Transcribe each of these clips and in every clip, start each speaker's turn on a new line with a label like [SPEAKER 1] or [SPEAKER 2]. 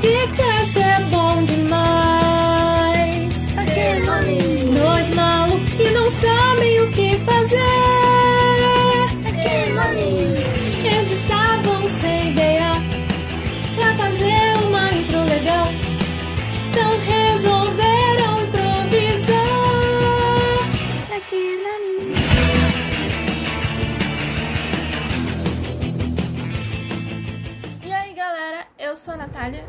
[SPEAKER 1] de graça é bom demais.
[SPEAKER 2] Pra que nome?
[SPEAKER 1] Nós malucos que não sabem o que fazer.
[SPEAKER 2] Pra que nome?
[SPEAKER 1] Eles estavam sem ideia pra fazer uma intro legal. Então resolveram improvisar.
[SPEAKER 2] Pra que nome?
[SPEAKER 1] E aí, galera, eu sou a Natália.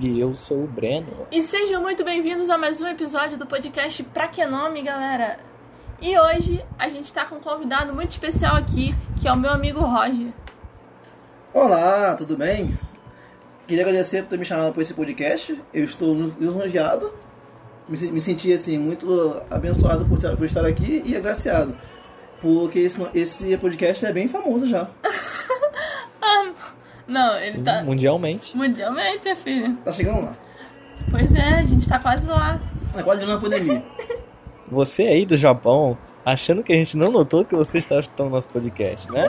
[SPEAKER 3] E eu sou o Breno.
[SPEAKER 1] E sejam muito bem-vindos a mais um episódio do podcast Pra Que Nome, galera. E hoje a gente tá com um convidado muito especial aqui, que é o meu amigo Roger.
[SPEAKER 4] Olá, tudo bem? Queria agradecer por ter me chamado para esse podcast. Eu estou lisonjeado. Me, sen- me senti assim muito abençoado por, ter- por estar aqui e agraciado. Porque esse, esse podcast é bem famoso já.
[SPEAKER 1] Não, ele
[SPEAKER 3] Sim,
[SPEAKER 1] tá
[SPEAKER 3] assim, mundialmente.
[SPEAKER 1] mundialmente, é filho.
[SPEAKER 4] Tá chegando lá.
[SPEAKER 1] Pois é, a gente tá quase lá.
[SPEAKER 4] É quase virando uma pandemia.
[SPEAKER 3] Você aí do Japão, achando que a gente não notou que você está escutando nosso podcast, né?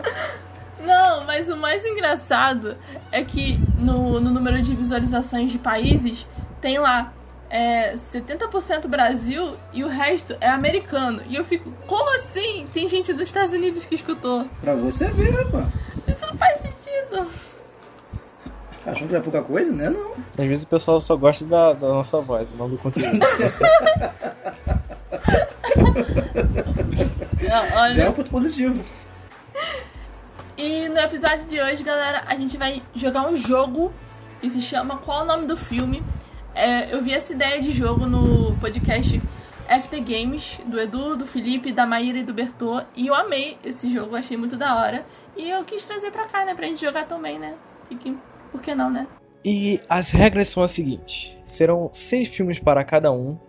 [SPEAKER 1] Não, mas o mais engraçado é que no, no número de visualizações de países tem lá é, 70% Brasil e o resto é americano. E eu fico, como assim? Tem gente dos Estados Unidos que escutou.
[SPEAKER 4] pra você ver, rapaz.
[SPEAKER 1] Isso não faz sentido.
[SPEAKER 4] Achando que era pouca coisa, né? Não.
[SPEAKER 3] Às vezes o pessoal só gosta da, da nossa voz, não do conteúdo.
[SPEAKER 1] Não, olha.
[SPEAKER 4] Já é um ponto positivo.
[SPEAKER 1] E no episódio de hoje, galera, a gente vai jogar um jogo que se chama Qual o Nome do Filme? É, eu vi essa ideia de jogo no podcast FT Games, do Edu, do Felipe, da Maíra e do Bertô. E eu amei esse jogo, achei muito da hora. E eu quis trazer pra cá, né? Pra gente jogar também, né? Fique... Por que não, né?
[SPEAKER 3] E as regras são as seguintes: serão seis filmes para cada um,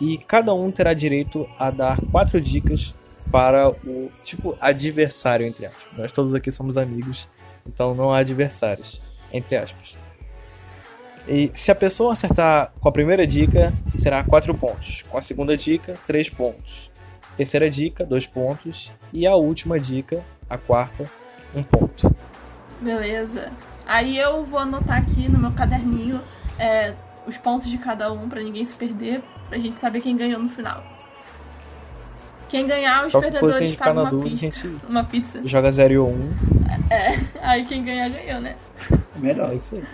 [SPEAKER 3] e cada um terá direito a dar quatro dicas para o tipo adversário, entre aspas. Nós todos aqui somos amigos, então não há adversários, entre aspas. E se a pessoa acertar com a primeira dica, será quatro pontos. Com a segunda dica, três pontos. Terceira dica, dois pontos. E a última dica, a quarta, um ponto.
[SPEAKER 1] Beleza. Aí eu vou anotar aqui no meu caderninho é, os pontos de cada um pra ninguém se perder, pra gente saber quem ganhou no final. Quem ganhar, os
[SPEAKER 3] Qualquer coisa, se a
[SPEAKER 1] perdedores
[SPEAKER 3] gente ficar
[SPEAKER 1] pagam uma,
[SPEAKER 3] na dúvida, a
[SPEAKER 1] pizza,
[SPEAKER 3] gente
[SPEAKER 1] uma pizza.
[SPEAKER 3] joga 0 ou 1. Um.
[SPEAKER 1] Aí quem ganhar, ganhou, né?
[SPEAKER 4] Melhor.
[SPEAKER 3] É isso aí.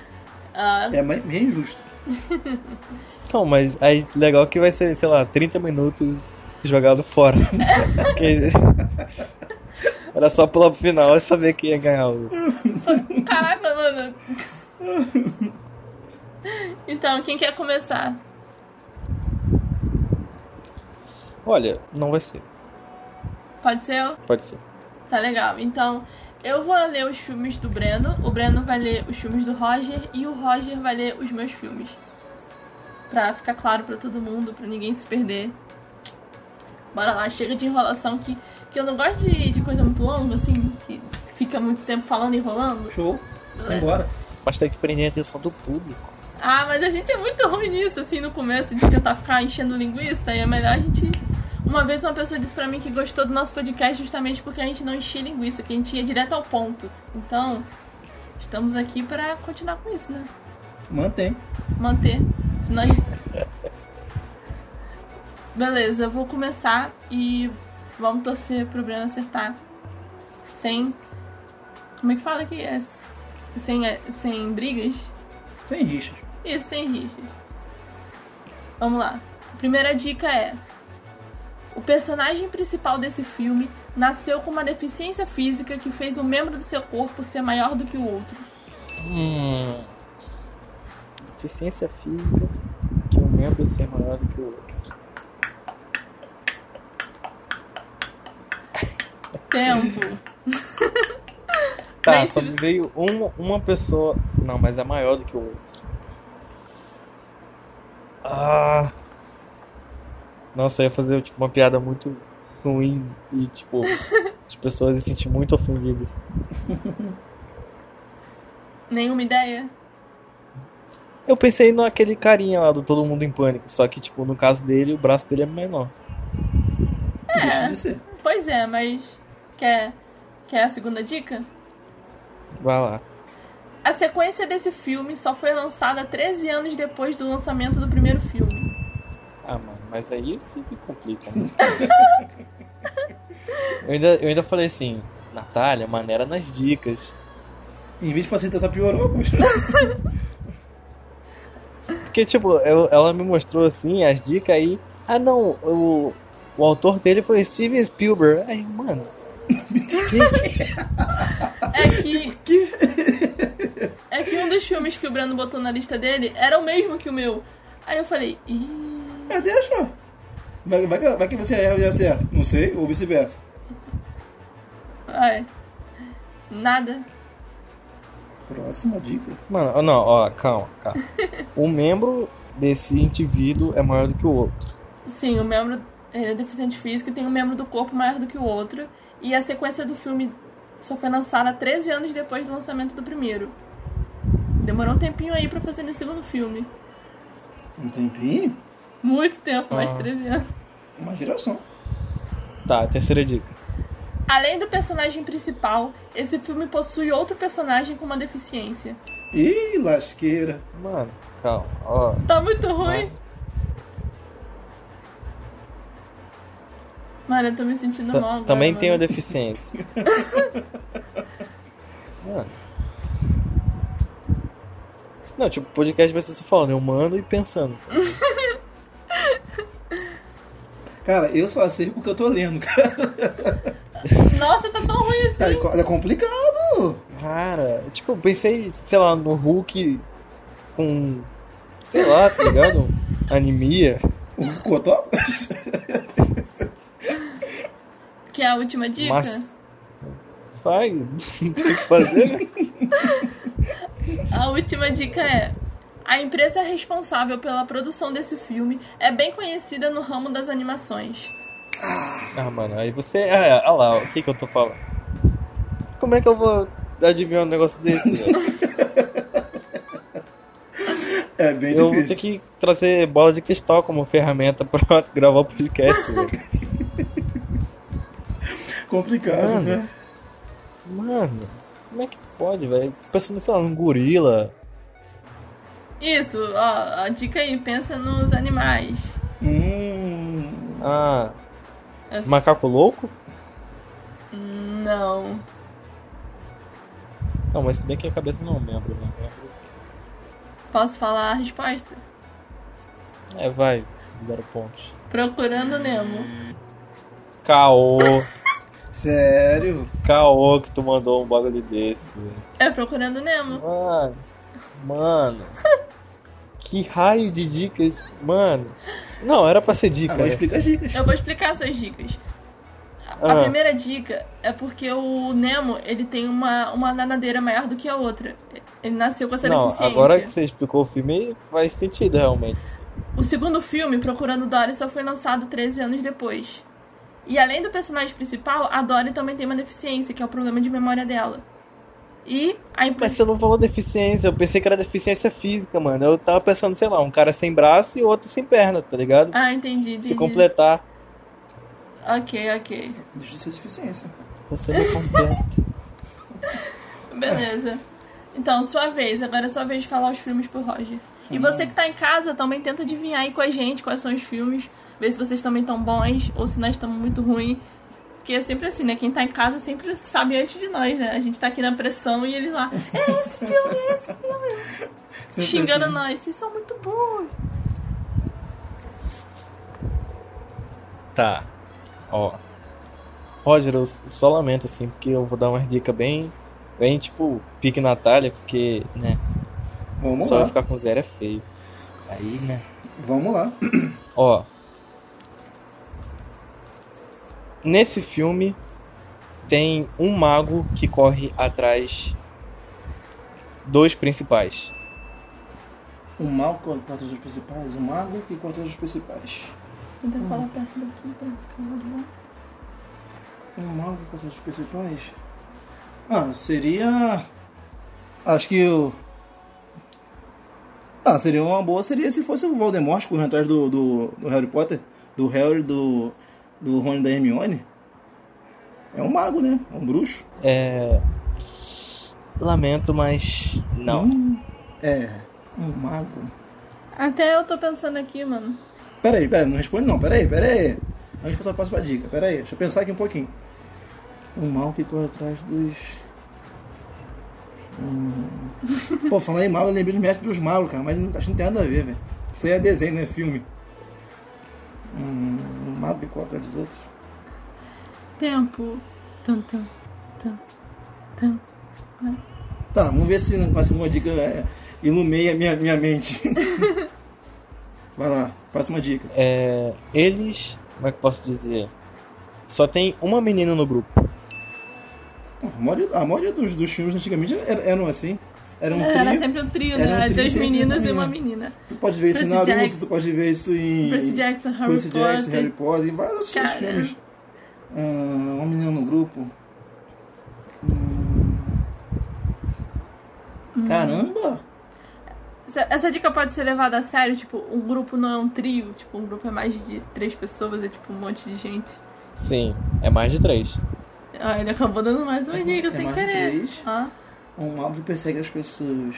[SPEAKER 1] Ah,
[SPEAKER 4] É mais- meio injusto.
[SPEAKER 3] Então, mas aí legal que vai ser, sei lá, 30 minutos jogado fora. Porque- Era só pular pro final e saber quem ia ganhar o.
[SPEAKER 1] caraca, mano. Então, quem quer começar?
[SPEAKER 3] Olha, não vai ser.
[SPEAKER 1] Pode ser eu?
[SPEAKER 3] Pode ser.
[SPEAKER 1] Tá legal. Então, eu vou ler os filmes do Breno, o Breno vai ler os filmes do Roger e o Roger vai ler os meus filmes. Pra ficar claro pra todo mundo, pra ninguém se perder. Bora lá, chega de enrolação que, que eu não gosto de, de coisa muito longa, assim, que fica muito tempo falando e enrolando.
[SPEAKER 4] Show. Simbora.
[SPEAKER 3] Mas tem que prender a atenção do público.
[SPEAKER 1] Ah, mas a gente é muito ruim nisso, assim, no começo, de tentar ficar enchendo linguiça, e é melhor a gente. Uma vez uma pessoa disse pra mim que gostou do nosso podcast justamente porque a gente não enchia linguiça, que a gente ia direto ao ponto. Então, estamos aqui pra continuar com isso, né?
[SPEAKER 4] Mantém.
[SPEAKER 1] Manter. Senão a gente... Beleza, eu vou começar e vamos torcer pro Breno acertar. Sem. Como é que fala que é? Sem, sem brigas?
[SPEAKER 4] Tem rixas.
[SPEAKER 1] Isso, sem rixa. Vamos lá. A primeira dica é: O personagem principal desse filme nasceu com uma deficiência física que fez um membro do seu corpo ser maior do que o outro.
[SPEAKER 3] Hum. Eficiência física que um membro ser maior do que o outro.
[SPEAKER 1] Tempo.
[SPEAKER 3] Tá,
[SPEAKER 1] Mas
[SPEAKER 3] só
[SPEAKER 1] se-
[SPEAKER 3] veio uma, uma pessoa. Não, mas é maior do que o outro. Ah. Nossa, eu ia fazer tipo, uma piada muito ruim e, tipo, as pessoas se sentir muito ofendidas.
[SPEAKER 1] Nenhuma ideia?
[SPEAKER 3] Eu pensei naquele carinha lá do Todo Mundo em Pânico, só que, tipo, no caso dele, o braço dele é menor.
[SPEAKER 4] Deixa de ser.
[SPEAKER 1] Pois é, mas. Quer, quer a segunda dica?
[SPEAKER 3] Vai lá.
[SPEAKER 1] A sequência desse filme só foi lançada 13 anos depois do lançamento do primeiro filme.
[SPEAKER 3] Ah, mano, mas aí sempre complica, né? eu, ainda, eu ainda falei assim, Natália, maneira nas dicas.
[SPEAKER 4] Em vez de facilitar, só piorou, poxa.
[SPEAKER 3] Porque, tipo, eu- ela me mostrou assim as dicas aí. Ah, não, o, o autor dele foi Steven Spielberg. Aí, mano. que-
[SPEAKER 1] É que. É que um dos filmes que o Brando botou na lista dele era o mesmo que o meu. Aí eu falei, Ih,
[SPEAKER 4] É, deixa. Vai, vai, que- vai que você erra e acerta. Não sei, ou vice-versa.
[SPEAKER 1] ai, nada.
[SPEAKER 4] Próxima dica.
[SPEAKER 3] Mano, ó, não, ó, calma, calma. Um membro desse indivíduo é maior do que o outro.
[SPEAKER 1] Sim, o membro ele é deficiente físico e tem um membro do corpo maior do que o outro. E a sequência do filme só foi lançada 13 anos depois do lançamento do primeiro. Demorou um tempinho aí pra fazer no segundo filme.
[SPEAKER 4] Um tempinho,
[SPEAKER 1] Muito tempo, mais
[SPEAKER 3] Ah.
[SPEAKER 1] 13 anos.
[SPEAKER 4] uma geração.
[SPEAKER 3] Tá, terceira dica.
[SPEAKER 1] Além do personagem principal, esse filme possui outro personagem com uma deficiência.
[SPEAKER 4] Ih, lasqueira.
[SPEAKER 3] Mano, calma, ó.
[SPEAKER 1] Tá muito
[SPEAKER 3] isso né?
[SPEAKER 1] ruim.
[SPEAKER 3] não-
[SPEAKER 1] Mano, eu tô me sentindo
[SPEAKER 3] ta-
[SPEAKER 1] mal agora,
[SPEAKER 3] Tá, também
[SPEAKER 1] mano.
[SPEAKER 3] tem uma deficiência. mano. Não, tipo, podcast vai ser só falando, eu mando e pensando.
[SPEAKER 4] Cara, eu só sei porque eu tô lendo, cara.
[SPEAKER 1] Nossa, tá tão ruim assim.
[SPEAKER 4] Cara, é co- é complicado.
[SPEAKER 3] Cara, tipo, eu pensei, sei lá, no Hulk com. Sei lá, tá ligado? Anemia.
[SPEAKER 4] O Cotó?
[SPEAKER 1] Que é a última dica?
[SPEAKER 3] Mas. Vai, não tem o que fazer, né?
[SPEAKER 1] A última dica é: a empresa é responsável pela produção desse filme é bem conhecida no ramo das animações.
[SPEAKER 3] Ah, mano, aí você. Ah, olha lá, o que que eu tô falando? Como é que eu vou adivinhar um negócio desse, velho?
[SPEAKER 4] É bem
[SPEAKER 3] Eu vou ter
[SPEAKER 4] difícil.
[SPEAKER 3] que trazer bola de cristal como ferramenta pra gravar o podcast, velho.
[SPEAKER 4] Complicado,
[SPEAKER 3] Mano.
[SPEAKER 4] né?
[SPEAKER 3] Mano, como é que pode, velho? Tô Pensando, sei lá, num gorila.
[SPEAKER 1] Isso, ó, a dica aí, pensa nos animais.
[SPEAKER 3] né?
[SPEAKER 4] Hum.
[SPEAKER 3] Ah.
[SPEAKER 4] É.
[SPEAKER 3] Macaco louco?
[SPEAKER 1] Não.
[SPEAKER 3] Não, mas se bem que a cabeça não é um membro, né?
[SPEAKER 1] Posso falar a resposta?
[SPEAKER 3] É, vai. Zero pontos.
[SPEAKER 1] Procurando Nemo.
[SPEAKER 3] Caô.
[SPEAKER 4] Sério?
[SPEAKER 3] Caô que tu mandou um bagulho desse, velho.
[SPEAKER 1] É Procurando Nemo.
[SPEAKER 3] Mano, mano. Que raio de dicas, mano. Não, era pra ser dica,
[SPEAKER 4] Agora
[SPEAKER 3] né?
[SPEAKER 4] explica as dicas.
[SPEAKER 1] Eu vou explicar suas dicas. A
[SPEAKER 3] Ah.
[SPEAKER 1] primeira dica é porque o Nemo, ele tem uma, uma nadadeira maior do que a outra. Ele nasceu com essa
[SPEAKER 3] Não,
[SPEAKER 1] deficiência.
[SPEAKER 3] agora que você explicou o filme, faz sentido realmente. assim.
[SPEAKER 1] O segundo filme, Procurando Dory, só foi lançado 13 anos depois. E além do personagem principal, a Dory também tem uma deficiência, que é o problema de memória dela. E a
[SPEAKER 3] Mas
[SPEAKER 1] empresa.
[SPEAKER 3] você não falou deficiência, eu pensei que era deficiência física, mano. Eu tava pensando, sei lá, um cara sem braço e outro sem perna, tá ligado?
[SPEAKER 1] Ah, entendi. entendi.
[SPEAKER 3] Se completar,
[SPEAKER 1] Ok, ok.
[SPEAKER 4] Deixa de ser deficiência.
[SPEAKER 3] você me completa.
[SPEAKER 1] Beleza. Então, sua vez. Agora é sua vez de falar os filmes pro Roger.
[SPEAKER 4] Hum.
[SPEAKER 1] E você que tá em casa também tenta adivinhar aí com a gente quais são os filmes. Ver se vocês também estão bons ou se nós estamos muito ruins. Porque é sempre assim, né? Quem tá em casa sempre sabe antes de nós, né? A gente tá aqui na pressão e eles lá. É esse filme, é esse filme.
[SPEAKER 4] Sempre
[SPEAKER 1] Xingando
[SPEAKER 4] assim.
[SPEAKER 1] nós. Vocês são muito bons.
[SPEAKER 3] Tá. Ó. Roger, eu só lamento, assim, porque eu vou dar uma dica bem. Bem, tipo, pique Natália, porque, né?
[SPEAKER 4] assim. Vamos
[SPEAKER 3] Só
[SPEAKER 4] lá.
[SPEAKER 3] ficar com zero é feio. Aí, né?
[SPEAKER 4] Vamos lá.
[SPEAKER 3] Ó. Nesse filme tem um mago que corre atrás dos principais.
[SPEAKER 4] O Um mal contra os principais, o mago que contra os principais.
[SPEAKER 1] Tenta
[SPEAKER 4] Hum.
[SPEAKER 1] falar perto daqui, tá? Calma, tá bom?
[SPEAKER 4] O mal que contra os principais? Ah, seria. Acho que o. Ah, seria uma boa, seria se fosse o Voldemort correndo atrás do, do, do Harry Potter, do Harry, do, do Rony e da É Hermione. É um mago, né? É um bruxo.
[SPEAKER 3] É. Lamento, mas não.
[SPEAKER 4] Hum, é, um mago.
[SPEAKER 1] Até eu tô pensando aqui, mano.
[SPEAKER 4] Peraí, peraí, não responde não, peraí, peraí. A gente passar passo pra dica, peraí, deixa eu pensar aqui um pouquinho. Um mal que corre atrás dos. Hum. Pô, falando em mal, eu lembrei do mestre dos malos, cara, mas acho que não tem nada a ver, velho. Isso aí é desenho, não é filme. Hum, um mago que corre atrás dos outros.
[SPEAKER 1] Tempo. Tum, tum, tum, tum.
[SPEAKER 4] Tá, vamos ver se com essa uma dica é, ilumeia minha, minha mente. Vai lá, próxima dica.
[SPEAKER 3] É, eles, como é que eu posso dizer? Só tem uma menina no grupo.
[SPEAKER 4] A maioria, a maioria dos, dos filmes antigamente era- eram assim. Era um
[SPEAKER 1] Era
[SPEAKER 4] trio.
[SPEAKER 1] sempre um trio,
[SPEAKER 4] Era um
[SPEAKER 1] né?
[SPEAKER 4] trio,
[SPEAKER 1] Três
[SPEAKER 4] sempre
[SPEAKER 1] meninas
[SPEAKER 4] uma
[SPEAKER 1] e uma menina.
[SPEAKER 4] Tu pode ver isso em
[SPEAKER 1] Percy
[SPEAKER 4] Naruto,
[SPEAKER 1] Jackson.
[SPEAKER 4] tu pode ver isso em.
[SPEAKER 1] Percy Jackson, Harry
[SPEAKER 4] Percy
[SPEAKER 1] Potter.
[SPEAKER 4] Jackson, Harry Potter, e vários outros
[SPEAKER 1] Cara.
[SPEAKER 4] filmes. Ah, uma menina no grupo. Hum. Caramba!
[SPEAKER 1] Essa, essa dica pode ser levada a sério, tipo, um grupo não é um trio, tipo, um grupo é mais de três pessoas, é tipo um monte de gente.
[SPEAKER 3] Sim, é mais de três.
[SPEAKER 1] Ah, ele acabou dando mais uma dica
[SPEAKER 4] É
[SPEAKER 1] sem
[SPEAKER 4] mais de
[SPEAKER 1] querer.
[SPEAKER 4] três.
[SPEAKER 1] Ah,
[SPEAKER 4] Um mal que persegue as pessoas.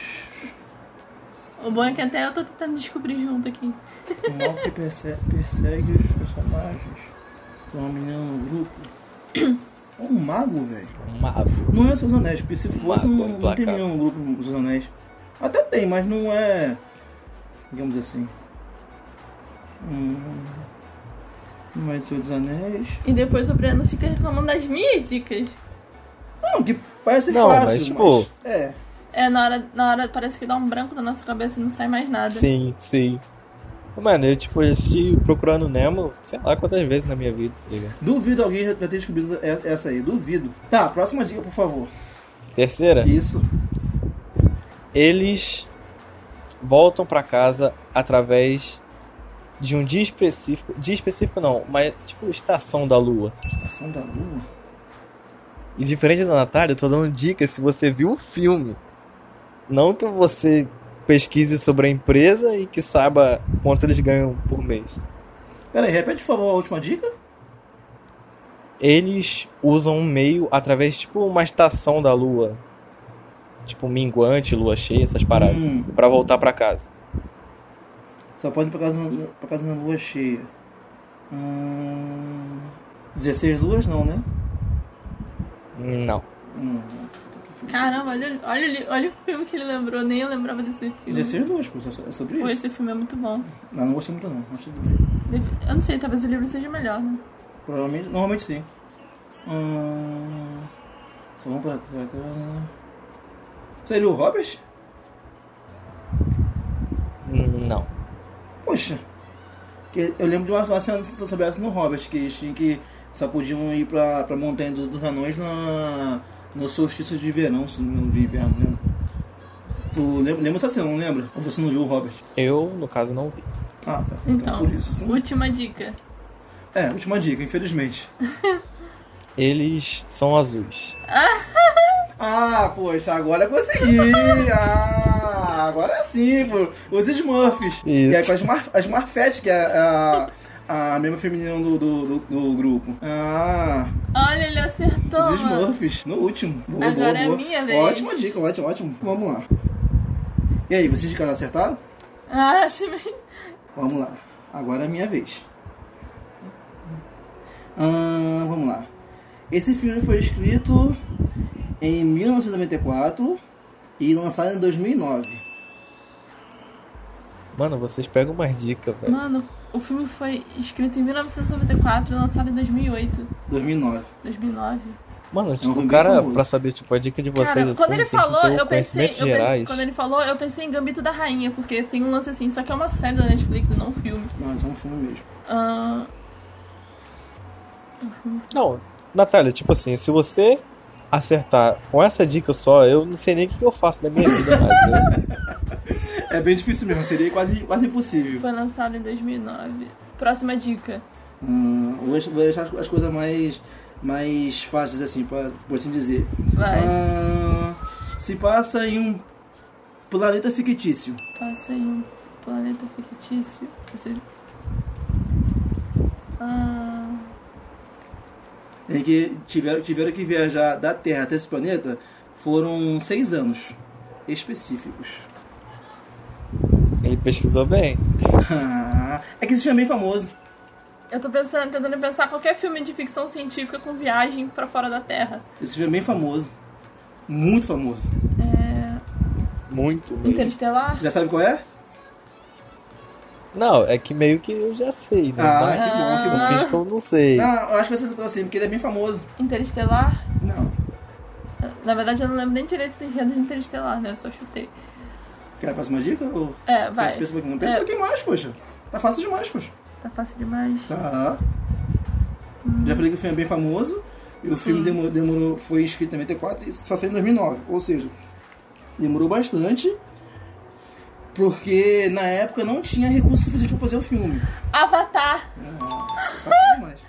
[SPEAKER 1] o bom é que até eu tô tentando descobrir junto aqui.
[SPEAKER 4] Um mal que perse- persegue os personagens. Tem uma menina no grupo. É um mago, velho.
[SPEAKER 3] Um mago.
[SPEAKER 4] Não é Seus Anéis, porque se fosse,
[SPEAKER 3] Mago,
[SPEAKER 4] não, não teria
[SPEAKER 3] implacável.
[SPEAKER 4] um grupo dos Seus Anéis. Até tem, mas não é. Digamos assim. Hum, não é Senhor dos Anéis.
[SPEAKER 1] E depois o Breno fica reclamando das minhas dicas.
[SPEAKER 4] Não, que parece
[SPEAKER 3] Não,
[SPEAKER 4] fácil.
[SPEAKER 3] mas, tipo-
[SPEAKER 4] É.
[SPEAKER 1] É, na hora, na hora parece que dá um branco na nossa cabeça e não sai mais nada.
[SPEAKER 3] Sim, sim. Mano, eu tipo assisti Procurando Nemo, sei lá quantas vezes na minha vida, tá ligado?
[SPEAKER 4] Duvido alguém já já ter descobrido e- essa aí. Duvido. Tá, próxima dica, por favor.
[SPEAKER 3] Terceira,
[SPEAKER 4] Isso.
[SPEAKER 3] eles voltam pra casa através de um dia específico. Dia específico não, mas tipo estação da lua.
[SPEAKER 4] Estação da Lua.
[SPEAKER 3] E diferente da Natália, eu tô dando dica se você viu o filme. Não que você pesquise sobre a empresa e que saiba quanto eles ganham por mês.
[SPEAKER 4] Pera aí, repete, por favor, a última dica.
[SPEAKER 3] Eles usam um meio através, tipo, uma estação da lua. Tipo, minguante, lua cheia, essas paradas.
[SPEAKER 4] Hum,
[SPEAKER 1] Uhum.
[SPEAKER 3] Pra voltar pra casa.
[SPEAKER 4] só pode ir pra casa, na- pra casa na lua cheia. Hum, 16 luas, não, né?
[SPEAKER 3] Não.
[SPEAKER 4] Hum,
[SPEAKER 1] Caramba, olha, olha, ele- olha o filme que ele lembrou, nem eu lembrava desse filme.
[SPEAKER 4] 16 luas, pô, é so- é sobre
[SPEAKER 1] Pô,
[SPEAKER 4] isso.
[SPEAKER 1] esse filme é muito bom.
[SPEAKER 4] Não, não gostei muito não. Gostei do livro.
[SPEAKER 1] Deve- Eu não sei, talvez o livro seja melhor, né?
[SPEAKER 4] Provavelmente, normalmente sim. Hum, só vamos pra pra- pra- Seria o Hobbit?
[SPEAKER 3] Não.
[SPEAKER 4] Poxa. Que eu lembro de uma, uma cena que eu soubesse no Hobbit, que eles tinham que só podiam ir pra, pra montanha dos, dos anões na, no solstício de verão, se não de inverno, lembra? Tu lembra, lembra essa cena, não lembra? Ou você não viu o Hobbit?
[SPEAKER 3] Eu, no caso, não vi.
[SPEAKER 4] Ah, tá.
[SPEAKER 1] Então,
[SPEAKER 4] por isso. Sim.
[SPEAKER 1] última dica.
[SPEAKER 4] É, última dica, infelizmente.
[SPEAKER 3] Eles são azuis.
[SPEAKER 4] Ah, poxa, agora eu consegui! Ah, agora sim, pô. Os Smurfs.
[SPEAKER 3] Isso.
[SPEAKER 4] E aí com as, Mar as Marfettes, que é a, a mesma feminina do, do, do- do grupo. Ah,
[SPEAKER 1] Olha, ele acertou,
[SPEAKER 4] os
[SPEAKER 1] mano.
[SPEAKER 4] Smurfs, no último. Boa,
[SPEAKER 1] Agora
[SPEAKER 4] boa,
[SPEAKER 1] é
[SPEAKER 4] boa.
[SPEAKER 1] minha vez.
[SPEAKER 4] Ótima dica, ótimo, ótimo. Vamos lá. E aí, vocês de casa acertaram?
[SPEAKER 1] Ah, acho meio...
[SPEAKER 4] Vamos lá. Agora é minha vez. Ah, vamos lá. Esse filme foi escrito em 1994 e lançado em 2009.
[SPEAKER 3] Mano, vocês pegam umas dicas, velho.
[SPEAKER 1] Mano, o filme foi escrito em 1994 e lançado em 2008,
[SPEAKER 4] 2009.
[SPEAKER 1] 2009.
[SPEAKER 3] Mano,
[SPEAKER 4] É um
[SPEAKER 3] tipo,
[SPEAKER 4] filme
[SPEAKER 3] o cara,
[SPEAKER 4] famoso.
[SPEAKER 3] pra saber, tipo, a dica de vocês,
[SPEAKER 1] Cara,
[SPEAKER 3] assim,
[SPEAKER 1] quando ele
[SPEAKER 3] tem que
[SPEAKER 1] falou,
[SPEAKER 3] ter o
[SPEAKER 1] eu pensei, eu
[SPEAKER 3] conhecimento
[SPEAKER 1] pensei,
[SPEAKER 3] gerais.
[SPEAKER 1] quando ele falou, eu pensei em Gambito da Rainha, porque tem um lance assim, só que é uma série da Netflix e não um filme.
[SPEAKER 4] Não, isso é um filme mesmo.
[SPEAKER 1] Ah,
[SPEAKER 3] Não, Natália, tipo assim, se você acertar com essa dica só, eu não sei nem o que eu faço da minha vida mais. né? Eu-
[SPEAKER 4] É bem difícil mesmo, seria quase, quase impossível.
[SPEAKER 1] foi lançado em 2009. Próxima dica.
[SPEAKER 4] Hum, vou deix- vou deixar as, as coisas mais, mais fáceis, assim, pra, por assim dizer.
[SPEAKER 1] Vai.
[SPEAKER 4] Ah, se passa em um planeta fictício.
[SPEAKER 1] Passa em um planeta fictício. que se- Ah,
[SPEAKER 4] em que tiveram, tiveram que viajar da Terra até esse planeta Foram seis anos específicos.
[SPEAKER 3] Ele pesquisou bem.
[SPEAKER 4] Ah, é que esse filme é bem famoso.
[SPEAKER 1] Eu tô pensando, tentando pensar qualquer filme de ficção científica com viagem pra fora da Terra.
[SPEAKER 4] Esse filme é bem famoso. Muito famoso.
[SPEAKER 3] Muito mesmo.
[SPEAKER 1] Interestelar?
[SPEAKER 4] Já sabe qual é?
[SPEAKER 3] Não, é que meio que eu já sei, né?
[SPEAKER 4] Ah,
[SPEAKER 3] Mas
[SPEAKER 4] que bom, que bom.
[SPEAKER 3] eu fiz como não sei.
[SPEAKER 4] Não, eu acho que você acertou assim, porque ele é bem famoso.
[SPEAKER 1] Interestelar?
[SPEAKER 4] Não.
[SPEAKER 1] Na verdade, eu não lembro nem direito do enredo de Interestelar, né? Eu só chutei.
[SPEAKER 4] Quer a próxima dica? Ou...
[SPEAKER 1] É, vai.
[SPEAKER 4] Pensa pensa um pouquinho, pensa um
[SPEAKER 1] É.
[SPEAKER 4] pouquinho mais, poxa. Tá fácil demais, poxa.
[SPEAKER 1] Tá fácil demais.
[SPEAKER 4] Tá. Já falei que o filme é bem famoso. E o filme demorou, demorou, foi escrito em 94 e só saiu em 2009. Ou seja, demorou bastante. Porque na época não tinha recurso suficiente pra fazer o filme.
[SPEAKER 1] Avatar!
[SPEAKER 4] Ah, fácil demais.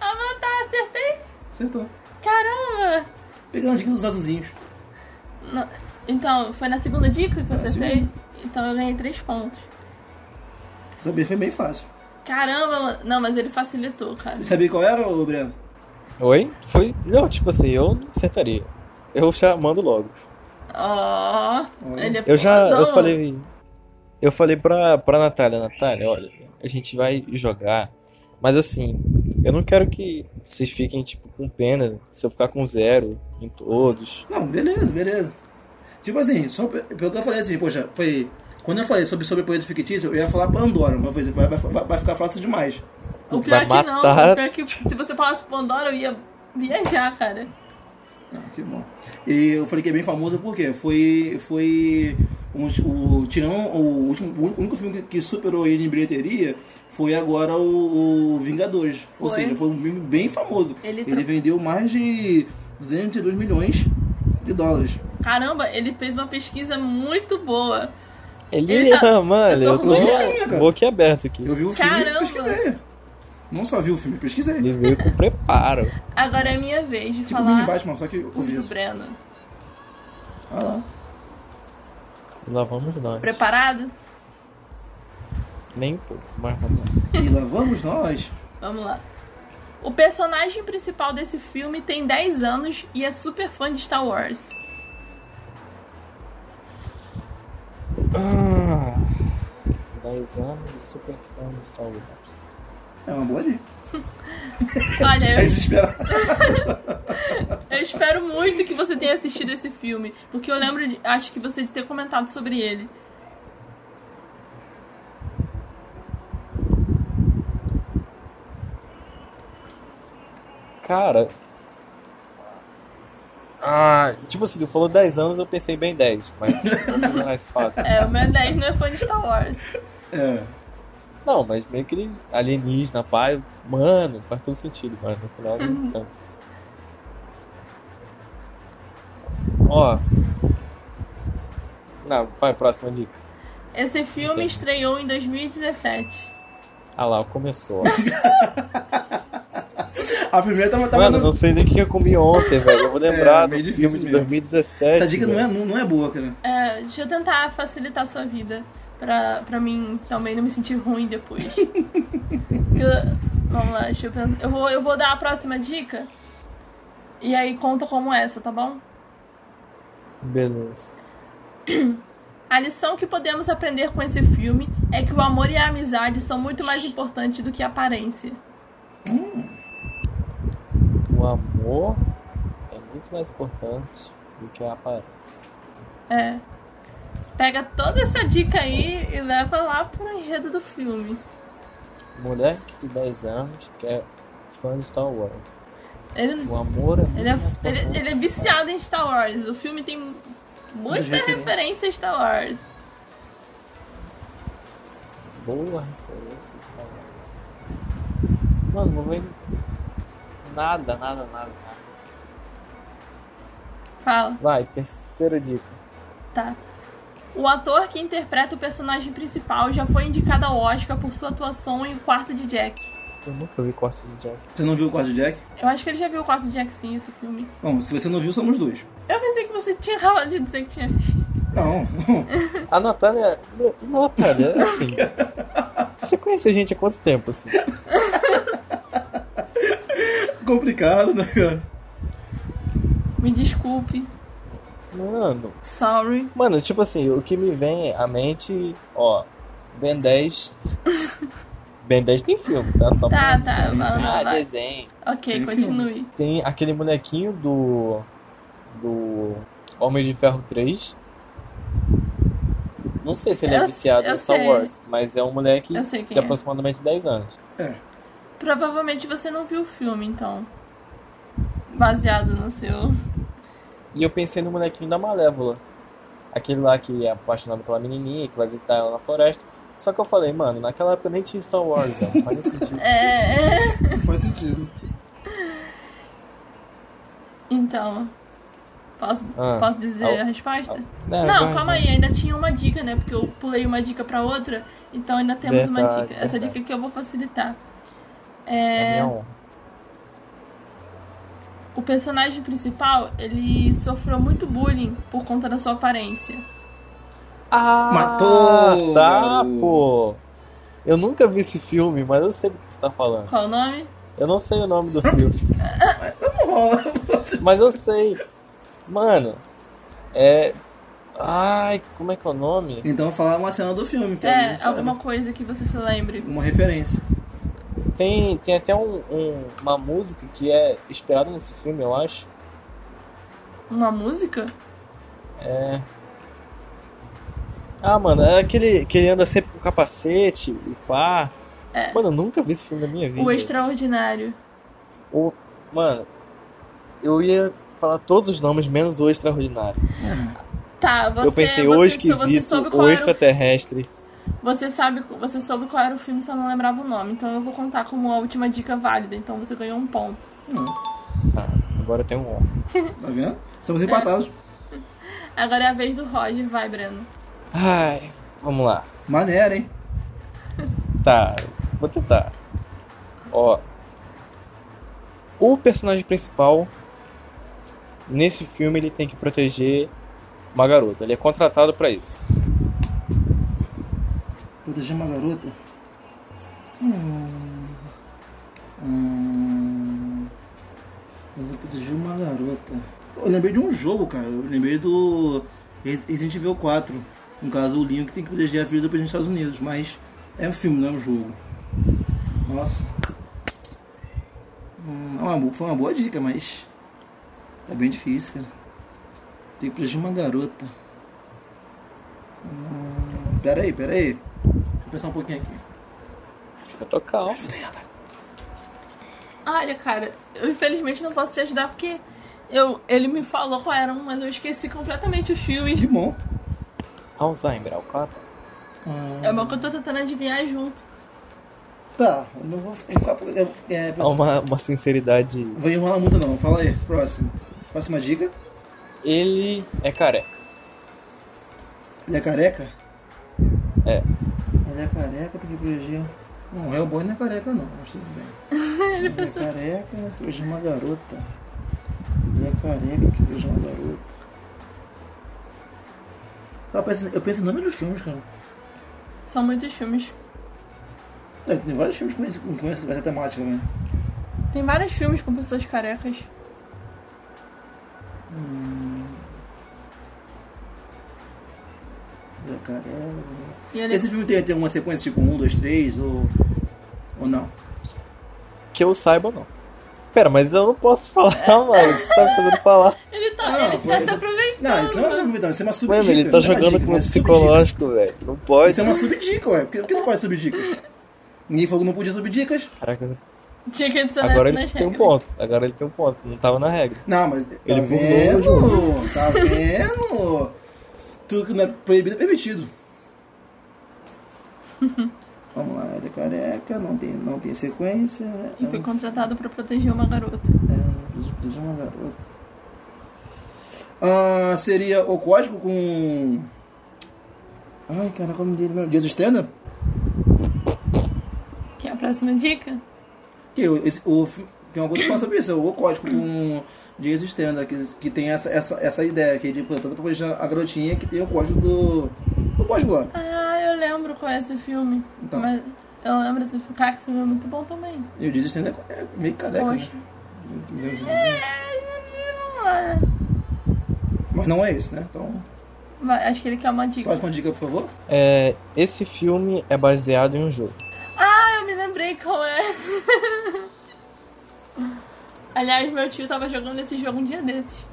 [SPEAKER 1] Avatar, acertei!
[SPEAKER 4] Acertou.
[SPEAKER 1] Caramba!
[SPEAKER 4] Pegando a dica dos azulzinhos.
[SPEAKER 1] Não- Então, foi na segunda dica que eu
[SPEAKER 4] Na
[SPEAKER 1] acertei? Então eu ganhei três pontos.
[SPEAKER 4] Saber foi bem fácil.
[SPEAKER 1] Caramba, mano. não, mas ele facilitou, cara.
[SPEAKER 4] Você sabia qual era, ô Breno?
[SPEAKER 3] Oi? Foi. Não, tipo assim, eu não acertaria. Eu já mando logo.
[SPEAKER 1] Ó,
[SPEAKER 4] Olha.
[SPEAKER 1] ele é
[SPEAKER 3] Eu já. Eu
[SPEAKER 1] fodão.
[SPEAKER 3] falei. Eu falei pra, pra Natália, Natália, olha, a gente vai jogar. Mas assim, eu não quero que vocês fiquem, tipo, com pena se eu ficar com zero em todos.
[SPEAKER 4] Não, beleza, beleza. Tipo assim, só pe- pelo que eu falei assim, poxa, foi. Quando eu falei sobre sobre poeta fictício, eu ia falar Pandora, mas foi- vai, vai, vai, vai ficar fácil demais.
[SPEAKER 1] O pior
[SPEAKER 3] Vai
[SPEAKER 1] que não.
[SPEAKER 3] matar.
[SPEAKER 1] O pior que se você falasse Pandora, eu ia viajar, cara.
[SPEAKER 4] Ah, que bom. E eu falei que é bem famoso porque foi. Foi. Um, o, tirando o, último, o único filme que, que superou ele em bilheteria foi agora o, o Vingadores. Ou
[SPEAKER 1] Foi.
[SPEAKER 4] seja, foi um filme bem famoso.
[SPEAKER 1] Ele
[SPEAKER 4] Ele,
[SPEAKER 1] tro-
[SPEAKER 4] vendeu mais de 202 milhões de dólares.
[SPEAKER 1] Caramba, ele fez uma pesquisa muito boa.
[SPEAKER 3] Ele,
[SPEAKER 1] Ele tá-
[SPEAKER 3] mano,
[SPEAKER 1] eu
[SPEAKER 3] eu
[SPEAKER 1] tô
[SPEAKER 3] tô,
[SPEAKER 4] orgulhosa, cara.
[SPEAKER 3] boca aberta aqui.
[SPEAKER 4] Eu vi o filme
[SPEAKER 1] Caramba.
[SPEAKER 4] e pesquisei. Não só vi o filme, pesquisei.
[SPEAKER 3] Ele veio com preparo.
[SPEAKER 1] Agora é minha vez de
[SPEAKER 4] Tipo o mini
[SPEAKER 1] falar
[SPEAKER 4] Batman, só que eu
[SPEAKER 1] os do
[SPEAKER 4] começo.
[SPEAKER 1] Breno.
[SPEAKER 4] Ah lá.
[SPEAKER 3] Lá vamos nós.
[SPEAKER 1] Preparado?
[SPEAKER 3] Nem um pouco, mas vamos lá.
[SPEAKER 4] E lá vamos nós.
[SPEAKER 1] Vamos lá. O personagem principal desse filme tem 10 anos e é super fã de Star Wars.
[SPEAKER 3] Ah, 10 Ah. anos de super fã de Star Wars.
[SPEAKER 4] É uma boa dica.
[SPEAKER 1] Olha,
[SPEAKER 4] É
[SPEAKER 1] eu,
[SPEAKER 4] desesperado.
[SPEAKER 1] eu espero muito que você tenha assistido esse filme, porque eu lembro, de- acho que você de ter comentado sobre ele.
[SPEAKER 3] Cara. Ah, tipo assim, tu falou 10 anos, eu pensei bem 10, mas vamos lá esse fato.
[SPEAKER 1] É, o meu 10 não é fã de Star Wars.
[SPEAKER 4] É.
[SPEAKER 3] Não, mas meio que ele alienígena, pai, mano, faz todo sentido, mas no final
[SPEAKER 1] Uhum.
[SPEAKER 3] nem tanto. Ó. Não, vai, próxima dica.
[SPEAKER 1] Esse filme estreou em 2017.
[SPEAKER 3] Ah lá, começou.
[SPEAKER 4] Tá A primeira tava. tava
[SPEAKER 3] Mano,
[SPEAKER 4] no-
[SPEAKER 3] não sei nem o que eu comi ontem, velho. Eu vou lembrar
[SPEAKER 4] É, meio
[SPEAKER 3] do
[SPEAKER 4] difícil
[SPEAKER 3] filme de
[SPEAKER 4] mesmo.
[SPEAKER 3] 2017.
[SPEAKER 4] Essa dica não
[SPEAKER 3] velho.
[SPEAKER 4] é, não, não é boa, cara.
[SPEAKER 1] É, deixa eu tentar facilitar a sua vida pra, pra mim também não me sentir ruim depois. Eu- vamos lá, deixa eu pensar. Eu vou, eu vou dar a próxima dica. E aí conta como essa, tá bom?
[SPEAKER 3] Beleza.
[SPEAKER 1] A lição que podemos aprender com esse filme é que o amor e a amizade são muito mais importantes do que a aparência.
[SPEAKER 3] O amor é muito mais importante do que a aparência.
[SPEAKER 1] É. Pega toda essa dica aí e leva lá pro enredo do filme.
[SPEAKER 3] Moleque de 10 anos que é fã de Star Wars.
[SPEAKER 1] Ele,
[SPEAKER 3] O amor é muito
[SPEAKER 1] ele, é,
[SPEAKER 3] mais importante.
[SPEAKER 1] ele, ele é viciado em Star Wars. O filme tem muita
[SPEAKER 4] Muitas referências.
[SPEAKER 1] referência a Star Wars.
[SPEAKER 3] Boa referência Star Wars. Mano, não vem nada, nada, nada, nada.
[SPEAKER 1] Fala,
[SPEAKER 3] Vai, terceira dica.
[SPEAKER 1] tá. O ator que interpreta o personagem principal já foi indicado ao Oscar por sua atuação em O Quarto de Jack.
[SPEAKER 3] Eu nunca vi corte de Jack.
[SPEAKER 4] Você não viu o quarto de Jack?
[SPEAKER 1] Eu acho que ele já viu O Quarto de Jack sim, esse filme.
[SPEAKER 4] Bom, se você não viu, somos dois.
[SPEAKER 1] Eu pensei que você tinha acabado de dizer que tinha
[SPEAKER 4] Não.
[SPEAKER 3] A Natália. Não, Natália, é assim. Você conhece a gente há quanto tempo, assim?
[SPEAKER 4] Complicado, né, cara?
[SPEAKER 1] Me desculpe.
[SPEAKER 3] Mano,
[SPEAKER 1] Sorry.
[SPEAKER 3] mano, tipo assim, o que me vem à mente, ó, Ben 10. ben 10 tem filme, tá? Só
[SPEAKER 1] Tá,
[SPEAKER 3] pra-
[SPEAKER 1] tá.
[SPEAKER 4] Sim,
[SPEAKER 1] vai,
[SPEAKER 4] tem-
[SPEAKER 1] vai,
[SPEAKER 5] Ah,
[SPEAKER 1] vai.
[SPEAKER 5] desenho.
[SPEAKER 1] Ok,
[SPEAKER 4] Tem
[SPEAKER 1] continue.
[SPEAKER 3] Tem aquele bonequinho do. do. Homem de Ferro 3. Não sei se ele
[SPEAKER 1] Eu-
[SPEAKER 3] é viciado
[SPEAKER 1] eu
[SPEAKER 3] em Star
[SPEAKER 1] sei.
[SPEAKER 3] Wars, mas é um moleque
[SPEAKER 1] Eu sei
[SPEAKER 3] de
[SPEAKER 1] quem é.
[SPEAKER 3] aproximadamente 10 anos.
[SPEAKER 1] Provavelmente você não viu o filme, então. Baseado no seu.
[SPEAKER 3] E eu pensei no molequinho da Malévola. Aquele lá que é apaixonado pela menininha, que vai visitar ela na floresta. Só que eu falei, mano, naquela época nem tinha Star Wars, não. Não faz nem sentido.
[SPEAKER 1] É. é.
[SPEAKER 4] Não faz sentido.
[SPEAKER 1] Então. Posso,
[SPEAKER 3] Ah.
[SPEAKER 1] posso dizer
[SPEAKER 3] Ah, o-
[SPEAKER 1] a resposta? não,
[SPEAKER 3] Não, vai, né,
[SPEAKER 1] calma
[SPEAKER 3] vai.
[SPEAKER 1] aí, ainda tinha uma dica, né? Porque eu pulei uma dica pra outra, então ainda temos uma
[SPEAKER 3] Verdade,
[SPEAKER 1] dica. Essa
[SPEAKER 3] verdade.
[SPEAKER 1] dica que eu vou facilitar.
[SPEAKER 3] É
[SPEAKER 1] É,
[SPEAKER 3] minha honra.
[SPEAKER 1] o personagem principal, ele sofreu muito bullying por conta da sua aparência.
[SPEAKER 3] Ah,
[SPEAKER 4] Matou,
[SPEAKER 3] tá,
[SPEAKER 4] garoto.
[SPEAKER 3] pô. Eu nunca vi esse filme, mas eu sei do que você tá falando.
[SPEAKER 1] Qual o nome?
[SPEAKER 3] Eu não sei o nome do filme,
[SPEAKER 4] Não rola.
[SPEAKER 3] mas eu sei. Mano, é. Ai, como é que é o nome?
[SPEAKER 4] Então vou falar uma cena do filme, que a
[SPEAKER 1] É,
[SPEAKER 4] gente sabe.
[SPEAKER 1] alguma coisa que você se lembre.
[SPEAKER 4] Uma referência.
[SPEAKER 3] Tem, tem até um- um- uma música que é inspirada nesse filme, eu acho.
[SPEAKER 1] Uma música?
[SPEAKER 3] Ah, mano, é aquele que ele anda sempre com capacete e pá. Mano, eu nunca vi esse filme na minha vida.
[SPEAKER 1] É. O Extraordinário.
[SPEAKER 3] O- Mano, eu ia falar todos os nomes, menos o extraordinário.
[SPEAKER 1] Tá, você,
[SPEAKER 3] eu pensei,
[SPEAKER 1] você,
[SPEAKER 3] o
[SPEAKER 1] você
[SPEAKER 3] esquisito,
[SPEAKER 1] soube qual
[SPEAKER 3] o
[SPEAKER 1] era o,
[SPEAKER 3] extraterrestre.
[SPEAKER 1] você sabe, você soube qual era o filme, só não lembrava o nome. Então eu vou contar como a última dica válida, então você ganhou um ponto.
[SPEAKER 3] Tá, agora tem um ó.
[SPEAKER 4] Tá vendo? Estamos empatados.
[SPEAKER 1] Agora é a vez do Roger, vai, Breno.
[SPEAKER 3] Ai, vamos lá.
[SPEAKER 4] Maneiro, hein?
[SPEAKER 3] Tá, vou tentar. Ó. O personagem principal nesse filme ele tem que proteger uma garota. Ele é contratado pra isso.
[SPEAKER 4] Proteger uma garota. Hum. Hum. Eu vou proteger uma garota. Eu lembrei de um jogo, cara. Eu lembrei do Res- Resident Evil 4. No caso, o Link tem que proteger a filha do presidente dos Estados Unidos. Mas é um filme, não é um jogo. Nossa. Hum, é uma bo- foi uma boa dica, mas. Tá bem difícil, cara. Tem que proteger uma garota. Hum, pera aí, pera aí. Deixa eu pensar um pouquinho aqui.
[SPEAKER 3] Fica tocar.
[SPEAKER 1] Olha, cara, eu infelizmente não posso te ajudar porque eu, ele me falou qual era, um, mas eu esqueci completamente os filmes.
[SPEAKER 4] Que bom.
[SPEAKER 3] Alzheimer, Alcata.
[SPEAKER 4] Ah.
[SPEAKER 1] É o meu que eu tô tentando adivinhar junto.
[SPEAKER 4] Tá, eu não vou ficar. É, é,
[SPEAKER 3] Há uma, uma sinceridade.
[SPEAKER 4] Vou enrolar muito, não. Fala aí, próximo. Próxima dica.
[SPEAKER 3] Ele é careca.
[SPEAKER 4] Ele é careca?
[SPEAKER 3] É.
[SPEAKER 4] Ele é careca, tem que proteger. Não, é o boi não é careca, não, mas tudo bem. Ele é careca, tem que proteger uma garota. Ele é careca, tem que proteger uma garota. Eu penso, eu penso em nome dos filmes, cara.
[SPEAKER 1] São muitos filmes.
[SPEAKER 4] É, tem vários filmes com esse- com esse- com essa temática, né?
[SPEAKER 1] Tem vários filmes com pessoas carecas.
[SPEAKER 4] Hum. Ele é careca.
[SPEAKER 1] E ele...
[SPEAKER 4] Esse filme tem, tem uma sequência tipo 1, 2, 3 ou. ou não?
[SPEAKER 3] Que eu saiba, não. Pera, mas eu não posso falar, mano. Você tá me fazendo falar.
[SPEAKER 1] Ele tá,
[SPEAKER 4] Ah,
[SPEAKER 1] ele
[SPEAKER 4] foi-
[SPEAKER 1] tá se aproveitando.
[SPEAKER 4] Não, isso não é uma subdica, isso é uma subdica.
[SPEAKER 3] Mano, ele tá
[SPEAKER 4] não é uma
[SPEAKER 3] jogando
[SPEAKER 4] dica,
[SPEAKER 3] com o
[SPEAKER 4] mas é subdica.
[SPEAKER 3] psicológico, velho. Não
[SPEAKER 4] Isso
[SPEAKER 3] pode.
[SPEAKER 4] é uma subdica, ué. Por que, por que não pode subdicas? Ninguém falou que não podia subdicas.
[SPEAKER 3] Caraca,
[SPEAKER 1] Tinha que adicionar
[SPEAKER 3] agora
[SPEAKER 1] isso
[SPEAKER 3] ele
[SPEAKER 1] nas
[SPEAKER 3] tem um
[SPEAKER 1] regras.
[SPEAKER 3] ponto. Agora ele tem um ponto. Não tava na regra.
[SPEAKER 4] Não, mas.
[SPEAKER 3] Ele
[SPEAKER 4] tá
[SPEAKER 3] burlou
[SPEAKER 4] vendo?
[SPEAKER 3] o jogo.
[SPEAKER 4] Tá vendo? Tudo que não é proibido é permitido. Vamos lá, ele é careca, não tem, não tem sequência.
[SPEAKER 1] E foi contratado pra proteger uma garota.
[SPEAKER 4] É, de uma garota. Ah, seria o código com. Ai, cara, qual é o nome dele? mesmo? Jesus Tenda?
[SPEAKER 1] Que é a próxima dica?
[SPEAKER 4] Que o, esse- o fi- tem uma coisa que fala sobre isso, é o código com Jesus Stenda, que, que tem essa, essa, essa ideia aqui de portanto pra proteger a garotinha que tem o código do. O código lá.
[SPEAKER 1] Ah, eu lembro qual é esse filme.
[SPEAKER 4] Então.
[SPEAKER 1] Mas eu lembro desse filme. Cara, que esse filme é muito bom também.
[SPEAKER 4] E o Jesus Stenda é, é
[SPEAKER 3] né?
[SPEAKER 4] meio careca,
[SPEAKER 1] Poxa.
[SPEAKER 4] né? Deus do céu.
[SPEAKER 1] É, vamos lá.
[SPEAKER 4] Mas Mas não é esse, né? Então,
[SPEAKER 1] Mas acho que ele quer uma dica.
[SPEAKER 4] próxima dica, por favor.
[SPEAKER 3] É, esse filme é baseado em um jogo.
[SPEAKER 1] Ah, eu me lembrei qual é. Aliás, meu tio tava jogando esse jogo um dia desses.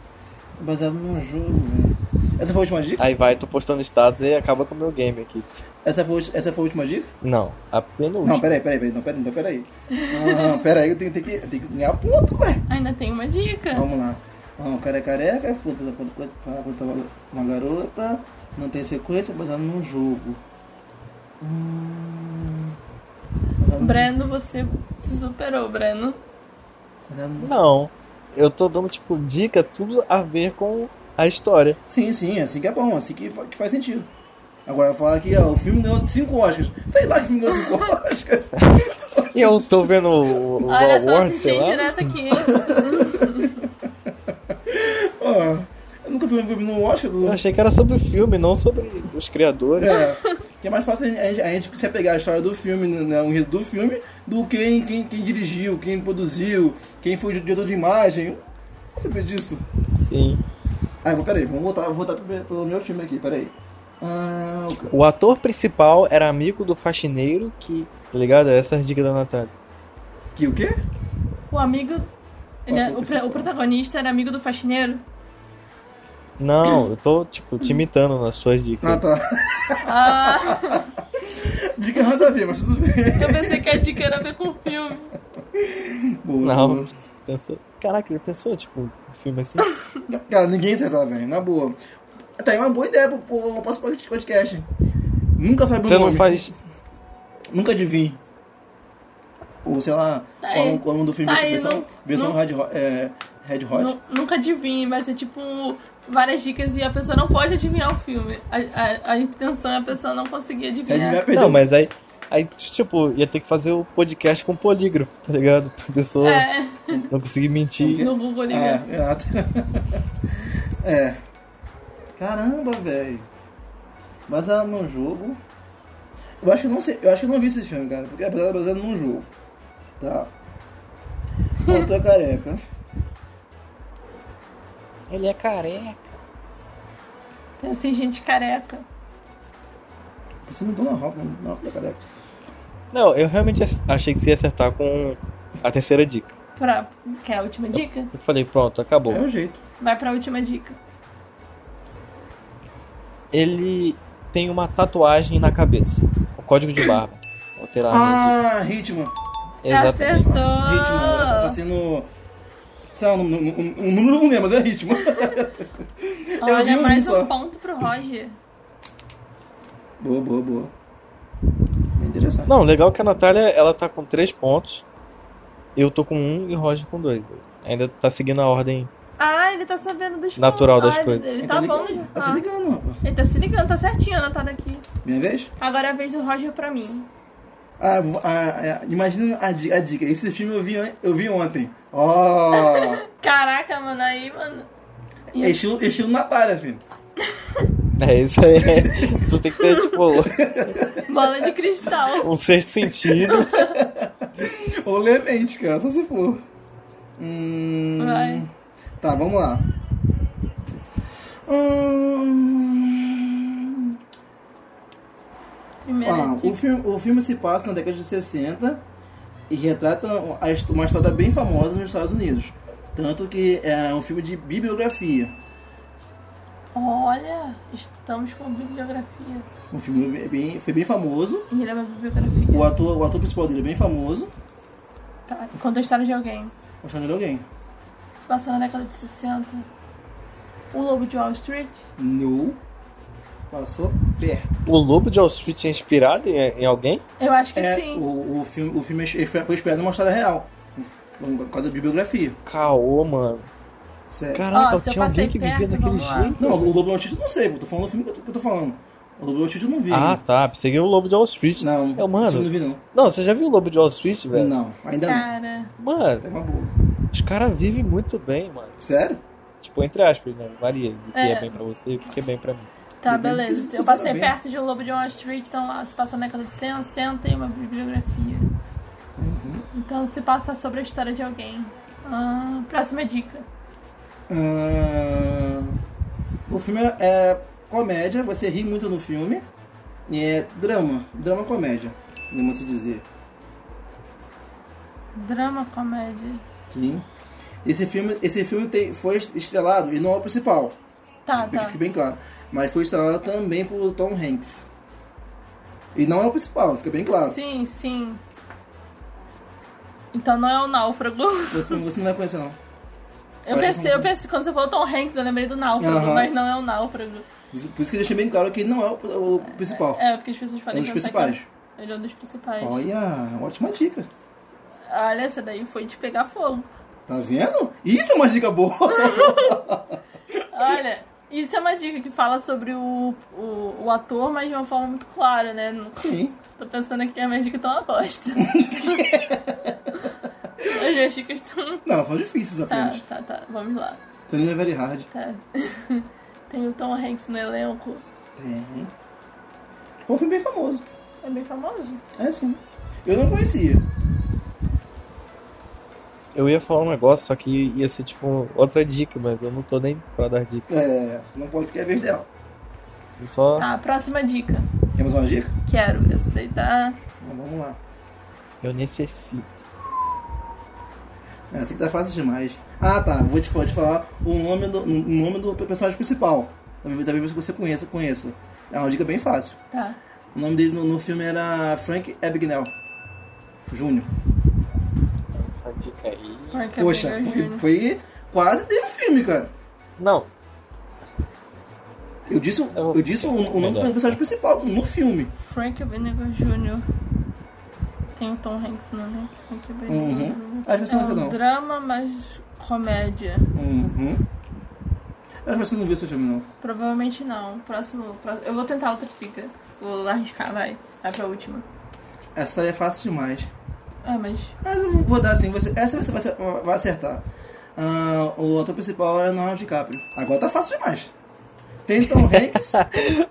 [SPEAKER 4] Baseado num jogo, velho. Essa foi a última dica?
[SPEAKER 3] Aí vai, tô postando status e acaba com o meu game aqui.
[SPEAKER 4] Essa foi, essa foi a última dica?
[SPEAKER 3] Não, a penúltima.
[SPEAKER 4] Não, peraí, peraí, peraí. Não, peraí, não, peraí. Não, peraí, eu tenho, tenho que, eu tenho que ganhar ponto, velho.
[SPEAKER 1] Ainda tem uma dica.
[SPEAKER 4] Vamos lá. Ah, o cara é careca, é fruta da quando- quando- quando tá uma- uma garota, não tem sequência, baseado num jogo. Hum, baseado num-
[SPEAKER 1] Breno, você se superou, Breno.
[SPEAKER 4] baseado num-
[SPEAKER 3] Não, eu tô dando, tipo, dica, tudo a ver com a história.
[SPEAKER 4] Sim, sim, assim que é bom, assim que, fa- que faz sentido. Agora eu vou falar aqui, ó, o filme ganhou 5 Oscars. Sei lá que o filme ganhou 5 Oscars.
[SPEAKER 3] E eu tô vendo o, o
[SPEAKER 1] Olha só,
[SPEAKER 3] Award, sei
[SPEAKER 1] assistindo
[SPEAKER 3] lá.
[SPEAKER 1] direto aqui, hein?
[SPEAKER 4] Ó, eu nunca vi um filme no Oscar do.
[SPEAKER 3] Eu achei que era sobre o filme, não sobre os criadores.
[SPEAKER 4] É, que é mais fácil a gente, a gente se apegar à história do filme, né, o enredo do filme, do que em quem, quem dirigiu, quem produziu, quem foi o diretor de imagem. Você saber disso?
[SPEAKER 3] Sim.
[SPEAKER 4] Ah, vou- peraí, vamos voltar, vou voltar pro, pro meu filme aqui, peraí. Ah, o ca-
[SPEAKER 3] O ator principal era amigo do faxineiro que. Tá ligado? Essa é a dica da Natália.
[SPEAKER 4] que o quê?
[SPEAKER 1] O amigo. ele é- o,
[SPEAKER 4] principal.
[SPEAKER 1] o protagonista era amigo do faxineiro.
[SPEAKER 3] Não, eu tô, tipo, te imitando nas suas dicas.
[SPEAKER 4] Ah, tá.
[SPEAKER 1] Ah,
[SPEAKER 4] Dica nada a ver, mas tudo bem.
[SPEAKER 1] eu pensei que a dica era a ver com o filme.
[SPEAKER 4] Boa,
[SPEAKER 3] Não,
[SPEAKER 4] boa.
[SPEAKER 3] pensou. Caraca, ele pensou, tipo, um filme assim?
[SPEAKER 4] Cara, ninguém acertava, velho, na boa. Tá aí uma boa ideia pro, pro próximo podcast. Nunca sabe
[SPEAKER 3] Você
[SPEAKER 4] o É nome.
[SPEAKER 3] não faz.
[SPEAKER 4] Nunca adivinha. Ou sei lá,
[SPEAKER 1] Tá
[SPEAKER 4] qual,
[SPEAKER 1] aí.
[SPEAKER 4] qual o nome do filme?
[SPEAKER 1] Tá aí,
[SPEAKER 4] versão
[SPEAKER 1] não-
[SPEAKER 4] versão
[SPEAKER 1] não-
[SPEAKER 4] Red, Hot- é, Red Hot?
[SPEAKER 1] Nu- Nunca adivinhe, mas é tipo várias dicas e a pessoa não pode adivinhar o filme. A, a, a intenção é a pessoa não conseguir
[SPEAKER 4] Se a gente vai
[SPEAKER 1] adivinhar.
[SPEAKER 4] perder.
[SPEAKER 3] Não, mas aí. Aí, tipo, ia ter que fazer o podcast com polígrafo, tá ligado? Pra pessoa
[SPEAKER 1] É,
[SPEAKER 3] não conseguir mentir.
[SPEAKER 1] no Google ligar.
[SPEAKER 4] É, exato. é. Caramba, velho. Mas ela num jogo. Eu acho que não sei, eu acho que eu não vi esse filme, cara, porque apesar de baseado num jogo. Tá. O ator é careca.
[SPEAKER 3] Ele é careca.
[SPEAKER 1] Tem assim, gente careca.
[SPEAKER 4] Você me deu uma roupa, não é careca.
[SPEAKER 3] Não, eu realmente ac- achei que você ia acertar com a terceira dica.
[SPEAKER 1] Pra... Quer a última dica?
[SPEAKER 3] Eu falei, pronto, acabou.
[SPEAKER 4] É o jeito.
[SPEAKER 1] Vai pra última dica.
[SPEAKER 3] Ele tem uma tatuagem na cabeça. O código de barba. Alterar a
[SPEAKER 4] Ah, ritmo.
[SPEAKER 3] minha dica. Exatamente.
[SPEAKER 4] Ritmo, né?
[SPEAKER 1] Acertou!
[SPEAKER 4] assassino. Sei lá, um, o nú- nú- o número eu não lembro, mas é ritmo. Eu vi
[SPEAKER 1] Olha,
[SPEAKER 4] um
[SPEAKER 1] mais
[SPEAKER 4] só.
[SPEAKER 1] um ponto pro Roger.
[SPEAKER 4] boa, boa, boa. Bem interessante.
[SPEAKER 3] Não, legal que a Natália ela tá com três pontos. Eu tô com um e o Roger com dois. Ainda tá seguindo a ordem.
[SPEAKER 1] Ah, ele tá sabendo dos
[SPEAKER 3] Natural
[SPEAKER 1] pontos.
[SPEAKER 3] das
[SPEAKER 1] Ah, ele-
[SPEAKER 3] coisas.
[SPEAKER 1] Ele,
[SPEAKER 4] Então
[SPEAKER 1] tá bom no
[SPEAKER 4] ligando, Tá se
[SPEAKER 1] jornal.
[SPEAKER 4] ligando, rapaz.
[SPEAKER 1] Ele tá se ligando, tá certinho anotado aqui.
[SPEAKER 4] Minha vez?
[SPEAKER 1] Agora é a vez do Roger pra mim.
[SPEAKER 4] Ah, vou- ah, ah, imagina a di- a dica. Esse filme eu vi, an- eu vi ontem. Ó!
[SPEAKER 1] Caraca, mano, aí, mano.
[SPEAKER 4] é estilo, estilo Natália, filho.
[SPEAKER 3] É isso aí. tu tem que ter, tipo,
[SPEAKER 1] Bola de cristal.
[SPEAKER 3] um sexto sentido.
[SPEAKER 4] Ou lemente, cara, só se for. Hum,
[SPEAKER 1] Vai.
[SPEAKER 4] Tá, vamos lá. Hum,
[SPEAKER 1] Primeira
[SPEAKER 4] Ah, o,
[SPEAKER 1] dica.
[SPEAKER 4] filme, o filme se passa na década de 60 e retrata a his- uma história bem famosa nos Estados Unidos. Tanto que é um filme de bibliografia.
[SPEAKER 1] Olha, estamos com bibliografia.
[SPEAKER 4] Um filme bem- bem, foi bem famoso.
[SPEAKER 1] E ele é uma bibliografia.
[SPEAKER 4] O ator, o ator principal dele é bem famoso.
[SPEAKER 1] Tá, conta a história de alguém.
[SPEAKER 4] Gostando de alguém?
[SPEAKER 1] Se passa na década de 60. O Lobo de Wall Street.
[SPEAKER 4] No. Passou perto.
[SPEAKER 3] O lobo de Wall Street é inspirado em, em alguém?
[SPEAKER 1] Eu acho que
[SPEAKER 4] É,
[SPEAKER 1] sim.
[SPEAKER 4] o, o filme, o filme é- foi esperado numa história real. Por causa da bibliografia.
[SPEAKER 3] Caô, mano.
[SPEAKER 4] Sério.
[SPEAKER 3] Caraca,
[SPEAKER 1] Ó, se eu
[SPEAKER 3] tinha alguém
[SPEAKER 1] passei
[SPEAKER 3] que vivia
[SPEAKER 1] perto,
[SPEAKER 3] daquele
[SPEAKER 1] vamos lá.
[SPEAKER 3] jeito.
[SPEAKER 4] Não, o Lobo Notícia eu não sei, pô. Tô falando do filme que eu tô, que eu tô falando. O Lobo Notícia eu não vi.
[SPEAKER 3] Ah, tá. Pensei que era o Lobo de Wall Street.
[SPEAKER 4] Não,
[SPEAKER 3] Eu,
[SPEAKER 4] esse eu não
[SPEAKER 3] mano.
[SPEAKER 4] vi, não.
[SPEAKER 3] Não, você já viu o Lobo de Wall Street, velho?
[SPEAKER 4] Não, ainda
[SPEAKER 1] Tá.
[SPEAKER 4] não.
[SPEAKER 1] Cara.
[SPEAKER 4] É
[SPEAKER 3] Mano,
[SPEAKER 4] uma boa.
[SPEAKER 3] os caras vivem muito bem, mano.
[SPEAKER 4] Sério?
[SPEAKER 3] Tipo, entre aspas, né? Varia. O que é,
[SPEAKER 1] É.
[SPEAKER 3] bem pra você e o que é bem pra mim.
[SPEAKER 1] Tá,
[SPEAKER 4] Depende do que
[SPEAKER 1] beleza.
[SPEAKER 4] você
[SPEAKER 1] Eu passei
[SPEAKER 4] tá vendo.
[SPEAKER 1] perto de O Lobo de Wall Street, então ah, se passa na década de 60 e uma bibliografia.
[SPEAKER 4] Uhum.
[SPEAKER 1] Então se passa sobre a história de alguém. Ah, próxima dica.
[SPEAKER 4] Ah, O filme é comédia, você ri muito no filme. E é drama, drama comédia, podemos se dizer.
[SPEAKER 1] Drama, comédia.
[SPEAKER 4] Sim. Esse filme, esse filme tem- foi estrelado, e não é o principal,
[SPEAKER 1] Tá,
[SPEAKER 4] que
[SPEAKER 1] tá.
[SPEAKER 4] fique bem claro. Mas foi estrelado também por Tom Hanks. E não é o principal, fica bem claro.
[SPEAKER 1] Sim, sim. Então não é o náufrago.
[SPEAKER 4] Você, você não vai conhecer não.
[SPEAKER 1] Eu
[SPEAKER 4] Parece
[SPEAKER 1] pensei, eu
[SPEAKER 4] um-
[SPEAKER 1] pensei, quando você falou Tom Hanks, eu lembrei do náufrago,
[SPEAKER 4] Aham.
[SPEAKER 1] mas não é o náufrago.
[SPEAKER 4] Por isso por isso que eu deixei bem claro que não é o, o principal.
[SPEAKER 1] É, porque as pessoas
[SPEAKER 4] É um
[SPEAKER 1] falam
[SPEAKER 4] dos
[SPEAKER 1] que não sei
[SPEAKER 4] principais.
[SPEAKER 1] quem- Ele é um dos principais.
[SPEAKER 4] Olha, ótima dica.
[SPEAKER 1] Olha, essa daí foi de pegar fogo.
[SPEAKER 4] Tá vendo? Isso é uma dica boa.
[SPEAKER 1] Olha, isso é uma dica que fala sobre o, o, o ator, mas de uma forma muito clara, né? Não-
[SPEAKER 4] Sim.
[SPEAKER 1] Tô pensando aqui é que as minhas dicas estão uma bosta. As minhas dicas estão.
[SPEAKER 4] Não, são difíceis
[SPEAKER 1] Tá,
[SPEAKER 4] apenas.
[SPEAKER 1] tá, tá. Vamos lá.
[SPEAKER 4] Então ele é very hard.
[SPEAKER 1] Tá. Tem o Tom Hanks no elenco.
[SPEAKER 4] Tem. Foi um filme bem famoso.
[SPEAKER 1] É bem famoso.
[SPEAKER 4] É sim. Eu não conhecia.
[SPEAKER 3] Eu ia falar um negócio, só que ia ser tipo outra dica, mas eu não tô nem pra dar dica.
[SPEAKER 4] É, você não pode porque é a vez dela.
[SPEAKER 3] Eu só.
[SPEAKER 1] Tá, próxima dica.
[SPEAKER 4] Temos uma dica?
[SPEAKER 1] Quero. Essa daí tá.
[SPEAKER 4] Então vamos lá.
[SPEAKER 3] Eu necessito.
[SPEAKER 4] Essa aqui tá fácil demais. Ah tá, vou te, vou te falar o nome do, o nome do personagem principal. Talvez talvez você conheça, conheça. É uma dica bem fácil.
[SPEAKER 1] Tá.
[SPEAKER 4] O nome dele no, no filme era Frank Abagnale Júnior.
[SPEAKER 3] Essa dica aí.
[SPEAKER 1] Mark
[SPEAKER 4] Poxa,
[SPEAKER 1] Abreu
[SPEAKER 4] foi,
[SPEAKER 1] Jr.
[SPEAKER 4] foi- quase teve filme, cara.
[SPEAKER 3] Não,
[SPEAKER 4] Eu disse,
[SPEAKER 3] Eu vou-
[SPEAKER 4] eu disse o, o nome do
[SPEAKER 3] Melhor.
[SPEAKER 4] personagem principal no filme.
[SPEAKER 1] Frank Vinegar Jr. Tem o Tom Hanks no elenco. Frank Vinegar
[SPEAKER 4] Uhum.
[SPEAKER 1] Jr.
[SPEAKER 4] Acho que você
[SPEAKER 1] é
[SPEAKER 4] não vai
[SPEAKER 1] um
[SPEAKER 4] ser, não.
[SPEAKER 1] drama, mas comédia.
[SPEAKER 4] Uhum. Eu acho que você não viu esse filme, não.
[SPEAKER 1] Provavelmente não. Próximo, pró- Eu vou tentar outra dica. Vou arriscar, vai. Vai pra última.
[SPEAKER 4] Essa tarefa é fácil demais.
[SPEAKER 1] Ah, mas.
[SPEAKER 4] Mas eu vou dar assim, você, essa você vai, acer- vai acertar. Ah, o ator principal é Leonardo DiCaprio. Agora tá fácil demais. Tem Tom Hanks.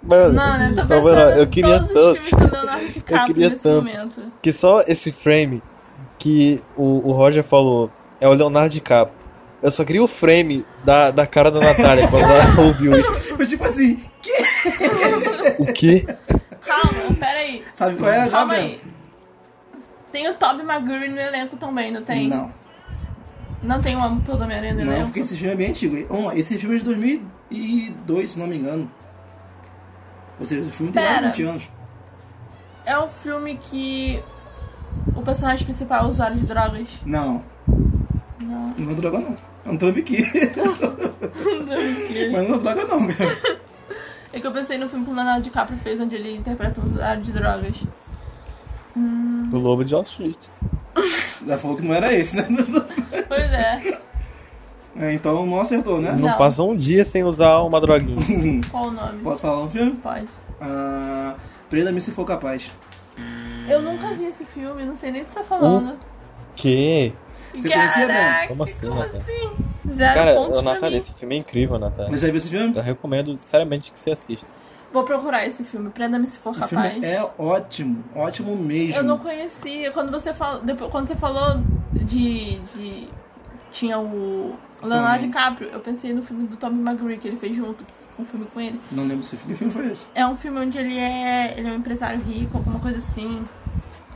[SPEAKER 3] mano.
[SPEAKER 1] Não, né? Tô
[SPEAKER 3] Não,
[SPEAKER 1] pensando
[SPEAKER 3] mano,
[SPEAKER 1] em
[SPEAKER 3] eu queria
[SPEAKER 1] todos
[SPEAKER 3] tanto.
[SPEAKER 1] os filmes do Leonardo DiCaprio
[SPEAKER 3] queria
[SPEAKER 1] nesse
[SPEAKER 3] tanto.
[SPEAKER 1] momento.
[SPEAKER 3] Que só esse frame que o, o Roger falou é o Leonardo DiCaprio. Eu só queria o frame da, da cara da Natália quando ela ouviu isso.
[SPEAKER 4] mas tipo assim,
[SPEAKER 3] O quê?
[SPEAKER 1] Calma, peraí.
[SPEAKER 4] sabe qual é? Já
[SPEAKER 1] Calma
[SPEAKER 4] viu?
[SPEAKER 1] aí. Tem o Tobey Maguire no elenco também, não tem?
[SPEAKER 4] Não,
[SPEAKER 1] Não tem o Ator do Homem-Aranha no
[SPEAKER 4] não,
[SPEAKER 1] elenco?
[SPEAKER 4] porque esse filme é bem antigo. Vamos lá, esse filme é de 2002, se não me engano. Ou seja, o filme tem mais de
[SPEAKER 1] Pera.
[SPEAKER 4] 20 anos.
[SPEAKER 1] É um filme que o personagem principal é usuário de drogas.
[SPEAKER 4] Não,
[SPEAKER 1] Não.
[SPEAKER 4] não é droga não. É um trambique.
[SPEAKER 1] é
[SPEAKER 4] Mas não é droga não, cara.
[SPEAKER 1] que eu pensei no filme que o Leonardo DiCaprio fez, onde ele interpreta um usuário de drogas. Hum,
[SPEAKER 3] O Lobo de Wall Street.
[SPEAKER 4] Já falou que não era esse, né?
[SPEAKER 1] Pois é.
[SPEAKER 4] É, então não acertou, né?
[SPEAKER 3] Não,
[SPEAKER 1] Não.
[SPEAKER 3] passa um dia sem usar uma droguinha.
[SPEAKER 1] Qual o nome?
[SPEAKER 4] Posso falar um filme?
[SPEAKER 1] Pode.
[SPEAKER 4] Ah, Prenda-me se for capaz.
[SPEAKER 1] Eu nunca vi esse filme, não sei nem o que você tá falando.
[SPEAKER 3] que?
[SPEAKER 4] Você conhecia,
[SPEAKER 1] Caraca,
[SPEAKER 4] Bran?
[SPEAKER 3] Como assim,
[SPEAKER 1] como
[SPEAKER 3] Nathan?
[SPEAKER 1] assim? Zero
[SPEAKER 3] Cara,
[SPEAKER 1] pontos
[SPEAKER 3] ô,
[SPEAKER 1] pra
[SPEAKER 3] Natália,
[SPEAKER 1] mim.
[SPEAKER 3] esse filme é incrível, Natália.
[SPEAKER 4] Você já viu esse filme?
[SPEAKER 3] Eu recomendo seriamente que você assista.
[SPEAKER 1] Vou procurar esse filme, prenda-me se for
[SPEAKER 4] O filme
[SPEAKER 1] capaz.
[SPEAKER 4] é ótimo, ótimo mesmo.
[SPEAKER 1] Eu não conhecia. Quando você falou, depois, quando você falou de, de- tinha o Leonardo
[SPEAKER 4] Tom
[SPEAKER 1] DiCaprio, eu pensei no filme do Tommy McGree que ele fez junto, um filme com ele.
[SPEAKER 4] Não lembro se que filme foi esse.
[SPEAKER 1] É um filme onde ele é, ele é um empresário rico, alguma coisa assim.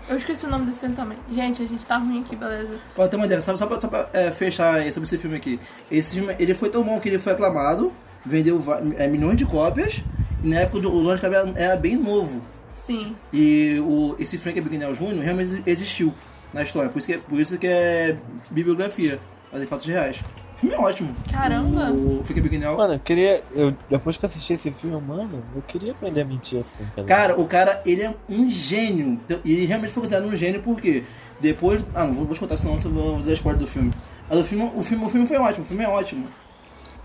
[SPEAKER 1] Eu esqueci o nome desse filme também. Gente, a gente tá ruim aqui, beleza?
[SPEAKER 4] Pra ter uma ideia, só, só pra, só pra, é, fechar aí sobre esse filme aqui. Esse filme, ele foi tão bom que ele foi aclamado, vendeu va- é, milhões de cópias, e na época o Lorde Cabelo era, era bem novo.
[SPEAKER 1] Sim.
[SPEAKER 4] E o, esse Frank Abagnale Jr. realmente existiu na história, por isso que é, por isso que é bibliografia, mas é fatos reais. O filme é ótimo.
[SPEAKER 1] Caramba.
[SPEAKER 4] O Frank Abagnale
[SPEAKER 3] Mano, eu queria. Eu, depois que eu assisti esse filme, mano, eu queria aprender a mentir assim, tá ligado?
[SPEAKER 4] Cara, o cara, ele é um gênio. E ele realmente foi considerado um gênio porque depois. Ah, não, vou, vou te contar, senão você vai fazer spoiler do filme. Mas o filme, o filme, o filme foi ótimo, o filme é ótimo.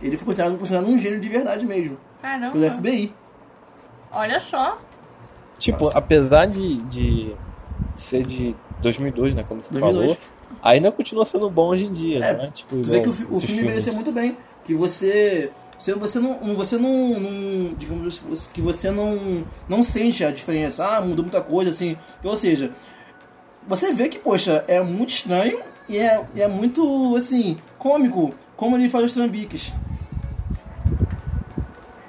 [SPEAKER 4] Ele foi considerado, considerado um gênio de verdade mesmo, pelo
[SPEAKER 1] Caramba.
[SPEAKER 4] FBI.
[SPEAKER 1] Olha só.
[SPEAKER 3] tipo,
[SPEAKER 4] Nossa.
[SPEAKER 3] apesar de, de ser de 2002, né? Como você
[SPEAKER 4] 2002.
[SPEAKER 3] falou, ainda continua sendo bom hoje em dia,
[SPEAKER 4] É,
[SPEAKER 3] né? Tipo,
[SPEAKER 4] Tu vê
[SPEAKER 3] igual
[SPEAKER 4] que o, fi- o
[SPEAKER 3] esses
[SPEAKER 4] filme
[SPEAKER 3] filmes.
[SPEAKER 4] envelheceu muito bem. Que você. Você, você não. não- Você não, não- Digamos assim, que você não. Não sente a diferença. Ah, mudou muita coisa, assim. Ou seja, você vê que, poxa, é muito estranho e é, e é muito, assim, cômico como ele faz os trambiques.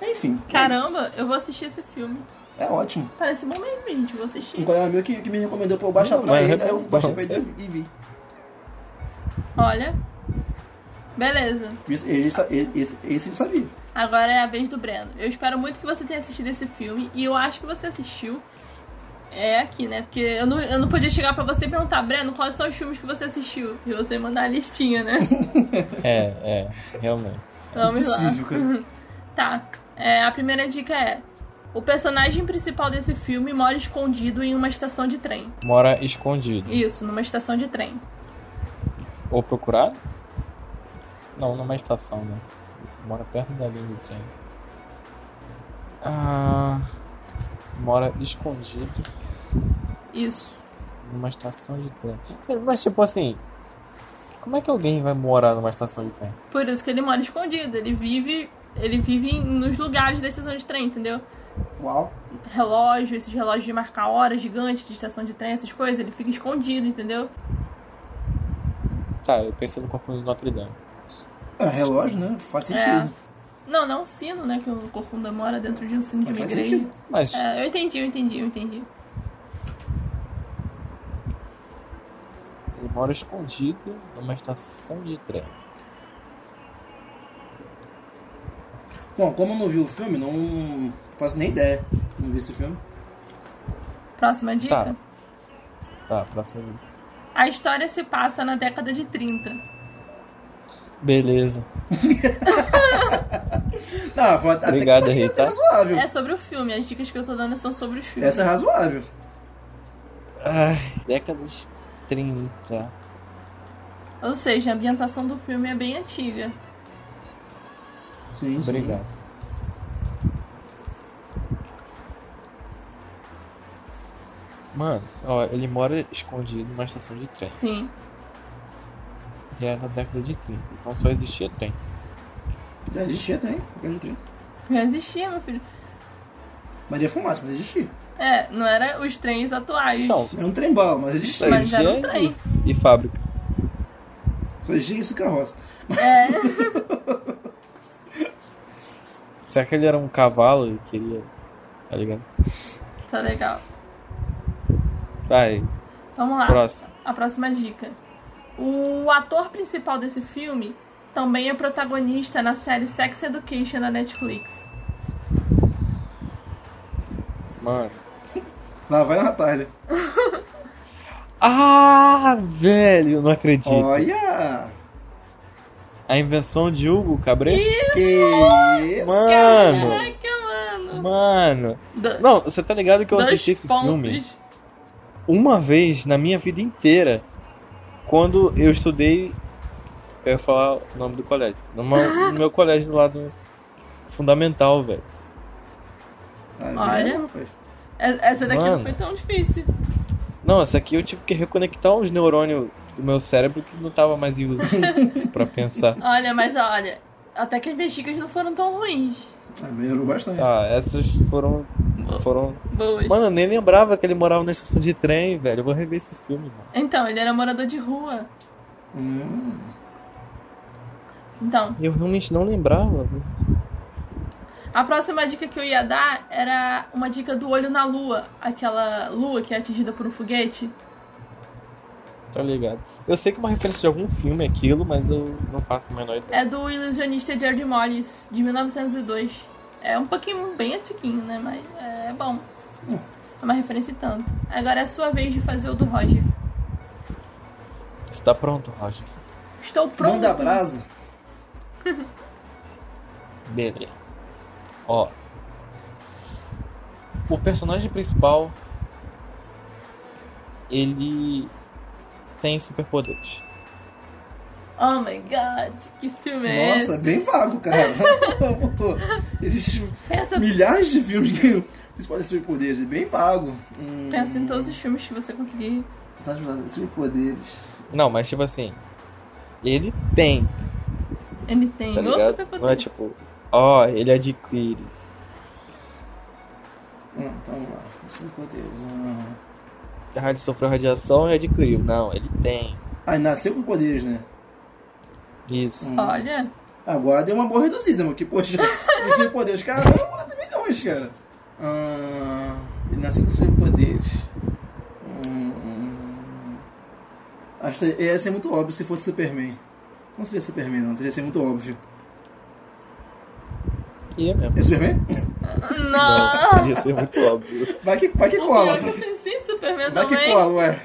[SPEAKER 4] Enfim. é
[SPEAKER 1] Caramba, eu vou assistir esse filme.
[SPEAKER 4] isso. É, ótimo.
[SPEAKER 1] Parece bom mesmo, gente. Vou assistir.
[SPEAKER 4] Um colega meu que, que me recomendou pra eu baixar
[SPEAKER 3] Não,
[SPEAKER 4] pra
[SPEAKER 3] mas
[SPEAKER 4] ele,
[SPEAKER 3] é
[SPEAKER 4] aí eu
[SPEAKER 3] bom,
[SPEAKER 4] baixei pra ele
[SPEAKER 3] sério.
[SPEAKER 4] e vi.
[SPEAKER 1] Olha. Beleza.
[SPEAKER 4] Isso- ele sa- ele- Esse, esse ele sabia.
[SPEAKER 1] Agora é a vez do Breno. Eu espero muito que você tenha assistido esse filme. E eu acho que você assistiu. É aqui, né? Porque eu não, eu não podia chegar pra você e perguntar, Breno, quais são os filmes que você assistiu? E você mandar a listinha, né?
[SPEAKER 3] É, é, realmente.
[SPEAKER 1] Vamos lá.
[SPEAKER 4] Impossível, cara.
[SPEAKER 1] Tá. É, a primeira dica é: o personagem principal desse filme mora escondido em uma estação de trem.
[SPEAKER 3] Mora escondido.
[SPEAKER 1] Isso, numa estação de trem.
[SPEAKER 3] Ou procurado? Não, numa estação, né? Mora perto da linha do trem. Ah, mora escondido
[SPEAKER 1] Isso.
[SPEAKER 3] numa estação de trem. Mas, tipo assim, como é que alguém vai morar numa estação de trem?
[SPEAKER 1] Por isso que ele mora escondido. Ele vive, ele vive em- nos lugares da estação de trem, entendeu?
[SPEAKER 4] Uau.
[SPEAKER 1] Relógio, esses relógios de marcar horas gigante de estação de trem, essas coisas, ele fica escondido, entendeu?
[SPEAKER 3] Tá, eu pensei no corpo de Notre Dame.
[SPEAKER 4] É, relógio, né? Faz sentido.
[SPEAKER 1] Não, não é um sino, né? Que o Corcunda mora dentro de um sino de
[SPEAKER 4] Mas
[SPEAKER 1] uma
[SPEAKER 4] faz
[SPEAKER 1] igreja.
[SPEAKER 4] sentido.
[SPEAKER 3] Mas,
[SPEAKER 1] É, eu entendi, eu entendi, eu entendi.
[SPEAKER 3] ele mora escondido numa estação de trem.
[SPEAKER 4] Bom, como eu não vi o filme, não faço nem ideia. Não vi esse filme.
[SPEAKER 1] Próxima dica.
[SPEAKER 3] Tá. Tá, próximo vídeo.
[SPEAKER 1] A história se passa na década de 30.
[SPEAKER 3] Beleza.
[SPEAKER 4] Não, foi Ah, até
[SPEAKER 3] Obrigado, tá?
[SPEAKER 4] que eu achei
[SPEAKER 3] Rita.
[SPEAKER 4] até razoável.
[SPEAKER 1] É sobre o filme, as dicas que eu tô dando são sobre o filme.
[SPEAKER 4] Essa é razoável.
[SPEAKER 3] Ai, década de 30.
[SPEAKER 1] Ou seja, a ambientação do filme é bem antiga.
[SPEAKER 4] Sim, sim.
[SPEAKER 3] Obrigado. Mano, ó, ele mora escondido numa estação de trem.
[SPEAKER 1] Sim.
[SPEAKER 3] E é na década de 30. Então só existia trem.
[SPEAKER 4] Já existia, tem. Já existia.
[SPEAKER 1] Já existia, meu filho.
[SPEAKER 4] Mas ia fumaça, mas é existia.
[SPEAKER 1] É, não era os trens atuais.
[SPEAKER 3] Não,
[SPEAKER 4] Era um trem bala, mas
[SPEAKER 3] só
[SPEAKER 4] existia.
[SPEAKER 1] Mas já era um
[SPEAKER 3] existia
[SPEAKER 1] trem.
[SPEAKER 3] isso. Então, E fábrica.
[SPEAKER 4] Só existia isso e carroça.
[SPEAKER 1] É.
[SPEAKER 3] Será que ele era um cavalo e queria. Tá ligado?
[SPEAKER 1] Tá legal.
[SPEAKER 3] Vai,
[SPEAKER 1] Vamos lá.
[SPEAKER 3] próximo.
[SPEAKER 1] A próxima dica. O ator principal desse filme também é protagonista na série Sex Education da Netflix.
[SPEAKER 3] Mano.
[SPEAKER 4] Lá vai a Natália.
[SPEAKER 3] Ah, velho, não acredito.
[SPEAKER 4] Olha!
[SPEAKER 3] A invenção de Hugo Cabret?
[SPEAKER 4] Que isso!
[SPEAKER 3] Mano,
[SPEAKER 1] Caraca, mano.
[SPEAKER 3] mano.
[SPEAKER 1] Do-
[SPEAKER 3] Não, você tá ligado que eu
[SPEAKER 1] dois
[SPEAKER 3] assisti esse
[SPEAKER 1] pontos.
[SPEAKER 3] filme? uma vez na minha vida inteira, quando eu estudei. Eu ia falar o nome do colégio. No meu, no meu colégio lá do fundamental, velho.
[SPEAKER 4] Ah,
[SPEAKER 1] Olha.
[SPEAKER 4] não, rapaz.
[SPEAKER 1] É- Essa daqui não
[SPEAKER 3] Mano.
[SPEAKER 1] foi tão difícil.
[SPEAKER 3] Não, essa aqui eu tive que reconectar os neurônios do meu cérebro que não tava mais em uso pra pensar.
[SPEAKER 1] Olha, mas olha, até que as minhas dicas não foram tão ruins.
[SPEAKER 4] Ah, melhorou bastante.
[SPEAKER 3] Ah, essas foram. foram.
[SPEAKER 1] Boas.
[SPEAKER 3] Mano, eu nem lembrava que ele morava na estação de trem, velho. Eu vou rever esse filme, mano.
[SPEAKER 1] Então, ele era morador de rua.
[SPEAKER 4] Hum.
[SPEAKER 1] Então,
[SPEAKER 3] Eu realmente não lembrava. velho.
[SPEAKER 1] a próxima dica que eu ia dar era uma dica do olho na lua. Aquela lua que é atingida por um foguete.
[SPEAKER 3] Tá ligado? Eu sei que é uma referência de algum filme é aquilo, mas eu não faço a menor ideia.
[SPEAKER 1] É do ilusionista George Morris, de 1902. É um pouquinho bem antiguinho, né? Mas é bom. É uma referência e tanto. Agora é a sua vez de fazer o do Roger.
[SPEAKER 3] Você tá pronto, Roger?
[SPEAKER 1] Estou pronto.
[SPEAKER 4] Manda brasa.
[SPEAKER 3] Beleza. Ó. O personagem principal. Ele. Tem superpoderes.
[SPEAKER 1] Oh my god, que filme é
[SPEAKER 4] Nossa,
[SPEAKER 1] esse?
[SPEAKER 4] bem vago, cara. Existem
[SPEAKER 1] Pensa,
[SPEAKER 4] milhares de filmes que vocês podem superpoderes. É bem vago. Hum, Tá
[SPEAKER 1] pensa em todos os filmes que você conseguir.
[SPEAKER 4] sabe, mano, Superpoderes.
[SPEAKER 3] Não, mas tipo assim. Ele tem,
[SPEAKER 1] Ele tem.
[SPEAKER 3] tá
[SPEAKER 1] Nossa,
[SPEAKER 3] ligado?
[SPEAKER 1] superpoder.
[SPEAKER 3] Não é tipo. Ó, ele adquire.
[SPEAKER 4] Hum, então vamos lá. Superpoderes. Ah.
[SPEAKER 3] Ah, ele sofreu radiação e adquiriu. Não, ele tem.
[SPEAKER 4] Ah, ele nasceu com poderes, né?
[SPEAKER 3] Isso.
[SPEAKER 4] Hum.
[SPEAKER 1] Olha,
[SPEAKER 4] Agora deu uma boa reduzida, mano. Que, poxa, em cinco poderes. é Caramba, 4 milhões, cara. Ah, ele nasceu com cinco poderes. Hum, hum. Acho que ia ser muito óbvio se fosse Superman. Não seria Superman, não. Teria ser muito óbvio.
[SPEAKER 3] Ia mesmo.
[SPEAKER 4] É Superman? Hum.
[SPEAKER 1] Não!
[SPEAKER 3] Ia ser muito óbvio.
[SPEAKER 4] Vai que, vai que
[SPEAKER 1] O pior
[SPEAKER 4] cola.
[SPEAKER 1] é que eu pensei em Superman
[SPEAKER 4] Vai que
[SPEAKER 1] também.
[SPEAKER 4] cola, ué.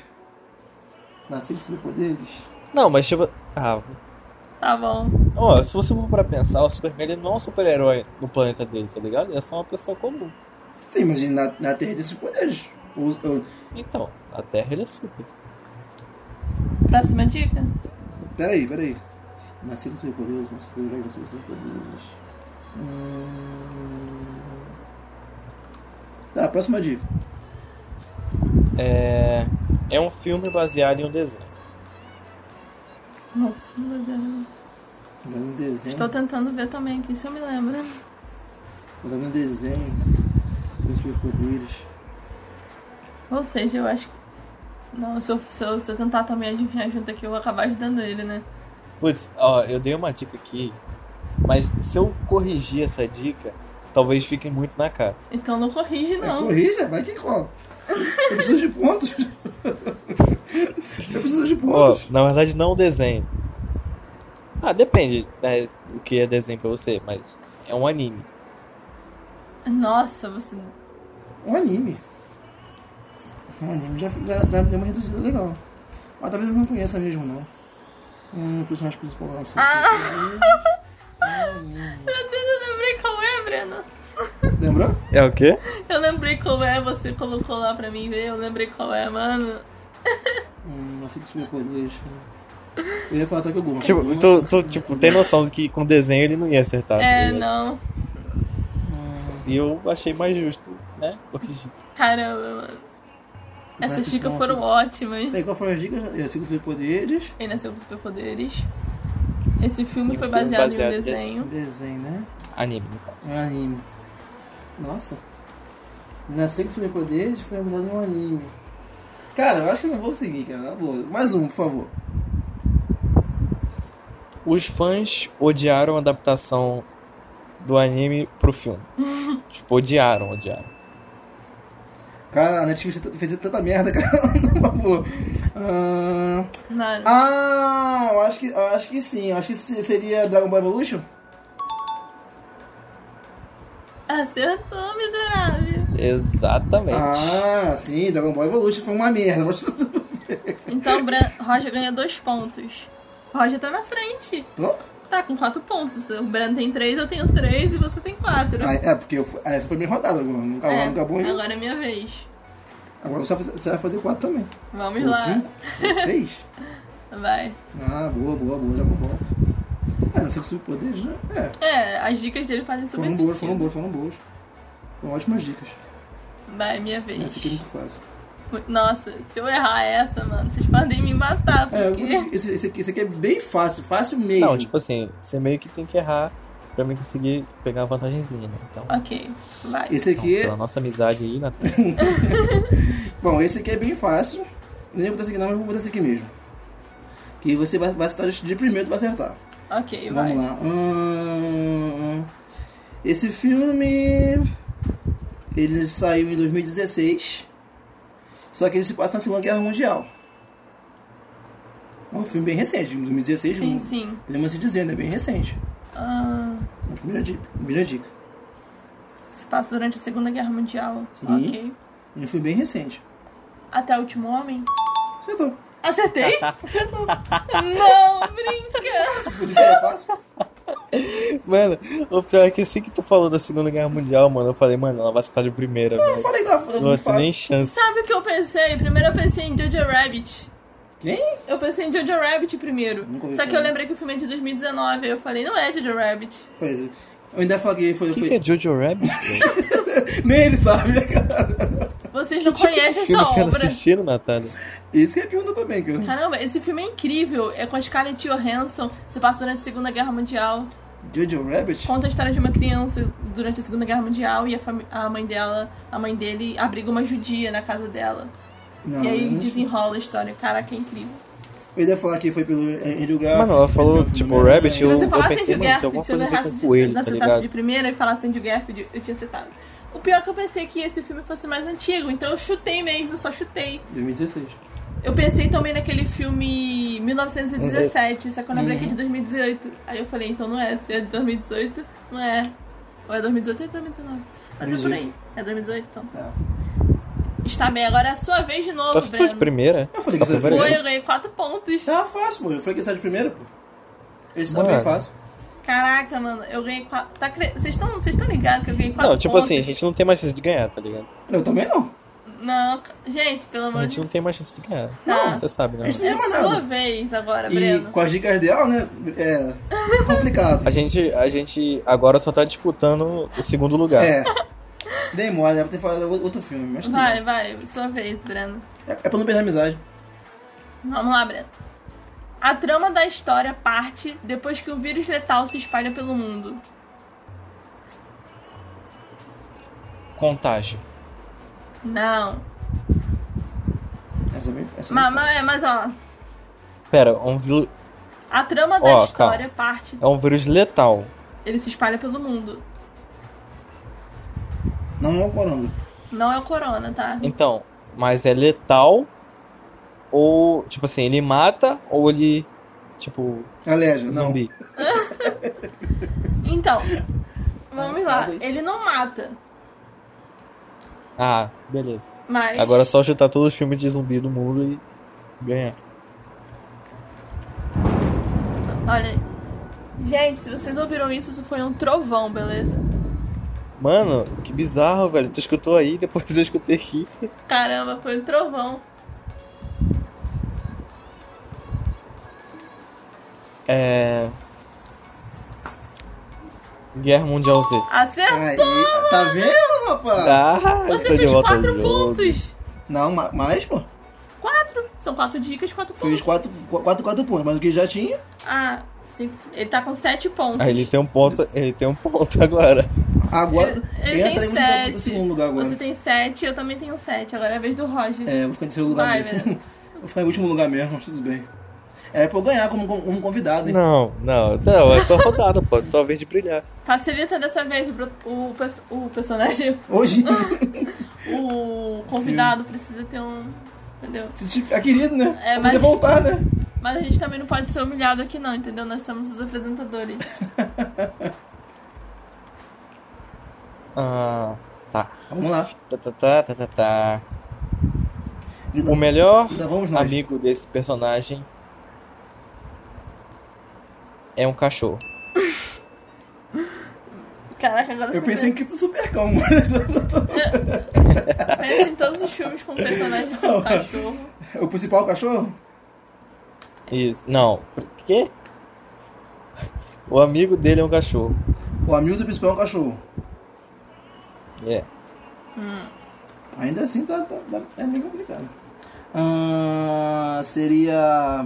[SPEAKER 4] Nasceu com superpoderes.
[SPEAKER 3] Não, mas tipo. Ah,
[SPEAKER 1] Tá bom.
[SPEAKER 3] ó, se você for pra pensar, o Superman ele não é um super-herói no planeta dele, tá ligado? Ele é só uma pessoa comum.
[SPEAKER 4] Sim, mas na, na Terra tem superpoderes. Os- eu-
[SPEAKER 3] Então, a Terra ele é super.
[SPEAKER 1] Próxima dica.
[SPEAKER 4] Peraí, peraí. Nasci com superpoderes, nasci com superpoderes, nasci com superpoderes. Hum... Tá, próxima dica.
[SPEAKER 3] É. É um filme baseado em um desenho.
[SPEAKER 1] Não, mas eu-
[SPEAKER 4] Fazendo um desenho.
[SPEAKER 1] Estou tentando ver também aqui, se eu me lembro.
[SPEAKER 4] Fazendo um desenho. Com superpoderes.
[SPEAKER 1] Ou seja, eu acho que. Não, se eu, se eu, se eu tentar também adivinhar junto aqui, eu vou acabar ajudando ele, né?
[SPEAKER 3] Putz, ó, eu dei uma dica aqui, mas se eu corrigir essa dica, talvez fique muito na cara.
[SPEAKER 1] Então não corrige,
[SPEAKER 4] Vai,
[SPEAKER 1] não.
[SPEAKER 4] É, corrija, vai que cola. Eu preciso de pontos. Eu preciso de
[SPEAKER 3] Ó,
[SPEAKER 4] pontos.
[SPEAKER 3] na verdade não um desenho. Ah, depende né, o que é desenho pra você, mas é um anime.
[SPEAKER 1] Nossa, você.
[SPEAKER 4] Um anime. Um anime já, já, já deu uma reduzida legal. Mas talvez eu não conheça mesmo, não. Um personagem principal lá. assim.
[SPEAKER 1] Ah! Meu Deus, eu lembrei qual é, Breno.
[SPEAKER 4] Lembrou?
[SPEAKER 3] É o quê?
[SPEAKER 1] Eu lembrei qual é, você colocou lá pra mim ver, eu lembrei qual é, mano.
[SPEAKER 4] Hum, não sei que superpoderes. Eu ia falar até que eu gosto.
[SPEAKER 3] Tipo, tu, tu, tipo, tem noção de que com desenho ele não ia acertar. tá
[SPEAKER 1] É,
[SPEAKER 3] ligado?
[SPEAKER 1] não.
[SPEAKER 3] E eu achei mais justo, né? Corrigir.
[SPEAKER 1] Caramba, mano. Essas dicas foram ótimas.
[SPEAKER 4] Aí assim. qual foram as dicas? Eu sigo superpoderes.
[SPEAKER 1] Ele nasceu com superpoderes. Esse filme
[SPEAKER 3] E
[SPEAKER 1] foi
[SPEAKER 3] um filme
[SPEAKER 1] baseado,
[SPEAKER 3] baseado
[SPEAKER 1] em
[SPEAKER 3] em
[SPEAKER 1] um desenho.
[SPEAKER 4] Desenho, né?
[SPEAKER 3] Anime, no caso.
[SPEAKER 4] Um anime. Nossa. Nasci com superpoderes foi usado num um anime. Cara, eu acho que eu não vou seguir, cara. Na boa. Mais um, por favor.
[SPEAKER 3] Os fãs odiaram a adaptação do anime pro filme. tipo, odiaram, odiaram.
[SPEAKER 4] Cara, a Netflix fez tanta merda, cara. Na boa. Ah,
[SPEAKER 1] Mano,
[SPEAKER 4] ah, eu acho que, eu acho que sim. Eu acho que se- seria Dragon Ball Evolution.
[SPEAKER 1] acertou, miserável.
[SPEAKER 3] Exatamente.
[SPEAKER 4] Ah, sim, Dragon Ball Evolution foi uma merda. Mas tudo
[SPEAKER 1] Então, Bran... Roger ganha dois pontos. Roger tá na frente.
[SPEAKER 4] bom.
[SPEAKER 1] Tá com quatro pontos. O Breno tem três, eu tenho três e você tem quatro.
[SPEAKER 4] Ah, é, porque eu, fui- ah, essa foi a minha rodada, agora não acabou,
[SPEAKER 1] é,
[SPEAKER 4] não acabou ainda.
[SPEAKER 1] agora é minha vez.
[SPEAKER 4] Agora você vai fazer- você vai fazer quatro também.
[SPEAKER 1] Vamos
[SPEAKER 4] Ou
[SPEAKER 1] lá.
[SPEAKER 4] cinco? Ou seis?
[SPEAKER 1] Vai.
[SPEAKER 4] Ah, boa, boa, boa, Dragon Ball. É, não sei que superpoderes, né? É,
[SPEAKER 1] É, as dicas dele fazem super
[SPEAKER 4] foram boas, foram
[SPEAKER 1] sentido.
[SPEAKER 4] boas, foram boas. Foram ótimas dicas.
[SPEAKER 1] Vai, minha vez.
[SPEAKER 4] Essa aqui é muito fácil.
[SPEAKER 1] Nossa, se eu errar essa, mano, vocês podem me matar,
[SPEAKER 4] É, eu
[SPEAKER 1] porque...
[SPEAKER 4] vou- esse, esse aqui, esse aqui é bem fácil, fácil mesmo.
[SPEAKER 3] Não, tipo assim, você meio que tem que errar pra mim conseguir pegar uma vantagenzinha, né? Então,
[SPEAKER 1] Ok, vai.
[SPEAKER 4] Esse
[SPEAKER 3] então, tá.
[SPEAKER 4] aqui,
[SPEAKER 3] pela nossa amizade aí, né? Natan.
[SPEAKER 4] bom, esse aqui é bem fácil. Nem vou botar esse aqui não, mas vou botar esse aqui mesmo. Que você vai, vai acertar de primeiro, tu vai acertar.
[SPEAKER 1] Ok, vai.
[SPEAKER 4] Vamos lá. Hum, esse filme. Ele saiu em 2016. Só que ele se passa na Segunda Guerra Mundial. É um filme bem recente, de 2016.
[SPEAKER 1] Sim,
[SPEAKER 4] um-
[SPEAKER 1] sim.
[SPEAKER 4] Podemos se dizer, é bem recente.
[SPEAKER 1] Ah,
[SPEAKER 4] A primeira dica. Primeira dica.
[SPEAKER 1] se passa durante a Segunda Guerra Mundial.
[SPEAKER 4] Sim.
[SPEAKER 1] Ok.
[SPEAKER 4] É um filme bem recente.
[SPEAKER 1] Até o último homem?
[SPEAKER 4] Acertou.
[SPEAKER 1] Acertei? Não, brinca!
[SPEAKER 4] Por isso que é fácil.
[SPEAKER 3] Mano, o pior é que assim que tu falou da Segunda Guerra Mundial, mano, eu falei, mano, ela vai estar de primeira,
[SPEAKER 4] Eu
[SPEAKER 3] velho.
[SPEAKER 4] falei que tava
[SPEAKER 3] Não
[SPEAKER 4] muito
[SPEAKER 3] tem nem
[SPEAKER 4] fácil.
[SPEAKER 3] chance.
[SPEAKER 1] Sabe o que eu pensei? Primeiro eu pensei em Jojo Rabbit.
[SPEAKER 4] Quem?
[SPEAKER 1] Eu pensei em Jojo Rabbit primeiro.
[SPEAKER 4] Nunca ouvi
[SPEAKER 1] Só que eu
[SPEAKER 4] falar.
[SPEAKER 1] lembrei que o filme é de 2019. Aí eu falei, não é Jojo Rabbit.
[SPEAKER 4] Foi isso. Eu ainda falei que foi.
[SPEAKER 3] O que,
[SPEAKER 4] foi-
[SPEAKER 3] que é Jojo Rabbit? velho?
[SPEAKER 4] Nem ele sabe, cara.
[SPEAKER 1] Vocês
[SPEAKER 3] Que
[SPEAKER 1] não
[SPEAKER 3] tipo de
[SPEAKER 1] conhecem
[SPEAKER 3] filme
[SPEAKER 1] essa
[SPEAKER 3] você
[SPEAKER 1] obra.
[SPEAKER 3] assistindo, Natália?
[SPEAKER 4] Isso que é pergunta também, cara.
[SPEAKER 1] Caramba, esse filme é incrível. É com a Scarlett Johansson. Se passa durante a Segunda Guerra Mundial.
[SPEAKER 4] Jojo Rabbit?
[SPEAKER 1] conta a história de uma criança durante a Segunda Guerra Mundial e a, fami- a mãe dela, a mãe dele abriga uma judia na casa dela.
[SPEAKER 4] Não,
[SPEAKER 1] e aí
[SPEAKER 4] eu não-
[SPEAKER 1] desenrola a história. Caraca, é incrível.
[SPEAKER 4] Eu ia falar que foi pelo eh, Andrew Graff.
[SPEAKER 3] Mano, ela
[SPEAKER 4] que fez
[SPEAKER 3] falou,
[SPEAKER 4] meu filme
[SPEAKER 3] tipo,
[SPEAKER 4] mesmo,
[SPEAKER 3] Rabbit,
[SPEAKER 4] né?
[SPEAKER 1] Se
[SPEAKER 3] eu-
[SPEAKER 1] você falasse
[SPEAKER 3] pensei,
[SPEAKER 1] Andrew
[SPEAKER 3] mano, tem
[SPEAKER 1] Garfield,
[SPEAKER 3] alguma
[SPEAKER 1] se eu
[SPEAKER 3] coisa a ver
[SPEAKER 1] errasse
[SPEAKER 3] com
[SPEAKER 1] de-
[SPEAKER 3] coelho,
[SPEAKER 1] da
[SPEAKER 3] tá
[SPEAKER 1] sentasse de
[SPEAKER 3] ligado?
[SPEAKER 1] primeira e falasse Andrew Garfield, eu tinha acertado. O pior é que eu pensei que esse filme fosse mais antigo, então eu chutei mesmo, só chutei.
[SPEAKER 4] 2016.
[SPEAKER 1] Eu pensei também naquele filme 1917, só que eu
[SPEAKER 3] Uhum.
[SPEAKER 1] lembrei que é de 2018. Aí eu falei, então não é, se é de 2018, não é. Ou é 2018 ou é 2019. Mas é por aí. É 2018, então.
[SPEAKER 4] É.
[SPEAKER 1] Está bem, agora é a sua vez de novo,
[SPEAKER 3] Tu acertou Tá de
[SPEAKER 1] Breno.
[SPEAKER 3] primeira?
[SPEAKER 4] Eu falei
[SPEAKER 3] Tá
[SPEAKER 4] que você
[SPEAKER 3] primeira?
[SPEAKER 1] Foi,
[SPEAKER 3] primeiro?
[SPEAKER 1] eu ganhei 4 pontos.
[SPEAKER 4] Ah, fácil, pô. Eu falei que sai de primeira, pô. Eles são
[SPEAKER 3] Mano.
[SPEAKER 4] bem fácil.
[SPEAKER 1] Caraca, mano, eu ganhei 4. Tá cre... Vocês estão vocês estão ligados que eu ganhei 4
[SPEAKER 3] Não, tipo
[SPEAKER 1] pontos?
[SPEAKER 3] assim, a gente não tem mais chance de ganhar, tá ligado?
[SPEAKER 4] Eu também não.
[SPEAKER 1] Não, ca- gente, pelo
[SPEAKER 3] A
[SPEAKER 1] amor de
[SPEAKER 3] gente não
[SPEAKER 1] Deus.
[SPEAKER 3] tem mais chance de ganhar.
[SPEAKER 1] Não.
[SPEAKER 3] Você sabe, né?
[SPEAKER 4] A gente não
[SPEAKER 1] É
[SPEAKER 4] tem mais
[SPEAKER 1] sua
[SPEAKER 4] nada.
[SPEAKER 1] vez agora,
[SPEAKER 4] E
[SPEAKER 1] Tá Breno.
[SPEAKER 4] com as dicas dela, né? É complicado.
[SPEAKER 3] A gente, a gente agora só tá disputando o segundo lugar.
[SPEAKER 4] É. Dei mole, era pra ter falado outro filme, mas tudo
[SPEAKER 1] Vai,
[SPEAKER 4] bem.
[SPEAKER 1] vai, sua vez, Breno.
[SPEAKER 4] É, é pra não perder a amizade.
[SPEAKER 1] Vamos lá, Breno. A trama da história parte depois que um vírus letal se espalha pelo mundo.
[SPEAKER 3] Contágio.
[SPEAKER 1] Não.
[SPEAKER 3] Então
[SPEAKER 4] Essa é bem, essa é
[SPEAKER 3] tá.
[SPEAKER 1] Mas,
[SPEAKER 4] bem fácil.
[SPEAKER 1] mas, mas, ó.
[SPEAKER 3] Pera, é um, vil-
[SPEAKER 1] A trama da
[SPEAKER 3] Ó,
[SPEAKER 1] história parte.
[SPEAKER 3] é um vírus letal.
[SPEAKER 1] Ele se espalha pelo mundo.
[SPEAKER 4] Não é o Coronga.
[SPEAKER 1] Não é o corona, tá?
[SPEAKER 3] Então, mas é letal ou, tipo assim, ele mata ou ele, tipo,
[SPEAKER 4] É Legion, não.
[SPEAKER 3] zumbi?
[SPEAKER 1] Então. Vamos lá. Ele não mata,
[SPEAKER 3] Ah, beleza.
[SPEAKER 1] mas.
[SPEAKER 3] Agora é só chutar todos os filmes de zumbi do mundo e ganhar.
[SPEAKER 1] Olha. Gente, se vocês ouviram isso, isso foi um trovão, beleza?
[SPEAKER 3] Mano, que bizarro, velho. Tu escutou aí, depois eu escutei aqui.
[SPEAKER 1] Caramba, foi um trovão.
[SPEAKER 3] É. Guerra Mundial Z.
[SPEAKER 1] Acertou!
[SPEAKER 4] Aí, tá vendo, rapaz?
[SPEAKER 3] Ah,
[SPEAKER 1] Você
[SPEAKER 3] tô de
[SPEAKER 1] fez
[SPEAKER 3] volta ao
[SPEAKER 1] quatro
[SPEAKER 3] jogo.
[SPEAKER 1] pontos!
[SPEAKER 4] Não, ma- mais, pô.
[SPEAKER 1] Quatro! São quatro dicas, quatro pontos.
[SPEAKER 4] Fiz 4 quatro, quatro pontos, mas o que já tinha.
[SPEAKER 1] Ah, cinco, ele tá com sete pontos.
[SPEAKER 3] Aí ele tem um ponto, ele tem um ponto agora.
[SPEAKER 4] Agora.
[SPEAKER 1] Ele
[SPEAKER 4] eu
[SPEAKER 1] tem
[SPEAKER 4] entrei
[SPEAKER 1] sete.
[SPEAKER 4] no segundo- no segundo lugar agora.
[SPEAKER 1] Você tem sete, eu também tenho sete. Agora é a vez do Roger.
[SPEAKER 4] É, eu vou ficar em terceiro lugar
[SPEAKER 1] Vai,
[SPEAKER 4] mesmo. vou ficar em último lugar mesmo, mas tudo bem. É pra eu ganhar como con- um convidado, hein?
[SPEAKER 3] Não, não, não, é tua rodada, pô. Tua vez de brilhar.
[SPEAKER 1] Facilita dessa vez o, pro- o, pers- o personagem.
[SPEAKER 4] Hoje,
[SPEAKER 1] O convidado precisa ter um. Entendeu?
[SPEAKER 4] se te- é querido, né?
[SPEAKER 1] É,
[SPEAKER 4] pra
[SPEAKER 1] mas-
[SPEAKER 4] poder voltar, né?
[SPEAKER 1] Mas a gente também não pode ser humilhado aqui, não, entendeu? Nós somos os apresentadores.
[SPEAKER 3] Ah, tá.
[SPEAKER 4] Vamos lá.
[SPEAKER 3] Tá, tá, tá, tá, tá, tá.
[SPEAKER 4] Ainda-
[SPEAKER 3] O melhor
[SPEAKER 4] ainda vamos nós.
[SPEAKER 3] amigo desse personagem é um cachorro.
[SPEAKER 1] Caraca, agora
[SPEAKER 4] Eu
[SPEAKER 1] você
[SPEAKER 4] pensei em Cripto Supercão, mano.
[SPEAKER 1] pensa em todos os filmes com personagem com cachorro.
[SPEAKER 4] O principal cachorro?
[SPEAKER 3] Isso. Não. Por quê? O amigo dele é um cachorro.
[SPEAKER 4] O amigo do principal é um cachorro.
[SPEAKER 3] É.
[SPEAKER 1] Hum.
[SPEAKER 4] Ainda assim, tá, tá- tá- é meio complicado. Ah, seria.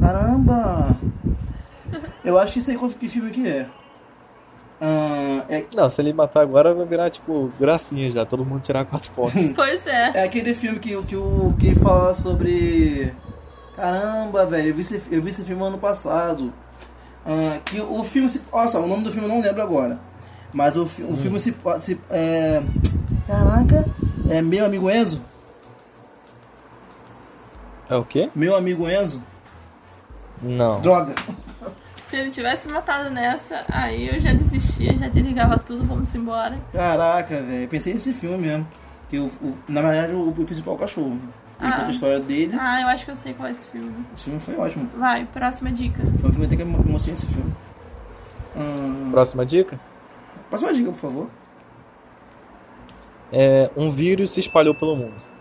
[SPEAKER 4] Caramba! Eu acho que sei qual que filme que é. Ah, é,
[SPEAKER 3] Não, se ele matar agora vai virar tipo gracinha já, todo mundo tirar quatro pontos.
[SPEAKER 1] Pois é.
[SPEAKER 4] é aquele filme que, que, o- que fala sobre. Caramba, velho, eu, vi esse- eu vi esse filme ano passado. Ah, que o filme se. Olha só, o nome do filme eu não lembro agora. Mas o, fi- o filme se. pa- se é, caraca! É Meu Amigo Enzo?
[SPEAKER 3] É o quê?
[SPEAKER 4] Meu Amigo Enzo?
[SPEAKER 3] Não.
[SPEAKER 4] Droga!
[SPEAKER 1] Se ele tivesse matado nessa, aí eu já desistia, já desligava tudo, vamos embora.
[SPEAKER 4] Caraca, velho. Pensei nesse filme mesmo. Que o, o- na verdade, o, o principal é o cachorro. Ele
[SPEAKER 1] Ah.
[SPEAKER 4] conta a história dele.
[SPEAKER 1] Ah, eu acho que eu sei qual é esse filme.
[SPEAKER 4] Esse filme foi ótimo.
[SPEAKER 1] Vai, próxima dica.
[SPEAKER 4] Foi um filme até que eu mo- mostrei esse filme. Hum,
[SPEAKER 3] Próxima dica?
[SPEAKER 4] próxima dica, por favor.
[SPEAKER 3] É, um vírus se espalhou pelo mundo.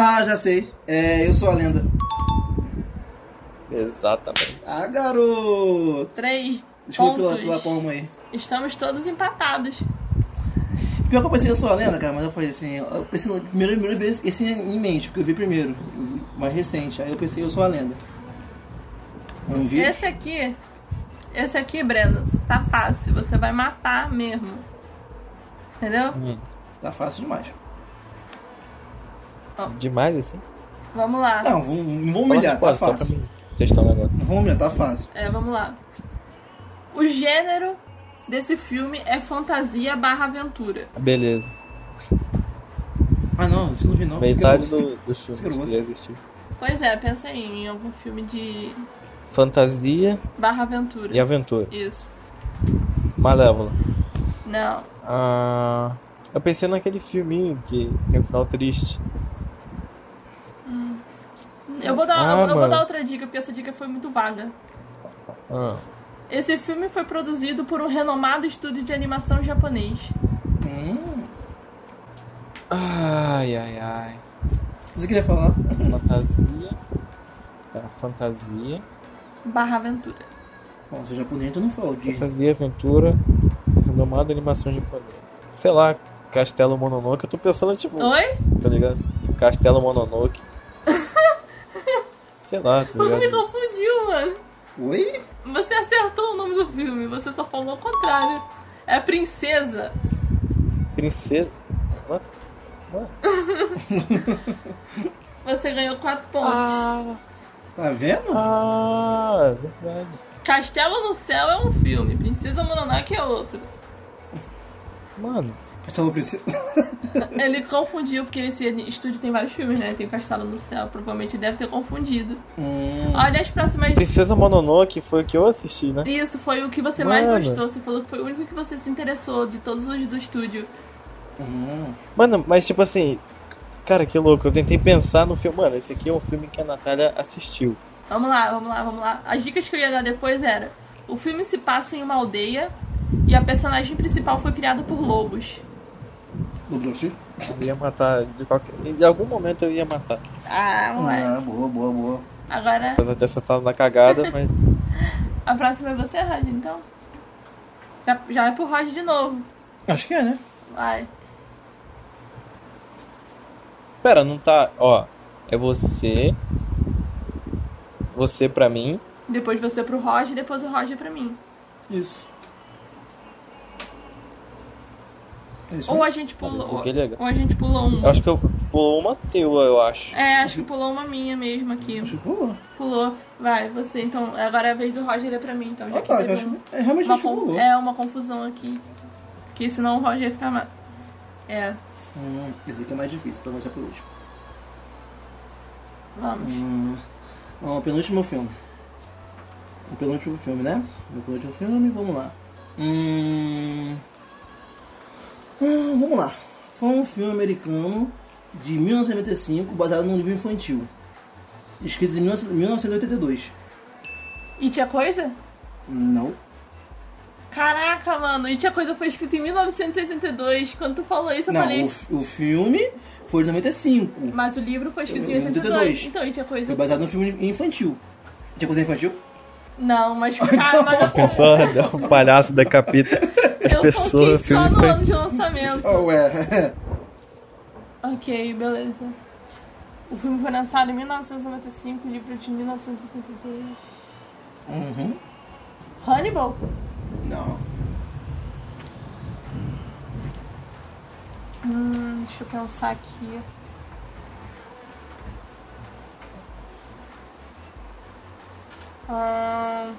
[SPEAKER 4] Ah, já sei. É, eu sou a lenda.
[SPEAKER 3] Exatamente.
[SPEAKER 4] Ah, garoto!
[SPEAKER 1] Três
[SPEAKER 4] Desculpa pela,
[SPEAKER 1] pontos.
[SPEAKER 4] pela palma aí.
[SPEAKER 1] Estamos todos empatados.
[SPEAKER 4] Pior que eu pensei eu sou a lenda, cara, mas eu falei assim, eu pensei na primeira, primeira vez esse em mente, porque eu vi primeiro, mais recente. Aí eu pensei eu sou a lenda. Não vi?
[SPEAKER 1] Esse aqui, esse aqui, Breno, tá fácil. Você vai matar mesmo. Entendeu?
[SPEAKER 4] Tá fácil demais.
[SPEAKER 3] Demais assim?
[SPEAKER 1] Vamos lá.
[SPEAKER 4] Não, vou- não vou
[SPEAKER 3] Fala de
[SPEAKER 4] humilhar, tá
[SPEAKER 3] quase, tipo, ah, só pra
[SPEAKER 4] fácil.
[SPEAKER 3] mim testar o negócio.
[SPEAKER 4] Não vou humilhar, tá fácil.
[SPEAKER 1] É, vamos lá. O gênero desse filme é fantasia barra aventura.
[SPEAKER 3] Beleza.
[SPEAKER 4] Ah não, isso não vi não.
[SPEAKER 3] Metade
[SPEAKER 4] Porque eu-
[SPEAKER 3] do, dos filmes
[SPEAKER 4] Segura o
[SPEAKER 3] que
[SPEAKER 4] outro.
[SPEAKER 3] já existiu.
[SPEAKER 1] Pois é, pensa aí, em algum filme de
[SPEAKER 3] Fantasia
[SPEAKER 1] barra aventura.
[SPEAKER 3] e aventura.
[SPEAKER 1] Isso.
[SPEAKER 3] Malévola.
[SPEAKER 1] Não.
[SPEAKER 3] Ah, eu pensei naquele filminho que tem um final triste.
[SPEAKER 1] Eu vou dar,
[SPEAKER 3] Ah,
[SPEAKER 1] eu, eu vou
[SPEAKER 3] mano.
[SPEAKER 1] dar outra dica, porque essa dica foi muito vaga.
[SPEAKER 3] Ah,
[SPEAKER 1] Esse filme foi produzido por um renomado estúdio de animação japonês.
[SPEAKER 4] Hum,
[SPEAKER 3] ai, ai, ai.
[SPEAKER 4] você queria falar?
[SPEAKER 3] Fantasia. Tá, fantasia.
[SPEAKER 1] Barra aventura.
[SPEAKER 4] Bom, se é japonês, então não fala o Disney.
[SPEAKER 3] Fantasia, aventura, renomada animação japonesa. Sei lá, Castelo Mononoke, eu tô pensando tipo,
[SPEAKER 1] Oi?
[SPEAKER 3] tá ligado? Castelo Mononoke. Sei lá, tá
[SPEAKER 1] Você me
[SPEAKER 3] ligado?
[SPEAKER 1] confundiu, mano.
[SPEAKER 4] Oi?
[SPEAKER 1] Você acertou o nome do filme, você só falou o contrário. É Princesa.
[SPEAKER 3] Princesa. What?
[SPEAKER 1] Você ganhou 4 pontos.
[SPEAKER 4] Tá vendo?
[SPEAKER 3] Ah, verdade.
[SPEAKER 1] Castelo no Céu é um filme, Princesa Mononoke é outro.
[SPEAKER 3] Mano,
[SPEAKER 4] Castelo Princesa.
[SPEAKER 1] Ele confundiu, porque esse estúdio tem vários filmes, né? Tem o Castelo no Céu, provavelmente deve ter confundido.
[SPEAKER 4] Hum,
[SPEAKER 1] Olha as próximas.
[SPEAKER 3] Princesa Mononoke foi o que eu assisti, né?
[SPEAKER 1] Isso, foi o que você mais
[SPEAKER 3] Mano.
[SPEAKER 1] gostou. Você falou que foi o único que você se interessou de todos os do estúdio.
[SPEAKER 4] hum.
[SPEAKER 3] Mano, mas tipo assim, cara, que louco, eu tentei pensar no filme. Mano, esse aqui é um filme que a Natália assistiu.
[SPEAKER 1] Vamos lá, vamos lá, vamos lá. As dicas que eu ia dar depois era: o filme se passa em uma aldeia e a personagem principal foi criada por lobos.
[SPEAKER 4] Do Bruxo?
[SPEAKER 3] Eu ia matar de qualquer. De algum momento eu ia matar.
[SPEAKER 1] Ah, moleque.
[SPEAKER 4] Ah, boa, boa, boa.
[SPEAKER 1] Agora,
[SPEAKER 3] Apesar dessa tá na cagada, mas.
[SPEAKER 1] a próxima é você, Rod, então. Já, já é pro Rod de novo.
[SPEAKER 4] Acho que é, né?
[SPEAKER 1] Vai.
[SPEAKER 3] Pera, não tá. Ó, é você. Você pra mim.
[SPEAKER 1] Depois você pro Roger, depois o Roger pra mim.
[SPEAKER 4] Isso. É isso
[SPEAKER 1] Ou
[SPEAKER 4] mesmo?
[SPEAKER 1] a gente pula.
[SPEAKER 3] Pô, que legal.
[SPEAKER 1] Ou a gente pulou
[SPEAKER 3] é- Eu
[SPEAKER 1] uma.
[SPEAKER 3] acho que eu pulou uma teua, eu acho.
[SPEAKER 1] É, acho que pulou uma minha mesmo aqui.
[SPEAKER 4] Acho que pulou.
[SPEAKER 1] Pulou. Vai, você então. Agora é a vez do Roger é pra mim, então. Já
[SPEAKER 4] Ah,
[SPEAKER 1] que
[SPEAKER 4] tá,
[SPEAKER 1] teve
[SPEAKER 4] eu acho
[SPEAKER 1] uma-
[SPEAKER 4] que é, realmente
[SPEAKER 1] uma
[SPEAKER 4] acho que
[SPEAKER 1] con-
[SPEAKER 4] pulou.
[SPEAKER 1] É uma confusão aqui. Que senão o Roger ia ficar ma... É,
[SPEAKER 4] Hum, esse aqui é mais difícil, então vou deixar por último.
[SPEAKER 1] vamos.
[SPEAKER 4] Hum, ó, o penúltimo filme. O penúltimo filme, né? O penúltimo filme, vamos lá. Hum, hum, vamos lá. Foi um filme americano de 1995, baseado num livro infantil. Escrito em 19- 1982.
[SPEAKER 1] E tinha coisa?
[SPEAKER 4] Não.
[SPEAKER 1] Caraca, mano, e tinha coisa foi escrito em 1982. Quando tu falou isso, eu
[SPEAKER 4] Não,
[SPEAKER 1] Então falei.
[SPEAKER 4] o, fi- o filme foi de 95.
[SPEAKER 1] Mas o livro foi escrito em
[SPEAKER 4] Em
[SPEAKER 1] 82.
[SPEAKER 4] 82.
[SPEAKER 1] Então, e tinha coisa.
[SPEAKER 4] Foi baseado num filme infantil. Tinha coisa infantil?
[SPEAKER 1] Não, mas cara, mas eu,
[SPEAKER 3] Pensou, dá um palhaço decapita as
[SPEAKER 1] eu
[SPEAKER 3] pessoas,
[SPEAKER 1] foquei só
[SPEAKER 3] filme
[SPEAKER 1] no ano de
[SPEAKER 3] infantil.
[SPEAKER 1] lançamento.
[SPEAKER 4] Oh, é.
[SPEAKER 1] Ok, beleza. O filme foi lançado em 1995, o livro é de 1982.
[SPEAKER 4] Uhum.
[SPEAKER 1] Hannibal?
[SPEAKER 4] Não.
[SPEAKER 1] Hum, deixa eu pensar aqui. Ah,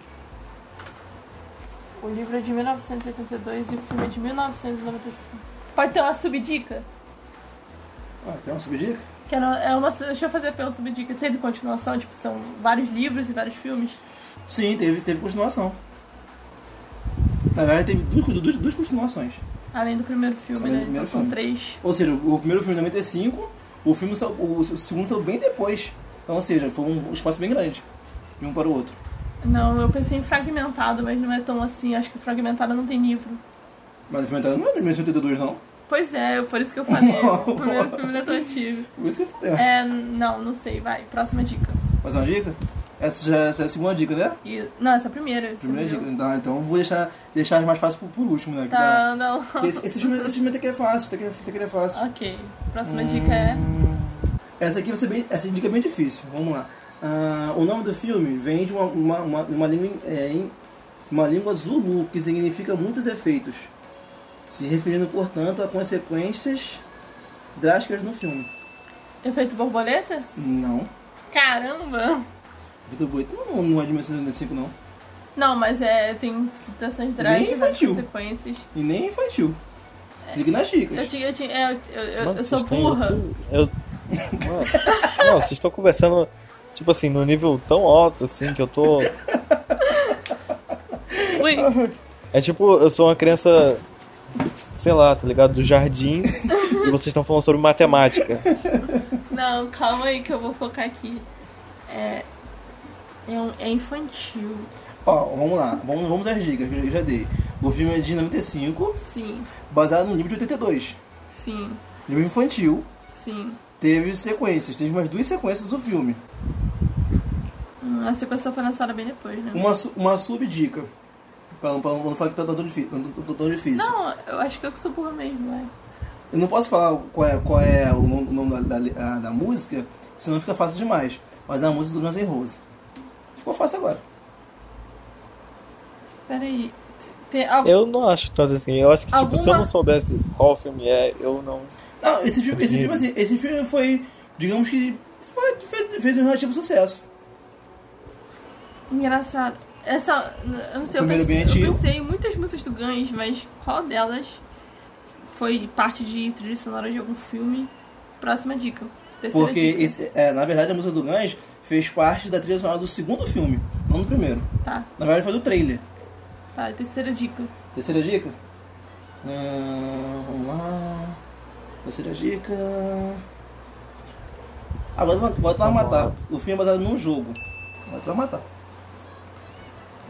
[SPEAKER 1] o livro é de 1982 e o filme é de 1995. Pode ter uma subdica?
[SPEAKER 4] Ah, tem uma subdica?
[SPEAKER 1] Que era, é uma, deixa eu fazer pela subdica. Teve continuação? Tipo, são vários livros e vários filmes?
[SPEAKER 4] Sim, teve, teve continuação. Na verdade, teve duas, duas, duas continuações.
[SPEAKER 1] Além do primeiro filme,
[SPEAKER 4] Além
[SPEAKER 1] né?
[SPEAKER 4] do primeiro
[SPEAKER 1] então são
[SPEAKER 4] filme.
[SPEAKER 1] três.
[SPEAKER 4] Ou seja, o primeiro filme em 95, o, filme saiu- o, o segundo saiu bem depois. Então, ou seja, foi um espaço bem grande de um para o outro.
[SPEAKER 1] Não, eu pensei em fragmentado, mas não é tão assim. Acho que fragmentado não tem livro.
[SPEAKER 4] Mas o filme tá- não é de 1982, não.
[SPEAKER 1] Pois é, por isso que eu falei. o primeiro filme não é tão antigo.
[SPEAKER 4] Por isso que eu falei.
[SPEAKER 1] É, não, não sei. Vai, próxima dica.
[SPEAKER 4] Mais uma dica? Essa já essa é a segunda dica, né?
[SPEAKER 1] E, não, essa é a primeira. você
[SPEAKER 4] Primeira
[SPEAKER 1] viu.
[SPEAKER 4] dica. Tá, então vou deixar, deixar as mais fáceis por, por último, né? que dá-
[SPEAKER 1] Tá, não.
[SPEAKER 4] Esse, esse, filme, esse filme até que é fácil, até que, até que ele é fácil.
[SPEAKER 1] ok, próxima dica é...
[SPEAKER 4] Hum. Essa aqui vai ser bem, essa dica é bem difícil. Vamos lá. Ah, o nome do filme vem de uma, uma, uma, uma língua, é, em- uma língua zulu, que significa muitos efeitos, se referindo, portanto, a consequências drásticas no filme.
[SPEAKER 1] Efeito borboleta?
[SPEAKER 4] Não.
[SPEAKER 1] Caramba!
[SPEAKER 4] Vitor Boito não, não é Dimensão 65, não.
[SPEAKER 1] Não, mas é, tem situações drásticas,
[SPEAKER 4] infantil.
[SPEAKER 1] consequências.
[SPEAKER 4] E nem infantil. Se liga nas dicas.
[SPEAKER 1] Eu, tinha, eu, tinha, é, eu, eu, eu
[SPEAKER 3] Mano,
[SPEAKER 1] sou
[SPEAKER 3] vocês têm
[SPEAKER 1] burra.
[SPEAKER 3] outro- Eu... Mano, não, vocês estão conversando, tipo assim, num nível tão alto, assim, que eu tô...
[SPEAKER 1] Ui,
[SPEAKER 3] É tipo, eu sou uma criança, sei lá, tá ligado? Do jardim, e vocês estão falando sobre matemática.
[SPEAKER 1] não, calma aí que eu vou focar aqui. É, é, um- é infantil,
[SPEAKER 4] Ó, vamos lá. Vamos, vamos às dicas que eu já dei. O filme é de 95,
[SPEAKER 1] sim,
[SPEAKER 4] baseado no livro de 82.
[SPEAKER 1] sim,
[SPEAKER 4] Livro infantil.
[SPEAKER 1] sim.
[SPEAKER 4] Teve sequências. Teve umas duas sequências do filme.
[SPEAKER 1] Hum, a sequência foi lançada bem depois, né?
[SPEAKER 4] Uma, su- uma sub-dica. Pra, não- pra não falar que tá tão difícil. Tão, tão- tão difícil.
[SPEAKER 1] Não, eu acho que eu que sou burra mesmo, é.
[SPEAKER 4] Eu não posso falar qual é, qual é o nome, o nome da, da, da música, senão fica fácil demais. Mas é a música do Guns N' Roses. Ficou fácil agora.
[SPEAKER 1] Peraí, tem algo...
[SPEAKER 3] Eu não acho tanto assim, eu acho que, tipo, se eu
[SPEAKER 1] Alguma-
[SPEAKER 3] não soubesse qual filme é, eu não...
[SPEAKER 4] Não, esse filme, esse filme, assim, esse filme foi, digamos que, foi- fez, fez um relativo sucesso.
[SPEAKER 1] Engraçado. Essa. Eu não sei, eu
[SPEAKER 4] Primeiro
[SPEAKER 1] pensei,
[SPEAKER 4] ambiente-
[SPEAKER 1] eu pensei em muitas músicas do Guns, mas qual delas foi parte de trilha sonora de algum filme? Próxima dica. Terceira
[SPEAKER 4] Porque,
[SPEAKER 1] dica.
[SPEAKER 4] esse- é, na verdade, a música do Guns fez parte da trilha sonora do segundo filme, não do primeiro.
[SPEAKER 1] Tá,
[SPEAKER 4] Na verdade, foi do trailer.
[SPEAKER 1] tá, terceira dica.
[SPEAKER 4] Terceira dica? Ah, vamos lá. Terceira dica. Ah, Agora tu vai- agora tu vai
[SPEAKER 3] Vamos
[SPEAKER 4] matar.
[SPEAKER 3] lá.
[SPEAKER 4] O filme é baseado num jogo. Agora tu vai matar.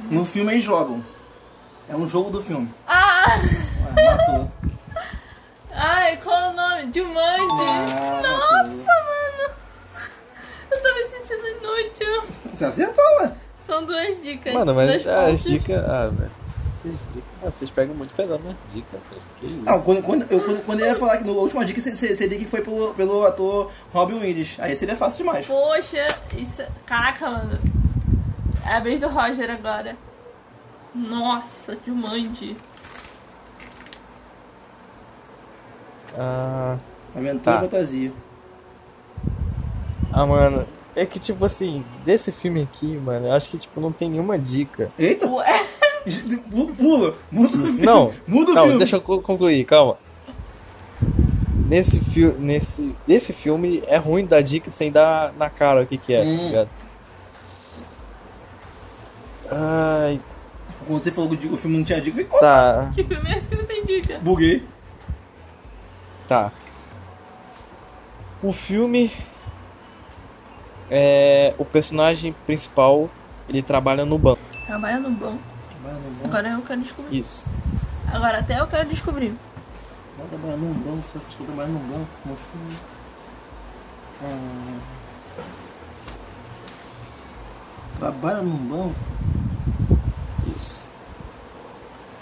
[SPEAKER 4] No filme eles jogam. É um jogo do filme.
[SPEAKER 1] Ah!
[SPEAKER 4] Ué, matou.
[SPEAKER 1] Ai, qual é o nome? Jumanji!
[SPEAKER 4] Ah,
[SPEAKER 1] Nossa,
[SPEAKER 4] matou.
[SPEAKER 1] mano! Eu tô me sentindo inútil.
[SPEAKER 4] Você acertou, ué?
[SPEAKER 1] São duas dicas.
[SPEAKER 3] Mano,
[SPEAKER 1] dois
[SPEAKER 3] mas as
[SPEAKER 1] pontos.
[SPEAKER 3] dicas... Ah, velho. as dicas- mano, vocês pegam muito pesado nas dicas, velho. Que isso.
[SPEAKER 4] Não, quando, quando, eu, quando, quando eu ia falar que na última dica você- você seria que foi pelo, pelo ator Robin Williams. Aí seria fácil demais.
[SPEAKER 1] Poxa, isso. Caraca, mano. É a vez do Roger agora. Nossa, Jumanji.
[SPEAKER 3] Ah... Tá.
[SPEAKER 4] Aventura e fantasia.
[SPEAKER 3] Ah, mano, é que tipo assim, desse filme aqui, mano, eu acho que tipo não tem nenhuma dica.
[SPEAKER 4] Eita!
[SPEAKER 1] Ué,
[SPEAKER 4] Pula! Muda o filme!
[SPEAKER 3] Tá. Não.
[SPEAKER 4] Muda o
[SPEAKER 3] Calma,
[SPEAKER 4] filme!
[SPEAKER 3] deixa eu co- concluir, calma. Nesse filme, nesse esse filme é ruim dar dica sem dar na cara o que que é,
[SPEAKER 4] Hum.
[SPEAKER 3] tá ligado? Ai,
[SPEAKER 4] Quando você falou que o filme não tinha dica, eu fiquei,
[SPEAKER 3] tá,
[SPEAKER 1] que filme é esse que não tem dica?
[SPEAKER 4] oh, buguei.
[SPEAKER 3] tá. O filme é o personagem principal, ele trabalha no banco.
[SPEAKER 1] Trabalha no banco. Agora eu quero descobrir.
[SPEAKER 3] Isso.
[SPEAKER 1] Agora até eu quero descobrir.
[SPEAKER 4] Vai trabalhar num banco, só que estou trabalhando num banco, como filme. Trabalha num banco?
[SPEAKER 3] Isso.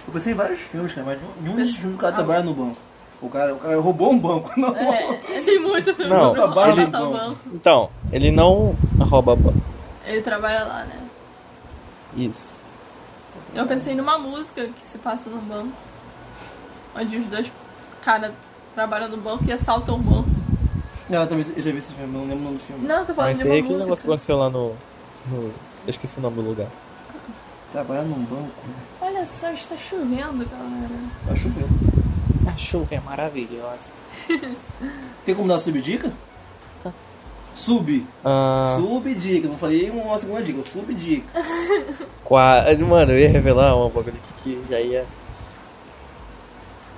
[SPEAKER 4] Eu pensei em vários filmes, cara, mas nenhum
[SPEAKER 1] Mas-
[SPEAKER 4] desses filmes o cara trabalha no banco. O cara, o cara roubou um banco, não.
[SPEAKER 1] É, tem muito filme
[SPEAKER 3] Não,
[SPEAKER 1] sobre
[SPEAKER 4] trabalha
[SPEAKER 1] banco,
[SPEAKER 4] no
[SPEAKER 1] tá, o
[SPEAKER 4] banco.
[SPEAKER 1] banco.
[SPEAKER 3] Então, ele não rouba banco.
[SPEAKER 1] Ele trabalha lá, né?
[SPEAKER 3] Isso.
[SPEAKER 1] Eu pensei numa música que se passa no banco. Onde os dois caras trabalham no banco e assaltam o banco.
[SPEAKER 4] Não, eu, também, eu já vi esse filme, eu não lembro o nome do filme.
[SPEAKER 1] Não, tô falando de
[SPEAKER 3] Mas esse
[SPEAKER 1] uma
[SPEAKER 3] aí é aquele
[SPEAKER 1] música.
[SPEAKER 3] negócio que aconteceu lá no, no- Eu esqueci o nome do lugar.
[SPEAKER 4] Trabalhar num banco? né?
[SPEAKER 1] Olha só, está chovendo, galera.
[SPEAKER 4] Tá chovendo.
[SPEAKER 3] A chuva é maravilhosa.
[SPEAKER 4] Tem como dar subdica?
[SPEAKER 3] Tá.
[SPEAKER 4] Sub.
[SPEAKER 3] Ah,
[SPEAKER 4] Subdica. Não falei uma segunda dica, subdica.
[SPEAKER 3] qua- Mano, eu ia revelar uma bagulho aqui que já ia.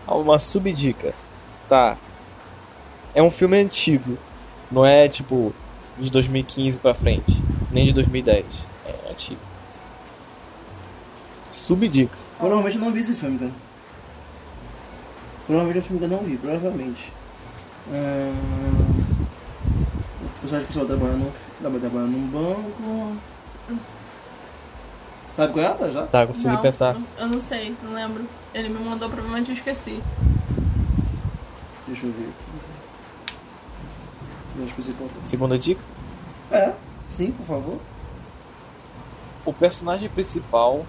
[SPEAKER 3] Ah, uma subdica. Tá. É um filme antigo. Não é tipo de 2015 pra frente. Nem de 2010. É antigo. Subdica.
[SPEAKER 4] Provavelmente eu não vi esse filme, cara. Provavelmente é um filme que eu não vi, provavelmente. É, Hum... O personagem principal trabalha num, trabalha- trabalha num banco. Sabe qual é ela já?
[SPEAKER 3] Tá, consegui
[SPEAKER 1] Não,
[SPEAKER 3] pensar.
[SPEAKER 1] Eu não sei, não lembro. Ele me mandou, provavelmente eu esqueci.
[SPEAKER 4] Deixa eu ver aqui. Eu Acho que você contou.
[SPEAKER 3] Segunda dica.
[SPEAKER 4] É, sim, por favor.
[SPEAKER 3] O personagem principal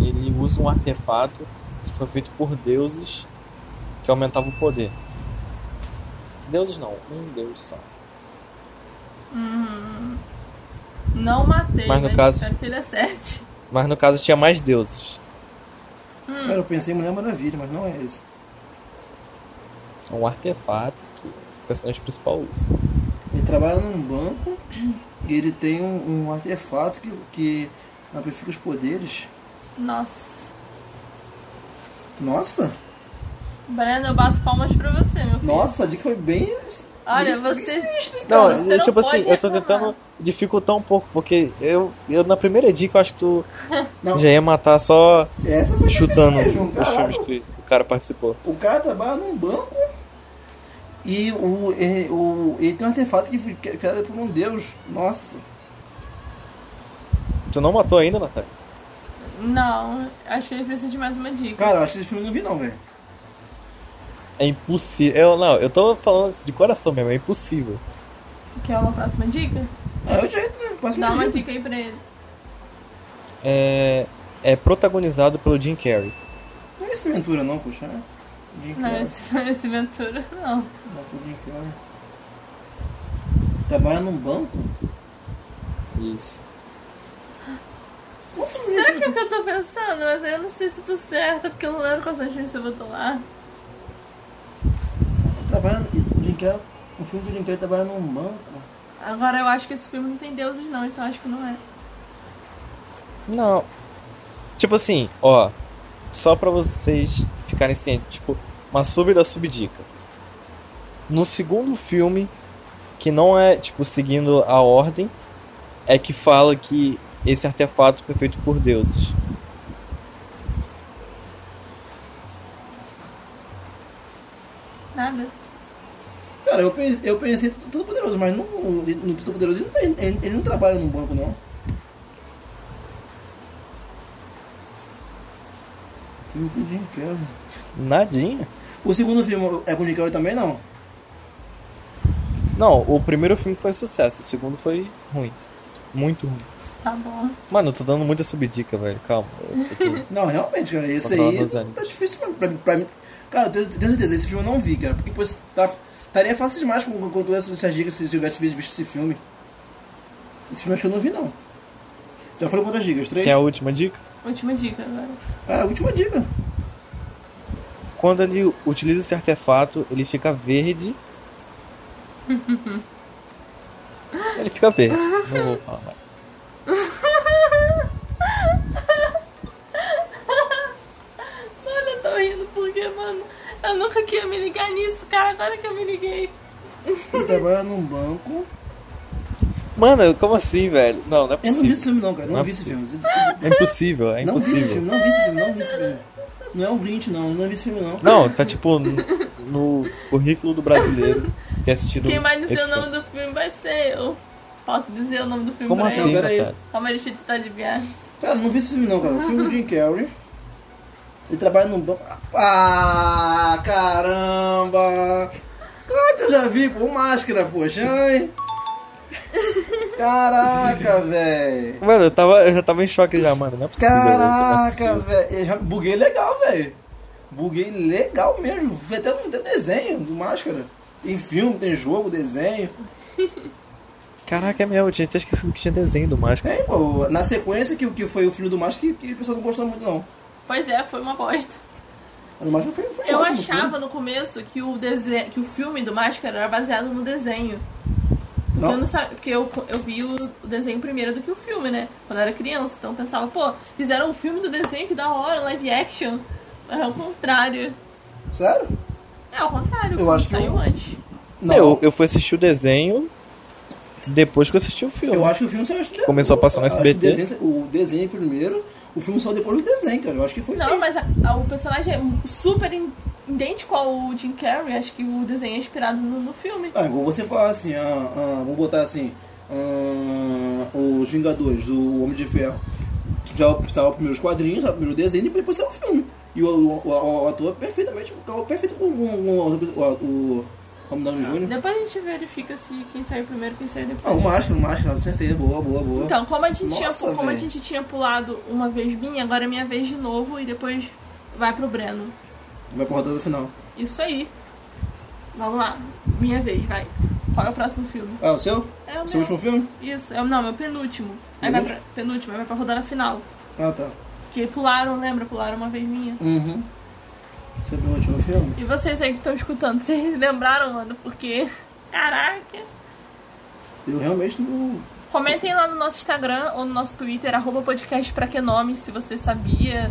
[SPEAKER 3] ele usa um artefato que foi feito por deuses que aumentava o poder. deuses não, um deus só.
[SPEAKER 1] Hum, Não matei,
[SPEAKER 3] Mas no caso-
[SPEAKER 1] espero que ele acerte.
[SPEAKER 3] Mas no caso tinha mais deuses.
[SPEAKER 1] Hum,
[SPEAKER 4] Cara, eu pensei em Mulher Maravilha, mas não é isso.
[SPEAKER 3] É um artefato que o personagem principal usa.
[SPEAKER 4] Ele trabalha num banco e ele tem um, um artefato que, que amplifica os poderes.
[SPEAKER 1] Nossa.
[SPEAKER 4] Nossa!
[SPEAKER 1] Breno, eu bato palmas pra você, meu filho.
[SPEAKER 4] Nossa, a dica foi bem.
[SPEAKER 1] Olha,
[SPEAKER 4] bem- bem
[SPEAKER 1] você-
[SPEAKER 4] sinistro, hein,
[SPEAKER 3] Não,
[SPEAKER 4] cara?
[SPEAKER 1] Então, você
[SPEAKER 3] eu, tipo
[SPEAKER 1] não
[SPEAKER 3] assim,
[SPEAKER 1] pode
[SPEAKER 3] eu tô
[SPEAKER 1] reclamar.
[SPEAKER 3] tentando dificultar um pouco, porque eu, eu na primeira dica eu acho que tu
[SPEAKER 4] Não,
[SPEAKER 3] já ia matar só
[SPEAKER 4] essa foi difícil
[SPEAKER 3] chutando
[SPEAKER 4] mesmo,
[SPEAKER 3] os
[SPEAKER 4] caralho.
[SPEAKER 3] filmes que o cara participou.
[SPEAKER 4] O cara trabalha num banco e o, ele, o, ele tem um artefato que foi cri- criado por um deus. Nossa.
[SPEAKER 3] Tu não matou ainda, Natália?
[SPEAKER 1] Não, acho que ele precisa de mais uma dica.
[SPEAKER 4] Cara, eu acho que esse filme eu não vi não, velho.
[SPEAKER 3] É impossível. Eu, não, eu tô falando de coração mesmo, é impossível.
[SPEAKER 1] Quer uma próxima dica?
[SPEAKER 4] Ah, é o jeito, né? Próximo
[SPEAKER 1] Dá uma
[SPEAKER 4] jeito.
[SPEAKER 1] dica aí pra ele.
[SPEAKER 3] É, é protagonizado pelo Jim Carrey.
[SPEAKER 4] Não é esse Ventura não, poxa. né? Jim
[SPEAKER 1] Não,
[SPEAKER 4] Carrey.
[SPEAKER 1] esse, esse Ventura não.
[SPEAKER 4] Não, foi Jim Carrey. Trabalha num banco?
[SPEAKER 3] Isso.
[SPEAKER 1] Será que é o que eu tô pensando? Mas eu não sei se tô certa, porque eu não lembro qual filmes você botou lá.
[SPEAKER 4] Trabalha no Jim Carrey. O filme do Jim Carrey trabalha num banco.
[SPEAKER 1] Agora eu acho que esse filme não tem deuses não, então acho que não é.
[SPEAKER 3] Não. Tipo assim, ó. Só pra vocês ficarem cientes, tipo, uma sub da subdica. No segundo filme, que não é, tipo, seguindo a ordem, é que fala que esse artefato foi feito por deuses.
[SPEAKER 1] Nada.
[SPEAKER 4] Cara, eu pensei, eu pensei no Todo Poderoso, mas não, no Todo Poderoso ele não, tem- ele, ele não trabalha num banco, não. Filme com Jim Carrey.
[SPEAKER 3] Nadinha.
[SPEAKER 4] O segundo filme é com o Jim Carrey também, não?
[SPEAKER 3] Não, o primeiro filme foi sucesso, o segundo foi ruim. Muito ruim.
[SPEAKER 1] Tá bom.
[SPEAKER 3] Mano, eu tô dando muita subdica, velho. Calma. eu tô-
[SPEAKER 4] Não, realmente, cara, esse
[SPEAKER 3] Controlando os
[SPEAKER 4] aí
[SPEAKER 3] ânimos.
[SPEAKER 4] tá difícil pra, pra, pra mim. Cara, eu tenho, tenho certeza, esse filme eu não vi, cara, porque pois, tá, estaria fácil demais com, com todas essas dicas se eu tivesse visto visto esse filme. Esse filme acho que eu não vi, não. Já foram quantas dicas? Três?
[SPEAKER 3] Quer a última dica?
[SPEAKER 1] Última dica agora.
[SPEAKER 4] Ah, a última dica.
[SPEAKER 3] Quando ele utiliza esse artefato, ele fica verde. ele fica verde. Não vou falar mais.
[SPEAKER 1] Mano, eu tô rindo porque, mano, eu nunca queria me ligar nisso, cara, agora que eu me liguei.
[SPEAKER 4] Ele trabalha num banco.
[SPEAKER 3] Mano, como assim, velho? Não, não é
[SPEAKER 4] Eu não vi esse
[SPEAKER 3] possível.
[SPEAKER 4] filme, não, cara, não,
[SPEAKER 3] Não é
[SPEAKER 4] vi esse filme.
[SPEAKER 3] É impossível, é
[SPEAKER 4] Não vi esse
[SPEAKER 3] impossível.
[SPEAKER 4] filme, não vi esse filme, não vi esse filme. Não é um Grinch, não, não vi esse filme, não.
[SPEAKER 3] Não, tá tipo no, no currículo do brasileiro ter assistido.
[SPEAKER 1] Quem vai dizer
[SPEAKER 3] esse
[SPEAKER 1] o nome
[SPEAKER 3] filme.
[SPEAKER 1] do filme vai ser eu. Posso dizer o nome do filme
[SPEAKER 3] Como
[SPEAKER 1] pra
[SPEAKER 3] assim,
[SPEAKER 1] ele?
[SPEAKER 4] peraí.
[SPEAKER 3] Natália?
[SPEAKER 1] Calma, deixa eu tentar adivinhar.
[SPEAKER 4] Cara, não vi esse filme não, cara. O filme do Jim Carrey. Ele trabalha num banco. Ah, caramba! Claro que eu já vi, pô, máscara, poxa, ai. Caraca, velho.
[SPEAKER 3] Mano, eu, tava, eu já tava em choque já, mano. Não é possível. velho, que eu não
[SPEAKER 4] Caraca,
[SPEAKER 3] assisti.
[SPEAKER 4] velho. Eu já Buguei legal, velho. Buguei legal mesmo. Foi Até, até desenho do máscara. Tem filme, tem jogo, desenho.
[SPEAKER 3] Caraca, é mesmo. Eu tinha até esquecido que tinha desenho do Máscara.
[SPEAKER 4] Tem, pô. Na sequência que, que foi o filho do máscara que, que o pessoal não gostou muito, não.
[SPEAKER 1] Pois é, foi uma bosta.
[SPEAKER 4] Mas o máscara foi, foi
[SPEAKER 1] Eu
[SPEAKER 3] assim?
[SPEAKER 4] ótimo, filme.
[SPEAKER 1] achava no começo que o, dese... que o filme do Máscara era baseado no desenho. Porque Eu não sa- Porque eu, eu vi o o desenho primeiro do que o filme, né? Quando eu era criança. Então eu pensava, pô, fizeram um filme do desenho que da hora, live action. Mas é o contrário.
[SPEAKER 4] Sério?
[SPEAKER 1] É ao contrário, o
[SPEAKER 4] Eu
[SPEAKER 1] filme
[SPEAKER 4] acho que
[SPEAKER 1] saiu
[SPEAKER 4] eu-
[SPEAKER 1] antes.
[SPEAKER 3] Eu, eu fui assistir o desenho depois que eu assisti o filme.
[SPEAKER 4] Eu acho que o filme saiu antes do
[SPEAKER 3] Começou a passar no
[SPEAKER 4] eu acho que
[SPEAKER 3] SBT.
[SPEAKER 4] O desenho, o desenho primeiro, o filme saiu depois do desenho, cara. Eu acho que foi
[SPEAKER 1] Não,
[SPEAKER 4] assim.
[SPEAKER 1] mas a- a- o personagem é super in- idêntico ao Jim Carrey. Acho que o desenho é inspirado no, no filme.
[SPEAKER 4] Ah, igual você falar assim, ah, ah, vamos botar assim, ah, os Vingadores, o Homem de Ferro. Saiu, saiu o primeiro os quadrinhos, saiu o primeiro desenho e depois saiu o filme. E o, o, o- o ator é perfeitamente, o perfeito com, com, com o, o, o Homem Downey Jr.
[SPEAKER 1] Depois a gente verifica se quem saiu primeiro, quem saiu depois.
[SPEAKER 4] Ah, o Máscara, o Máscara, com certeza, boa, boa, boa.
[SPEAKER 1] Então, como a gente,
[SPEAKER 4] Nossa,
[SPEAKER 1] tinha, como a
[SPEAKER 4] véi.
[SPEAKER 1] gente tinha pulado uma vez minha, agora é minha vez de novo e depois vai pro Breno.
[SPEAKER 4] Vai pra rodada final.
[SPEAKER 1] Isso aí. Vamos lá. Minha vez, vai. Qual é o próximo filme?
[SPEAKER 4] Ah, o seu?
[SPEAKER 1] É o meu.
[SPEAKER 4] Seu último filme?
[SPEAKER 1] Isso, é o, não, é o penúltimo. Aí vai pra, penúltimo, aí vai pra rodada final.
[SPEAKER 4] Ah, tá.
[SPEAKER 1] Que pularam, lembra? Pularam uma vez minha.
[SPEAKER 4] Uhum. Seu último filme?
[SPEAKER 1] E vocês aí que estão escutando, vocês lembraram, mano? Porque. Caraca!
[SPEAKER 4] Eu realmente não.
[SPEAKER 1] Comentem lá no nosso Instagram ou no nosso Twitter, arroba podcast pra que nome, se você sabia,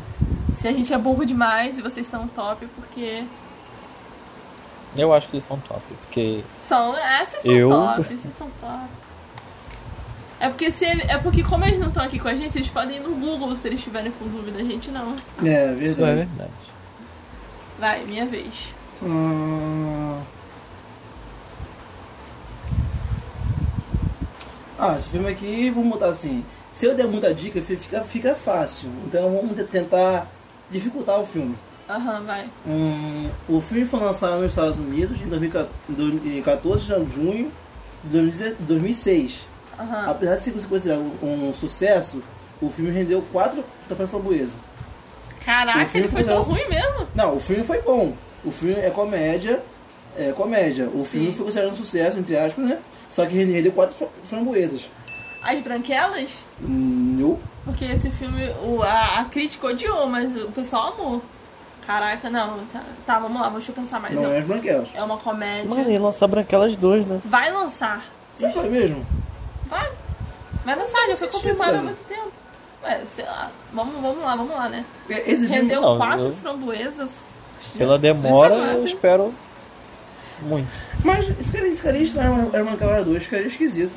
[SPEAKER 1] se a gente é burro demais e vocês são top, porque
[SPEAKER 3] Eu acho que eles são top, porque
[SPEAKER 1] são. É, vocês são
[SPEAKER 3] Eu?
[SPEAKER 1] top, vocês são top. É porque, se ele- é porque como eles não estão aqui com a gente, eles podem ir no Google se eles tiverem com dúvida, a gente não.
[SPEAKER 4] É,
[SPEAKER 3] isso é
[SPEAKER 4] verdade.
[SPEAKER 3] verdade.
[SPEAKER 1] Vai, minha vez.
[SPEAKER 4] Hum. Ah, esse filme aqui, vamos botar assim. Se eu der muita dica, fi- fica, fica fácil. Então vamos te- tentar dificultar o filme.
[SPEAKER 1] Aham, vai.
[SPEAKER 4] Hum, o filme foi lançado nos Estados Unidos em 2014, de junho de 2016, 2006.
[SPEAKER 1] Aham.
[SPEAKER 4] Apesar de se considerar um, um sucesso, o filme rendeu quatro troféus Framboesa. Ah, o
[SPEAKER 1] Caraca, ele
[SPEAKER 4] filme
[SPEAKER 1] foi tão
[SPEAKER 4] foi-
[SPEAKER 1] ruim mesmo.
[SPEAKER 4] Não, o filme foi bom. O filme é comédia. É comédia. O
[SPEAKER 1] Sim.
[SPEAKER 4] filme foi considerado um sucesso, entre aspas, né? Só que rendeu quatro fra- framboesas.
[SPEAKER 1] As branquelas?
[SPEAKER 4] Hum, não.
[SPEAKER 1] Porque esse filme, o, a, a crítica odiou, mas o pessoal amou. Caraca, não. Tá, tá, vamos lá, deixa eu pensar mais.
[SPEAKER 4] não
[SPEAKER 1] Não.
[SPEAKER 4] é as branquelas.
[SPEAKER 1] É uma comédia.
[SPEAKER 3] Mano, ele lançar branquelas duas, né?
[SPEAKER 1] Vai lançar.
[SPEAKER 4] Será que foi mesmo?
[SPEAKER 1] Vai. Vai lançar, já foi
[SPEAKER 4] assisti,
[SPEAKER 1] confirmado há
[SPEAKER 4] cara.
[SPEAKER 1] muito tempo. Ué, sei lá. Vamos, vamos lá, vamos lá, né?
[SPEAKER 4] Porque É, Esse filme...
[SPEAKER 1] Rendeu
[SPEAKER 3] Não,
[SPEAKER 1] quatro
[SPEAKER 3] eu-
[SPEAKER 1] framboesas.
[SPEAKER 3] Pela
[SPEAKER 1] Jesus
[SPEAKER 3] demora,
[SPEAKER 1] amado.
[SPEAKER 3] eu espero muito.
[SPEAKER 4] Mas ficaria, ficaria estranho as branquelas 2, ficaria esquisito.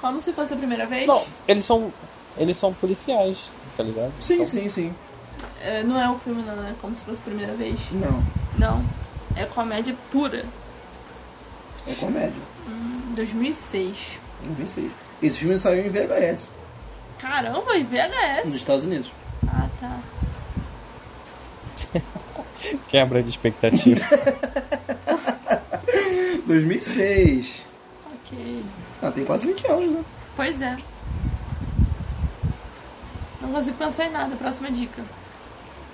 [SPEAKER 1] Como se fosse a primeira vez?
[SPEAKER 3] Não, eles são. Eles são policiais, tá ligado?
[SPEAKER 4] Sim,
[SPEAKER 3] Então,
[SPEAKER 4] sim, sim.
[SPEAKER 1] É, não é um filme, não, é como se fosse a primeira vez.
[SPEAKER 4] Não,
[SPEAKER 1] Não. É comédia pura.
[SPEAKER 4] é comédia.
[SPEAKER 1] 2006.
[SPEAKER 4] Não pensei. Esse filme saiu em VHS,
[SPEAKER 1] Caramba, e
[SPEAKER 4] nos
[SPEAKER 1] VHS.
[SPEAKER 4] Estados Unidos.
[SPEAKER 1] Ah, tá.
[SPEAKER 3] Quebra de expectativa.
[SPEAKER 4] 2006.
[SPEAKER 1] Ok.
[SPEAKER 4] Ah, tem quase 20 anos, né?
[SPEAKER 1] Pois é. Não consigo pensar em nada. Próxima dica.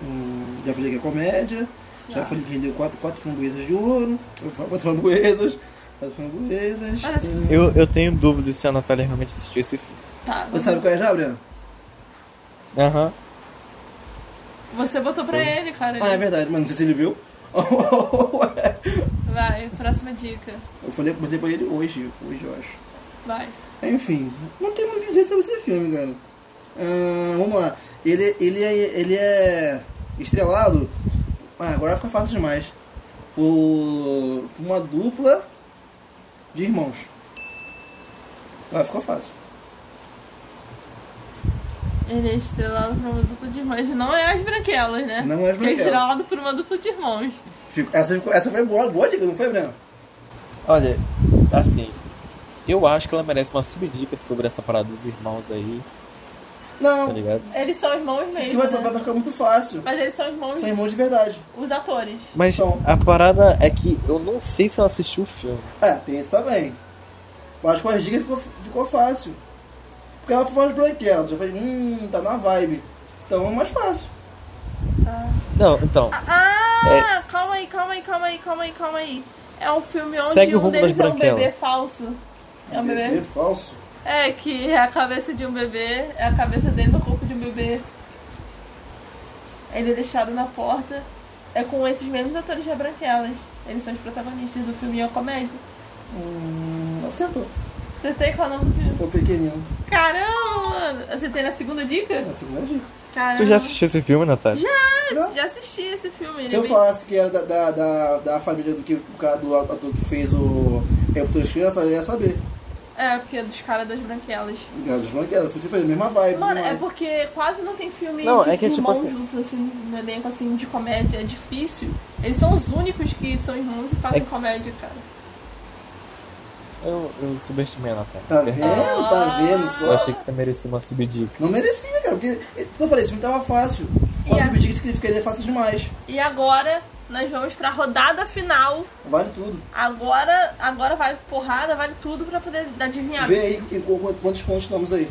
[SPEAKER 4] Hum, já falei que é comédia.
[SPEAKER 1] Sei
[SPEAKER 4] Já
[SPEAKER 1] lá.
[SPEAKER 4] falei que rendeu quatro, quatro framboesas de ouro. Quatro framboesas. Quatro framboesas.
[SPEAKER 1] Parece-
[SPEAKER 4] Hum.
[SPEAKER 3] eu, eu tenho dúvida se a Natália realmente assistiu esse filme.
[SPEAKER 1] Tá. vamos
[SPEAKER 4] Você sabe
[SPEAKER 1] lá.
[SPEAKER 4] qual é já, Brian?
[SPEAKER 3] Aham.
[SPEAKER 1] Você botou pra ele, cara.
[SPEAKER 4] Ah, é
[SPEAKER 1] Ele-
[SPEAKER 4] verdade, mas não sei se ele viu.
[SPEAKER 1] Vai, próxima dica.
[SPEAKER 4] eu falei, botei pra ele hoje, hoje eu acho.
[SPEAKER 1] Vai.
[SPEAKER 4] Enfim, não tem muito o que dizer sobre esse filme, cara. Ah, vamos lá. Ele, ele, é, ele é estrelado. Ah, agora fica fácil demais. Por, por uma dupla de irmãos. Agora ficou fácil.
[SPEAKER 1] Ele é estrelado por uma dupla de irmãos. E não é as branquelas, né?
[SPEAKER 4] Não é
[SPEAKER 1] Ele
[SPEAKER 4] as
[SPEAKER 1] é
[SPEAKER 4] branquelas.
[SPEAKER 1] estrelado por uma dupla de irmãos.
[SPEAKER 4] Fico- Essa, ficou- essa foi boa, boa dica, não foi, Breno?
[SPEAKER 3] Olha, assim, eu acho que ela merece uma subdica sobre essa parada dos irmãos aí,
[SPEAKER 4] Não,
[SPEAKER 3] tá ligado?
[SPEAKER 1] Eles são irmãos
[SPEAKER 4] que
[SPEAKER 1] mesmo.
[SPEAKER 4] vai,
[SPEAKER 1] né?
[SPEAKER 4] vai ficar muito fácil.
[SPEAKER 1] Mas é um eles são irmãos,
[SPEAKER 4] São irmãos de verdade.
[SPEAKER 1] os atores.
[SPEAKER 3] Mas
[SPEAKER 4] Então-
[SPEAKER 3] a parada é que eu não sei se ela assistiu o filme.
[SPEAKER 4] É, tem isso também. Mas com as dicas ficou, ficou fácil. Porque ela foi mais branquela, já foi, hum, tá na vibe. Então é mais fácil.
[SPEAKER 3] Não, então, É.
[SPEAKER 1] Ah, calma aí, calma aí, calma aí, calma aí, calma aí. É um filme onde
[SPEAKER 3] Segue o
[SPEAKER 1] um
[SPEAKER 3] rumo das
[SPEAKER 1] deles é um bebê
[SPEAKER 3] branquelas.
[SPEAKER 1] falso. É um bebê
[SPEAKER 4] Bebê falso.
[SPEAKER 1] É, que é a cabeça de um bebê, é a cabeça dentro do corpo de um bebê. Ele é deixado na porta. É com esses mesmos atores de Branquelas. Eles são os protagonistas do filme e é uma Comédia.
[SPEAKER 4] Hum, acertou.
[SPEAKER 1] Acertei qual é o nome do filme?
[SPEAKER 4] Ficou pequenino.
[SPEAKER 1] Caramba, mano! Acertei na segunda dica?
[SPEAKER 4] É a segunda dica.
[SPEAKER 1] Caramba!
[SPEAKER 3] tu já assistiu esse filme, Natália?
[SPEAKER 1] Já, já assisti esse filme.
[SPEAKER 4] Se
[SPEAKER 1] Ele é
[SPEAKER 4] eu
[SPEAKER 1] bem-
[SPEAKER 4] falasse que era da, da, da, da família do, que, do cara- do ator que fez o República das Crianças, eu ia saber.
[SPEAKER 1] É, porque é dos caras das Branquelas.
[SPEAKER 4] Era dos branquelas, você fez a mesma vibe.
[SPEAKER 1] Mano,
[SPEAKER 4] né?
[SPEAKER 1] é porque quase não tem filme
[SPEAKER 3] Não,
[SPEAKER 1] de
[SPEAKER 3] é que, tipo
[SPEAKER 1] irmãos
[SPEAKER 3] assim-
[SPEAKER 1] juntos, assim, no elenco, assim, de comédia. É difícil. Eles são os únicos que são irmãos e fazem
[SPEAKER 3] É-
[SPEAKER 1] comédia, cara.
[SPEAKER 3] Eu, eu subestimei a Natália.
[SPEAKER 4] Tá
[SPEAKER 3] perdão.
[SPEAKER 4] vendo? Tá vendo
[SPEAKER 3] Eu
[SPEAKER 4] só?
[SPEAKER 3] achei que você merecia uma subdica.
[SPEAKER 4] Não merecia, cara, porque, como eu falei, esse filme tava fácil.
[SPEAKER 1] E
[SPEAKER 4] Posso
[SPEAKER 1] a-
[SPEAKER 4] pedir que ele ficaria fácil demais.
[SPEAKER 1] E agora nós vamos pra rodada final.
[SPEAKER 4] Vale tudo.
[SPEAKER 1] Agora, agora vale porrada, vale tudo pra poder adivinhar.
[SPEAKER 4] Vê aí em qu- qu- quantos pontos estamos aí.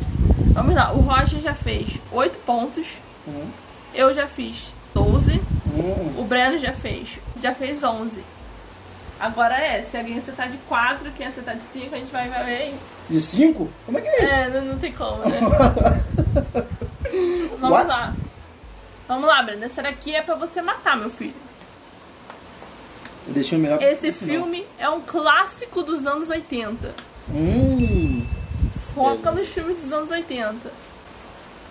[SPEAKER 1] Vamos lá, o Roger já fez 8 pontos,
[SPEAKER 3] Uhum.
[SPEAKER 4] Hum,
[SPEAKER 1] eu já fiz 12,
[SPEAKER 4] hum.
[SPEAKER 1] o Breno já fez, já fez 11. Agora é, se alguém acertar de 4, quem acertar de 5, a gente vai, vai ver.
[SPEAKER 4] De 5? Como é que é isso?
[SPEAKER 1] É, não, não tem como, né? Vamos
[SPEAKER 4] What?
[SPEAKER 1] lá. Vamos lá, Brenda. Essa daqui é pra você matar, meu filho.
[SPEAKER 4] Eu deixei o melhor pro
[SPEAKER 1] É. Esse
[SPEAKER 4] final.
[SPEAKER 1] filme é um clássico dos anos 80.
[SPEAKER 4] Hum.
[SPEAKER 1] Foca nos filmes dos anos 80.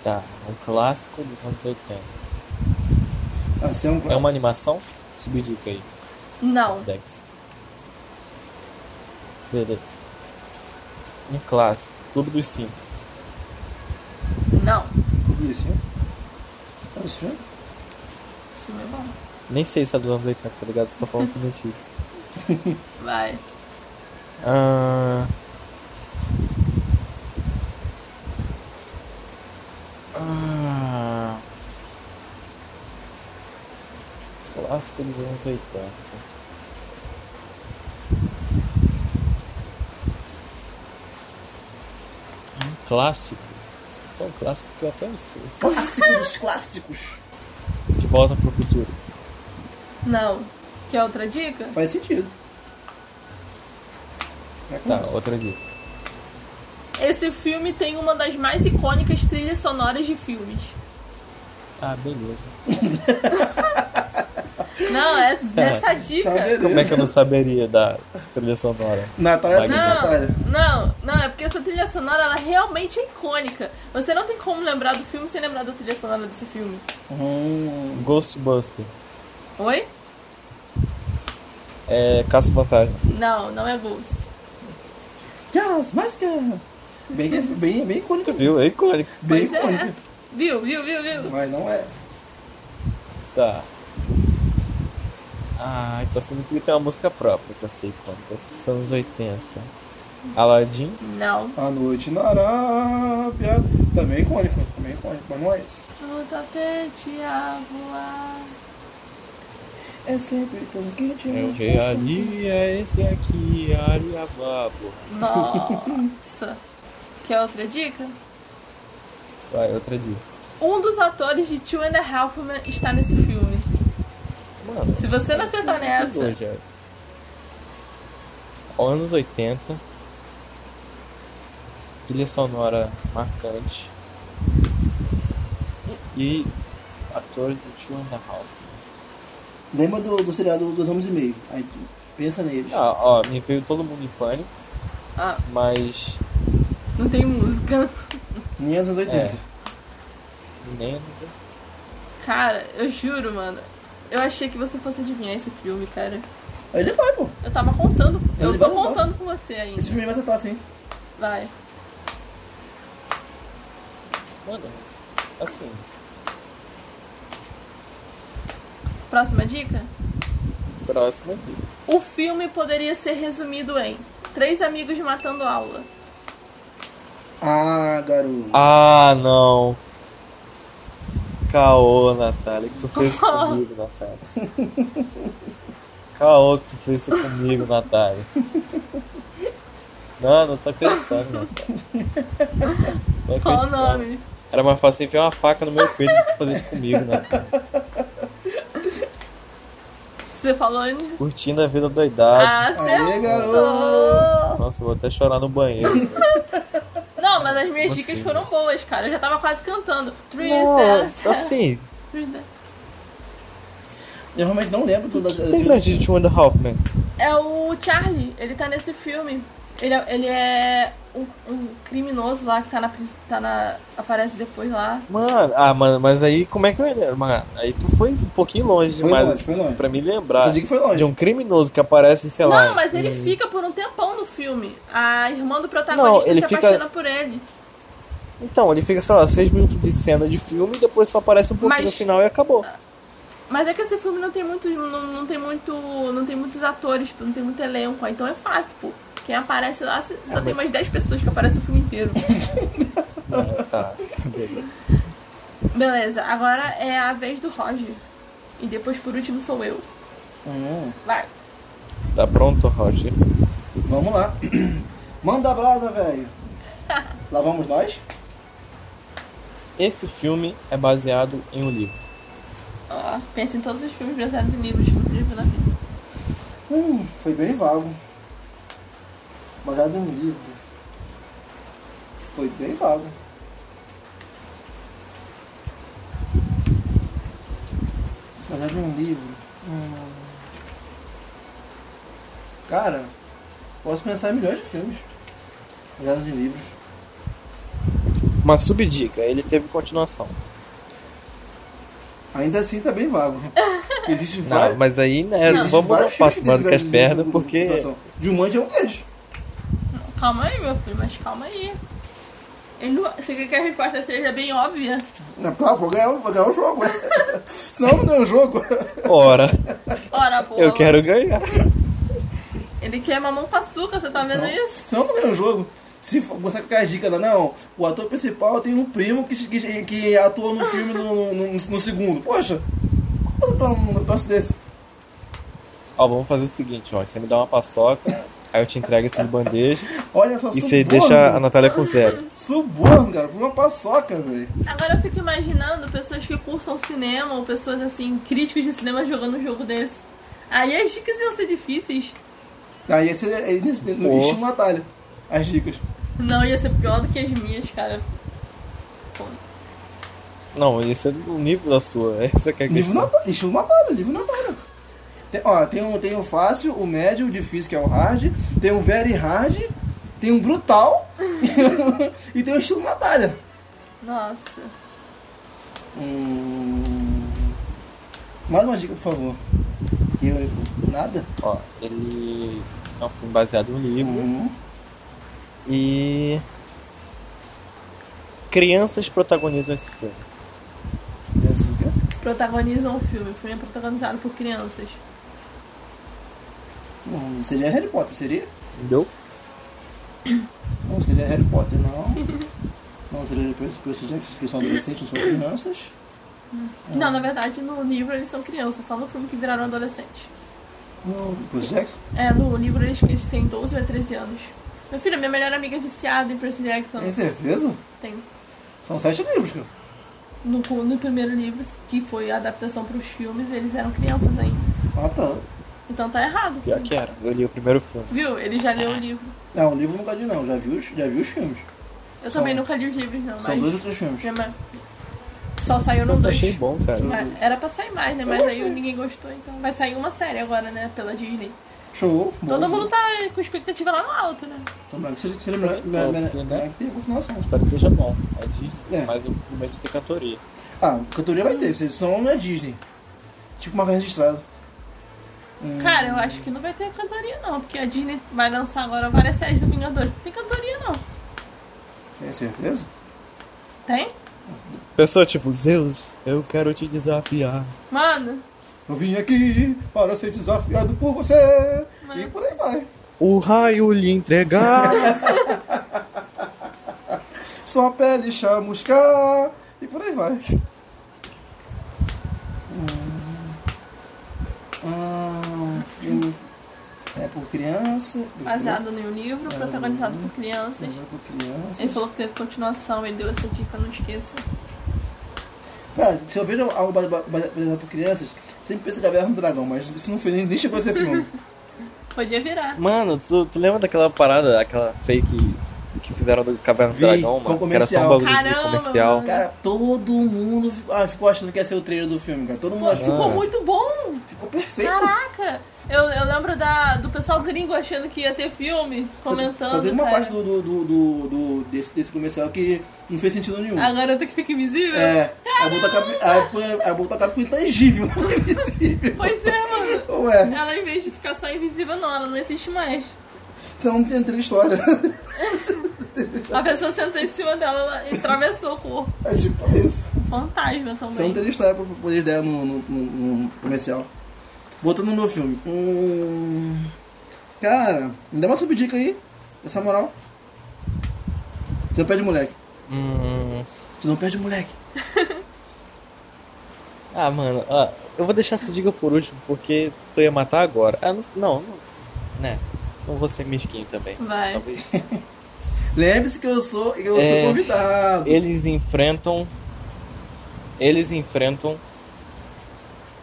[SPEAKER 3] Tá, um clássico dos anos 80.
[SPEAKER 4] Ah, você é um...
[SPEAKER 3] É uma animação? Subdica aí,
[SPEAKER 1] Não.
[SPEAKER 3] Dex. Dex. Um clássico. Clube dos Cinco.
[SPEAKER 1] Não.
[SPEAKER 3] um-
[SPEAKER 4] Isso, hein? É esse filme?
[SPEAKER 1] Esse filme é bom.
[SPEAKER 3] Nem sei se é dos anos 80, tá ligado? Tô falando com mentira.
[SPEAKER 1] Vai.
[SPEAKER 3] Ah. Ah. Clássico dos anos 80. Um clássico. Tão clássico que eu até não sei.
[SPEAKER 4] Clássico dos clássicos.
[SPEAKER 3] De volta pro futuro.
[SPEAKER 1] Não. Quer outra dica?
[SPEAKER 4] Faz sentido. É
[SPEAKER 3] Tá,
[SPEAKER 4] claro.
[SPEAKER 3] outra dica.
[SPEAKER 1] Esse filme tem uma das mais icônicas trilhas sonoras de filmes.
[SPEAKER 3] Ah, beleza.
[SPEAKER 1] Não, é dessa dica.
[SPEAKER 4] Tá, beleza.
[SPEAKER 3] Como é que eu não saberia da trilha sonora?
[SPEAKER 4] Natália é assim,
[SPEAKER 3] Vai.
[SPEAKER 4] Natália.
[SPEAKER 1] Não, não, não, é porque essa trilha sonora ela realmente é icônica. Você não tem como lembrar do filme sem lembrar da trilha sonora desse filme.
[SPEAKER 4] Hum.
[SPEAKER 3] Ghostbuster.
[SPEAKER 1] Oi?
[SPEAKER 3] É Caça Fantasma.
[SPEAKER 1] Não, não é Ghost.
[SPEAKER 4] Yes, máscara. Bem, bem, bem icônico.
[SPEAKER 3] Viu? É icônico.
[SPEAKER 4] Bem
[SPEAKER 1] Pois é.
[SPEAKER 4] icônico.
[SPEAKER 1] Viu, viu, viu, viu?
[SPEAKER 4] Mas não é.
[SPEAKER 3] Tá. Ai, tá sendo que tem uma música própria que eu sei quanto. Dos anos 80. Aladdin,
[SPEAKER 1] Não.
[SPEAKER 4] A noite na Arábia. Também icônico. Também icônico, mas não é esse.
[SPEAKER 1] No tapete a voar.
[SPEAKER 4] É sempre tão quente.
[SPEAKER 3] eu É rei ali, é esse aqui, Ariababo.
[SPEAKER 1] Nossa. Quer outra dica?
[SPEAKER 3] Vai, outra dica.
[SPEAKER 1] Um dos atores de Two and a Half Men está nesse filme.
[SPEAKER 3] Mano,
[SPEAKER 1] Se você não
[SPEAKER 3] esse
[SPEAKER 1] acertar
[SPEAKER 3] é muito
[SPEAKER 1] nessa,
[SPEAKER 3] bom, já. Anos 80. Trilha sonora marcante. E atores de Two and a Half.
[SPEAKER 4] Lembra do, do seriado dos Homens e Meio. Aí tu pensa neles.
[SPEAKER 3] Ah, ó, me veio todo mundo em pânico,
[SPEAKER 1] Ah.
[SPEAKER 3] mas
[SPEAKER 1] não tem música.
[SPEAKER 4] Nem anos 80.
[SPEAKER 3] É. nem
[SPEAKER 1] Cara, eu juro, mano. Eu achei que você fosse adivinhar esse filme, cara.
[SPEAKER 4] Aí ele vai, pô.
[SPEAKER 1] Eu tava contando. Eu
[SPEAKER 4] Ele
[SPEAKER 1] tô
[SPEAKER 4] vai levar.
[SPEAKER 1] contando com você ainda.
[SPEAKER 4] Esse filme vai acertar sim.
[SPEAKER 1] Vai.
[SPEAKER 3] Mano, assim,
[SPEAKER 1] Próxima dica?
[SPEAKER 3] próximo aqui.
[SPEAKER 1] O filme poderia ser resumido em Três amigos matando aula.
[SPEAKER 4] Ah, garoto.
[SPEAKER 3] Ah, não. Caô, Natália, que tu fez isso comigo, Natália. Caô, que tu fez isso comigo, Natália. Não, não tô acreditando, Natália. Não tô
[SPEAKER 1] Qual o
[SPEAKER 3] acreditando.
[SPEAKER 1] nome?
[SPEAKER 3] Era mais fácil enfiar uma faca no meu peito do que fazer isso comigo, né? Natália.
[SPEAKER 1] Você falou antes?
[SPEAKER 3] Curtindo a vida doidada.
[SPEAKER 1] Ah,
[SPEAKER 4] Aê, garoto.
[SPEAKER 1] acertou!
[SPEAKER 3] Nossa, eu vou até chorar no banheiro.
[SPEAKER 1] Não, mas as minhas
[SPEAKER 3] Você.
[SPEAKER 1] dicas foram boas, cara. Eu já tava quase cantando. Three steps,
[SPEAKER 3] Nossa, assim,
[SPEAKER 1] three steps.
[SPEAKER 4] Eu realmente não lembro do, das, das
[SPEAKER 3] tem grande de Wanda Hoffman.
[SPEAKER 1] É o Charlie, ele tá nesse filme. Ele é, ele é um, um criminoso lá que tá na, pris- tá na. aparece depois lá.
[SPEAKER 3] Mano, ah, mano, mas aí como é que eu. Mano, aí tu foi um pouquinho longe
[SPEAKER 4] Foi
[SPEAKER 3] demais,
[SPEAKER 4] longe,
[SPEAKER 3] assim,
[SPEAKER 4] foi longe.
[SPEAKER 3] pra me
[SPEAKER 4] Essa
[SPEAKER 3] lembrar
[SPEAKER 4] dica foi longe.
[SPEAKER 3] de um criminoso que aparece, sei lá.
[SPEAKER 1] Não, mas ele
[SPEAKER 3] em-
[SPEAKER 1] fica por um tempão no filme. A irmã do protagonista
[SPEAKER 3] Não, ele
[SPEAKER 1] se
[SPEAKER 3] fica-
[SPEAKER 1] apaixona por ele.
[SPEAKER 3] Então, ele fica, sei lá, seis minutos de cena de filme e depois só aparece um pouco
[SPEAKER 1] Mas-
[SPEAKER 3] no final e acabou.
[SPEAKER 1] Mas é que esse filme não tem muito. não, não tem muito. não tem muitos atores, pô, não tem muito elenco, aí então é fácil, pô. Quem aparece lá
[SPEAKER 3] É,
[SPEAKER 1] se- só tem umas 10 pessoas que aparecem o filme inteiro.
[SPEAKER 3] Não, tá, beleza.
[SPEAKER 1] Beleza, agora é a vez do Roger. E depois por último sou eu.
[SPEAKER 3] um
[SPEAKER 4] Hum,
[SPEAKER 1] Vai.
[SPEAKER 3] Você tá pronto, Roger?
[SPEAKER 4] vamos lá. Manda brasa, velho. Lá vamos nós?
[SPEAKER 3] Esse filme é baseado em um livro.
[SPEAKER 1] Ah, Ó, pensa em todos os filmes baseados em livros que você já viu na vida.
[SPEAKER 4] Hum, foi bem vago. Baseado em um livro. Foi bem vago. Baseado em um livro. Hum. Cara, posso pensar em milhões de filmes. Baseados em livros.
[SPEAKER 3] Uma subdica, ele teve continuação.
[SPEAKER 4] Ainda assim tá bem vago. Existe
[SPEAKER 3] Não,
[SPEAKER 4] vários.
[SPEAKER 3] mas aí, né,
[SPEAKER 1] Não.
[SPEAKER 3] vamos
[SPEAKER 4] vários
[SPEAKER 3] não
[SPEAKER 4] filmes
[SPEAKER 3] passo
[SPEAKER 4] que
[SPEAKER 3] mano
[SPEAKER 4] teve
[SPEAKER 3] com as
[SPEAKER 4] baseado em
[SPEAKER 3] pernas,
[SPEAKER 4] livro,
[SPEAKER 3] porque
[SPEAKER 4] continuação. Jumanji é um deles.
[SPEAKER 1] Calma aí, meu filho, mas calma aí. Ele não... Você quer que a resposta seja bem óbvia?
[SPEAKER 4] Não, claro, vou ganhar, vou ganhar o jogo. Senão eu não ganho o jogo.
[SPEAKER 3] ora,
[SPEAKER 1] Ora, pô.
[SPEAKER 3] eu quero ganhar.
[SPEAKER 1] Ele quer mamão com açúcar, você tá vendo
[SPEAKER 4] Senão-
[SPEAKER 1] isso?
[SPEAKER 4] Senão eu não ganho o jogo. Se for- você quer as dicas, lá, não. O ator principal tem um primo que, que, que atua no filme no, no, no segundo. Poxa, como você toma um negócio desse?
[SPEAKER 3] Ó, vamos fazer o seguinte, ó, você me dá uma paçoca, aí eu te entrego esse de bandeja
[SPEAKER 4] Olha só,
[SPEAKER 3] e você deixa a Natália com zero.
[SPEAKER 4] Suborno, cara, por uma paçoca, velho.
[SPEAKER 1] Agora eu fico imaginando pessoas que cursam cinema ou pessoas assim, críticos de cinema jogando um jogo desse. Aí as dicas iam ser difíceis.
[SPEAKER 4] Aí esse é é nesse- no
[SPEAKER 3] Pô.
[SPEAKER 4] estilo Natália. As dicas.
[SPEAKER 1] Não, ia ser pior do que as minhas, cara.
[SPEAKER 3] Não, esse é o nível da sua, essa que é a
[SPEAKER 4] Livro
[SPEAKER 3] questão.
[SPEAKER 4] Natália, estilo Natália, livro Natália. Tem, ó, tem, um, tem o fácil, o médio, o difícil, que é o hard. Tem o very hard. Tem um brutal. e tem o estilo Natália.
[SPEAKER 1] Nossa.
[SPEAKER 4] Hum... Mais uma dica, por favor. Que eu- Nada?
[SPEAKER 3] Ó, ele é um filme baseado no livro
[SPEAKER 4] Hum.
[SPEAKER 3] e... Crianças protagonizam esse filme.
[SPEAKER 4] Esse aqui é-
[SPEAKER 1] Protagonizam o filme. O filme é protagonizado por crianças.
[SPEAKER 4] Não Hum. seria Harry Potter, seria?
[SPEAKER 3] Entendeu?
[SPEAKER 4] Não seria Harry Potter, não. Não seria Percy Percy Jackson, que são adolescentes, não são crianças.
[SPEAKER 3] Ah.
[SPEAKER 4] Ah,
[SPEAKER 1] Não, na verdade, no livro eles são crianças, só no filme que viraram adolescentes.
[SPEAKER 4] Não, Percy Jackson?
[SPEAKER 1] É, no livro eles, eles têm 12 ou 13 anos. Meu filho, minha melhor amiga é viciada em Percy Jackson.
[SPEAKER 4] Tem certeza?
[SPEAKER 1] Tem.
[SPEAKER 4] São sete livros, cara.
[SPEAKER 1] No, no primeiro livro, que foi a adaptação para os filmes, eles eram crianças ainda.
[SPEAKER 4] Ah, tá.
[SPEAKER 1] Então tá errado.
[SPEAKER 3] Pior que Ah. era. Eu li o primeiro filme.
[SPEAKER 1] Viu? Ele já leu o livro.
[SPEAKER 4] Não, o É, um livro eu nunca li, não. Já vi os, já vi os filmes.
[SPEAKER 1] Eu
[SPEAKER 4] São-
[SPEAKER 1] também nunca li os livros, não,
[SPEAKER 4] São
[SPEAKER 1] mas.
[SPEAKER 4] dois ou três filmes.
[SPEAKER 1] minha mãe- Só saiu no
[SPEAKER 3] Eu
[SPEAKER 1] dois.
[SPEAKER 3] achei bom, cara.
[SPEAKER 1] É, Era pra sair mais, né? Mas aí ninguém gostou, então. Vai sair uma série agora, né? Pela Disney.
[SPEAKER 4] Show. bom.
[SPEAKER 1] Todo
[SPEAKER 3] né?
[SPEAKER 1] mundo tá com expectativa lá no alto, né?
[SPEAKER 4] Tomara que seja, seja melhor, melhor, melhor, melhor que tenha continuação.
[SPEAKER 3] Espero que seja bom. É Disney,
[SPEAKER 4] É.
[SPEAKER 3] mas o momento de ter cantoria.
[SPEAKER 4] Ah, cantoria vai ter, vocês são na Disney. Tipo uma registrada. Hum.
[SPEAKER 1] Cara, eu acho que não vai ter cantoria, não. Porque a Disney vai lançar agora várias séries do Vingadores. Não tem cantoria, não.
[SPEAKER 4] Tem certeza?
[SPEAKER 1] Tem?
[SPEAKER 3] Pessoa tipo, Zeus, eu quero te desafiar.
[SPEAKER 1] Mano,
[SPEAKER 4] Eu vim aqui para ser desafiado por você.
[SPEAKER 1] Mas-
[SPEAKER 4] E por aí vai.
[SPEAKER 3] O raio lhe entregar.
[SPEAKER 4] Sua pele chamuscar. E por aí vai. Hum. Hum, Ah, filme É por criança. por
[SPEAKER 1] baseado no livro, protagonizado por crianças.
[SPEAKER 4] criança, por criança.
[SPEAKER 1] Ele falou que teve continuação, ele deu essa dica, não esqueça.
[SPEAKER 4] Cara, se eu vejo algo base- base- baseado por crianças, sempre penso em Caverna do Dragão, mas isso não foi, nem nem chegou a ser filme.
[SPEAKER 1] Podia virar.
[SPEAKER 3] Mano, tu, tu lembra daquela parada, aquela fake que fizeram do Caverna do
[SPEAKER 4] Vi,
[SPEAKER 3] Dragão,
[SPEAKER 4] com
[SPEAKER 3] mano? Que era só um
[SPEAKER 4] comercial.
[SPEAKER 3] bagulho de
[SPEAKER 1] Caramba,
[SPEAKER 3] comercial.
[SPEAKER 1] mano.
[SPEAKER 4] Cara, todo mundo fi- ah, ficou achando que ia ser o trailer do filme, cara. Todo mundo
[SPEAKER 1] Pô,
[SPEAKER 4] achou.
[SPEAKER 1] ficou muito bom!
[SPEAKER 4] Ficou perfeito.
[SPEAKER 1] Caraca! Eu, eu lembro da, do pessoal gringo achando que ia ter filme, comentando. né?
[SPEAKER 4] Só teve uma
[SPEAKER 1] cara.
[SPEAKER 4] parte do, do, do, do- do- desse, desse comercial que não fez sentido nenhum.
[SPEAKER 1] A garota que fica invisível?
[SPEAKER 4] É, a Bolta Cap- a- foi- a Bolta Cap foi intangível, não é invisível.
[SPEAKER 1] Pois é, mano.
[SPEAKER 4] Ué,
[SPEAKER 1] Ela, em vez de ficar só invisível, não, ela não existe mais.
[SPEAKER 4] você não tem na história.
[SPEAKER 1] A pessoa sentou em cima dela ela- e atravessou o corpo.
[SPEAKER 4] É tipo isso.
[SPEAKER 1] Fantasma também.
[SPEAKER 4] Você não tem história pra poder dela no, no, no- no comercial. Voltando no meu filme. Hum, cara, me dá uma subdica aí, essa moral. Tu não perde moleque.
[SPEAKER 3] Hum.
[SPEAKER 4] Tu não perde moleque.
[SPEAKER 3] Ah, mano, ah, eu vou deixar essa dica por último, porque tu ia matar agora. Ah, não, não, não- né? Não vou ser mesquinho também.
[SPEAKER 1] Vai.
[SPEAKER 3] Talvez.
[SPEAKER 4] Lembre-se que eu sou, que eu
[SPEAKER 3] É,
[SPEAKER 4] sou convidado.
[SPEAKER 3] Eles enfrentam. Eles enfrentam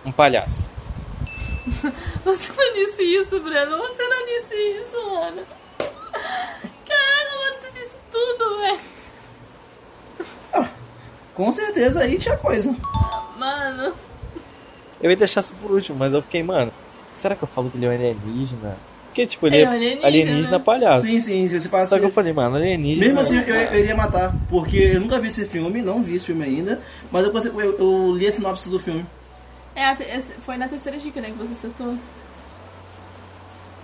[SPEAKER 3] um palhaço.
[SPEAKER 1] Você não disse isso, Breno. Você não disse isso, mano. Caraca, mano, tu disse tudo, velho.
[SPEAKER 4] Com certeza aí tinha coisa.
[SPEAKER 1] Mano,
[SPEAKER 3] Eu ia deixar isso por último, mas eu fiquei, mano, será que eu falo que ele é um alienígena? Porque, tipo, ele
[SPEAKER 1] Ele
[SPEAKER 3] é
[SPEAKER 1] é um alienígena,
[SPEAKER 3] alienígena,
[SPEAKER 1] né?
[SPEAKER 3] palhaço.
[SPEAKER 4] Sim, sim, se você fala
[SPEAKER 3] Só que eu
[SPEAKER 4] assim-
[SPEAKER 3] falei, mano, alienígena.
[SPEAKER 4] Mesmo assim, eu, eu iria matar, porque eu nunca vi esse filme, não vi esse filme ainda, mas eu, consigo- eu, eu li a sinopse do filme.
[SPEAKER 1] é, a te- esse- foi na terceira dica, né, que você acertou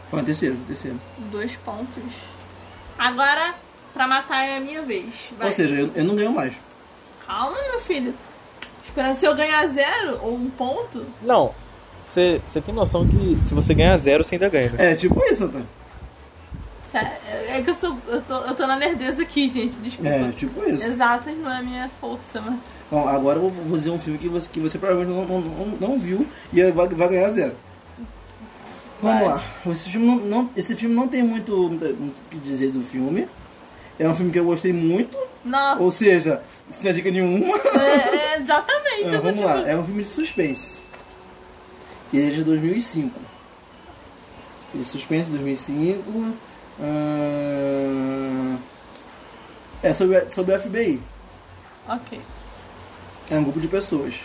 [SPEAKER 4] Foi no terceiro, no terceiro.
[SPEAKER 1] dois pontos. Agora, pra matar é a minha vez. Vai.
[SPEAKER 4] Ou seja, eu, eu não ganho mais.
[SPEAKER 1] Calma, meu filho. Esperando se eu ganhar zero ou um ponto,
[SPEAKER 3] Não, você você tem noção que se você ganhar zero, você ainda ganha, né?
[SPEAKER 4] É tipo isso, Antônio.
[SPEAKER 1] Sério, É que eu sou. Eu tô, eu tô na nerdeza aqui, gente, desculpa.
[SPEAKER 4] É, tipo isso.
[SPEAKER 1] Exatas não é a minha força, mas.
[SPEAKER 4] Bom, agora eu vou vou dizer um filme que você, que você provavelmente não, não, não- não viu e aí vai, vai ganhar zero. Vamos
[SPEAKER 1] Vai.
[SPEAKER 4] lá. Esse filme não, não- esse filme não tem muito muito- muito o que dizer do filme. É um filme que eu gostei muito,
[SPEAKER 1] Nossa,
[SPEAKER 4] ou seja, sem dica nenhuma.
[SPEAKER 1] é, é exatamente.
[SPEAKER 4] Ah,
[SPEAKER 1] eu não
[SPEAKER 4] vamos
[SPEAKER 1] tive-
[SPEAKER 4] lá, é um filme de suspense. Ele é de 2005. Ele é suspense de 2005. ah, É sobre, a- sobre o FBI.
[SPEAKER 1] Ok,
[SPEAKER 4] É um grupo de pessoas.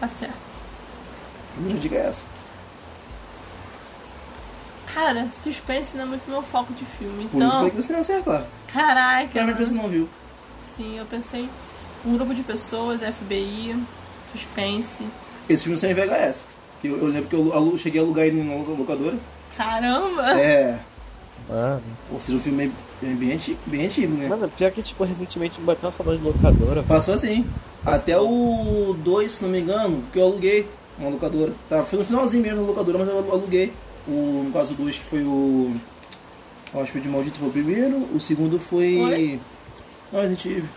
[SPEAKER 1] tá certo.
[SPEAKER 4] A primeira dica é essa.
[SPEAKER 1] Cara, suspense não é muito meu foco de filme.
[SPEAKER 4] Por isso
[SPEAKER 1] Então,
[SPEAKER 4] foi que você ia acertar.
[SPEAKER 1] caraca.
[SPEAKER 4] Claramente você não viu.
[SPEAKER 1] Sim, eu pensei. Um grupo de pessoas, FBI, suspense.
[SPEAKER 4] Esse filme saiu em VHS. que Eu, eu lembro que eu alu- cheguei a alugar ele na lo- locadora.
[SPEAKER 1] Caramba!
[SPEAKER 4] É.
[SPEAKER 3] Mano.
[SPEAKER 4] Ou seja, um filme bem, bem, anti- bem antigo, né?
[SPEAKER 3] Mano, pior que, tipo, recentemente me bateu uma saudade de locadora. velho.
[SPEAKER 4] Passou assim. Até o 2, se não me engano, que eu aluguei uma locadora. Tá, foi no finalzinho mesmo da locadora, mas eu aluguei. O, no caso, o 2 que foi o. O Hóspede Maldito foi o primeiro. O segundo foi.
[SPEAKER 1] Oi?
[SPEAKER 4] Não, Resident Evil.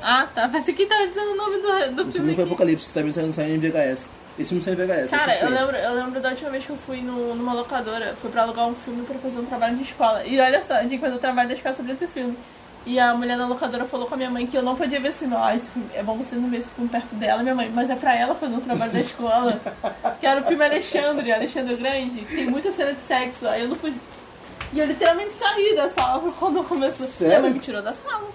[SPEAKER 1] Ah, tá. Pensei que tava dizendo o nome do,
[SPEAKER 4] O
[SPEAKER 1] do
[SPEAKER 4] segundo
[SPEAKER 1] filme. aqui.
[SPEAKER 4] foi Apocalipse, tá também saiu, saiu em VHS. Esse filme saiu em VHS.
[SPEAKER 1] Cara,
[SPEAKER 4] é
[SPEAKER 1] eu
[SPEAKER 4] suspense.
[SPEAKER 1] lembro, eu lembro da última vez que eu fui no, numa locadora, fui pra alugar um filme pra fazer um trabalho de escola. E olha só, a gente tinha que fazer o trabalho da escola sobre esse filme. E a mulher da locadora falou com a minha mãe que eu não podia ver esse filme. Ah, esse filme é bom você não ver esse filme perto dela, minha mãe, mas é pra ela fazer um trabalho da escola. que era o filme Alexandre, Alexandre o Grande, que tem muita cena de sexo. Aí eu não pude. E eu literalmente saí da sala quando começou.
[SPEAKER 4] Sério?
[SPEAKER 1] Minha mãe me tirou da sala.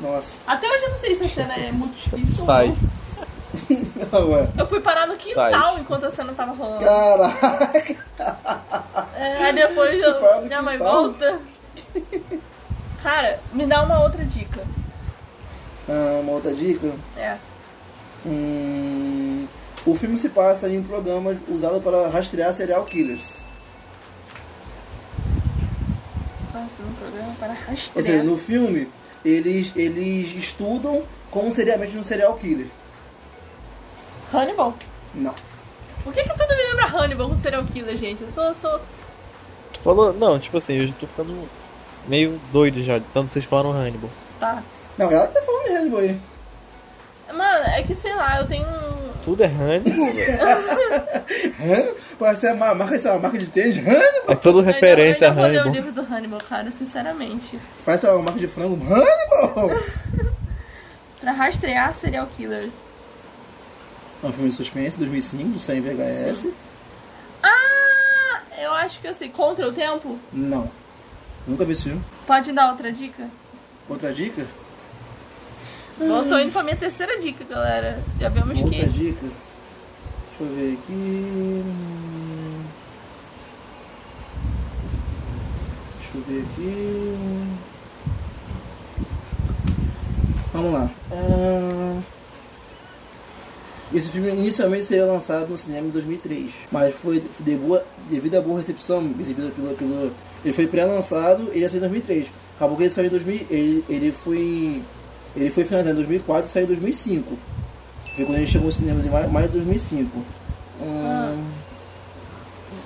[SPEAKER 4] Nossa.
[SPEAKER 1] Até hoje eu não sei se a cena é muito explícita ou
[SPEAKER 3] Sai.
[SPEAKER 1] não.
[SPEAKER 4] Ué.
[SPEAKER 1] Eu fui parar no quintal
[SPEAKER 3] Sai.
[SPEAKER 1] enquanto a cena tava rolando.
[SPEAKER 4] Caraca.
[SPEAKER 1] É, aí depois eu-
[SPEAKER 4] Para no
[SPEAKER 1] minha
[SPEAKER 4] quintal.
[SPEAKER 1] mãe volta. Cara, me dá uma outra dica.
[SPEAKER 4] Ah, uma outra dica.
[SPEAKER 1] É.
[SPEAKER 4] Hum, o filme se passa em um programa usado para rastrear serial killers.
[SPEAKER 1] Passa no programa para
[SPEAKER 4] Ou seja,
[SPEAKER 1] rastrear.
[SPEAKER 4] no filme, eles, eles estudam como seria a mente de um serial killer.
[SPEAKER 1] Hannibal.
[SPEAKER 4] Não.
[SPEAKER 1] Por que que tudo me lembra Hannibal com serial killer, gente? Eu sou... eu sou...
[SPEAKER 3] Tu falou, não, tipo assim, eu já tô ficando meio doido já, de tanto vocês falaram Hannibal.
[SPEAKER 1] Tá.
[SPEAKER 4] Não, ela tá falando de Hannibal aí.
[SPEAKER 1] Mano, é que sei lá, eu tenho um...
[SPEAKER 3] Tudo é Hannibal, velho.
[SPEAKER 4] Hã? Parece ser uma marca, sei lá, uma marca de tênis. Hã?
[SPEAKER 3] É tudo
[SPEAKER 1] Eu ainda-
[SPEAKER 3] referência
[SPEAKER 1] eu
[SPEAKER 3] a
[SPEAKER 1] ainda vou ler o
[SPEAKER 3] Hannibal.
[SPEAKER 1] livro do Hannibal, cara, sinceramente.
[SPEAKER 4] Parece sei lá, uma marca de frango. Hannibal!
[SPEAKER 1] Pra rastrear serial killers.
[SPEAKER 4] É um filme de suspense, 2005, saiu em VHS.
[SPEAKER 1] Ah, eu acho que eu sei. Contra o tempo?
[SPEAKER 4] Não. Nunca vi esse filme.
[SPEAKER 1] Pode dar outra dica?
[SPEAKER 4] Outra dica?
[SPEAKER 1] Eu tô indo pra minha terceira dica, galera. Já vemos
[SPEAKER 4] Outra
[SPEAKER 1] que...
[SPEAKER 4] dica. Deixa eu ver aqui. Hum. Deixa eu ver aqui. Vamos lá. Ah, Esse filme inicialmente seria lançado no cinema em 2003, mas foi de boa- devido à boa recepção recebida pelo, pelo ele foi pré-lançado, ele ia sair em 2003. Acabou que ele saiu em 2000, ele, ele foi ele foi finalizado em 2004 e saiu em 2005. Foi quando ele chegou aos cinemas em maio, maio de 2005. Hum,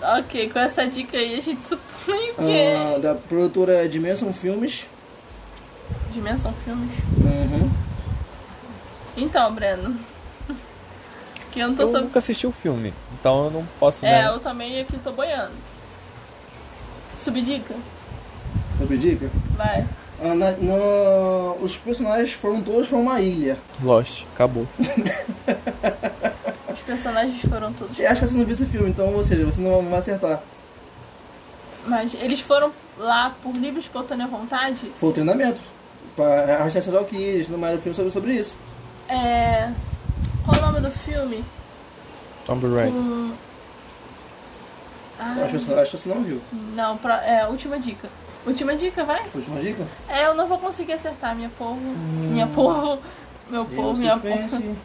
[SPEAKER 1] Ok, com essa dica aí a gente supõe que.
[SPEAKER 4] ah, da produtora Dimension Filmes. É.
[SPEAKER 1] Dimensão Filmes.
[SPEAKER 4] Uhum.
[SPEAKER 1] Então, Breno. Que eu não tô
[SPEAKER 3] Eu
[SPEAKER 1] sabendo.
[SPEAKER 3] nunca assisti o filme, então eu não posso,
[SPEAKER 1] É,
[SPEAKER 3] né?
[SPEAKER 1] eu também aqui tô boiando. Subdica?
[SPEAKER 4] Sabe dica?
[SPEAKER 1] Vai.
[SPEAKER 4] Ah, na- na- os personagens foram todos para uma ilha.
[SPEAKER 3] Lost, acabou.
[SPEAKER 1] Os Os personagens foram todos.
[SPEAKER 4] Eu acho que você não viu esse filme, então, ou seja, você não vai acertar.
[SPEAKER 1] Mas eles foram lá por livre e espontânea vontade.
[SPEAKER 4] Foi o treinamento. Pra arrastar serial killers, não mais um filme sobre, sobre isso.
[SPEAKER 1] É. Qual o nome do filme?
[SPEAKER 3] Tomb Raider.
[SPEAKER 1] Hum. Ah,
[SPEAKER 4] Eu Acho que você- acho que você não viu.
[SPEAKER 1] não, pra- é, última dica. Última dica, vai?
[SPEAKER 4] Última dica?
[SPEAKER 1] É, eu não vou conseguir acertar, minha povo. Minha povo. Meu
[SPEAKER 4] E
[SPEAKER 1] povo,
[SPEAKER 4] o
[SPEAKER 1] minha
[SPEAKER 4] Hum. suspense,
[SPEAKER 1] povo.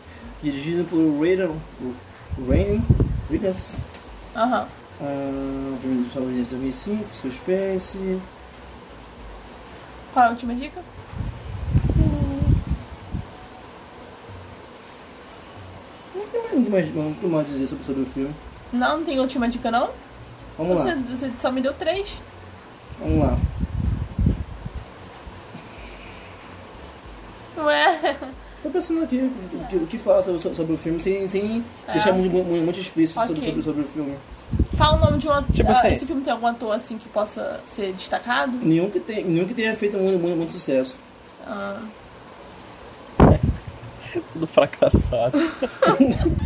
[SPEAKER 4] Dirigido por Raiden. Raiden. Rickens.
[SPEAKER 1] Aham.
[SPEAKER 4] Ah, filme dos Estados Unidos 2005. Suspense.
[SPEAKER 1] Qual é a última dica?
[SPEAKER 4] Não tem mais não tem mais- não tem mais a dizer sobre, sobre o filme.
[SPEAKER 1] Não, não tem última dica, não?
[SPEAKER 4] Vamos
[SPEAKER 1] Você,
[SPEAKER 4] lá.
[SPEAKER 1] você só me deu três?
[SPEAKER 4] Vamos lá.
[SPEAKER 1] Não é?
[SPEAKER 4] Tô pensando aqui o que, o que fala sobre, sobre o filme sem, sem
[SPEAKER 1] Ah.
[SPEAKER 4] deixar muito, muito, muito explícito sobre-
[SPEAKER 1] Ok.
[SPEAKER 4] sobre, sobre o filme.
[SPEAKER 1] Fala o nome de um ator.
[SPEAKER 3] Tipo
[SPEAKER 1] ah,
[SPEAKER 3] assim.
[SPEAKER 1] Esse filme tem algum ator assim que possa ser destacado?
[SPEAKER 4] Nenhum que, tem, nenhum que tenha feito muito, muito, muito sucesso.
[SPEAKER 1] Ah,
[SPEAKER 3] Tudo fracassado.
[SPEAKER 4] um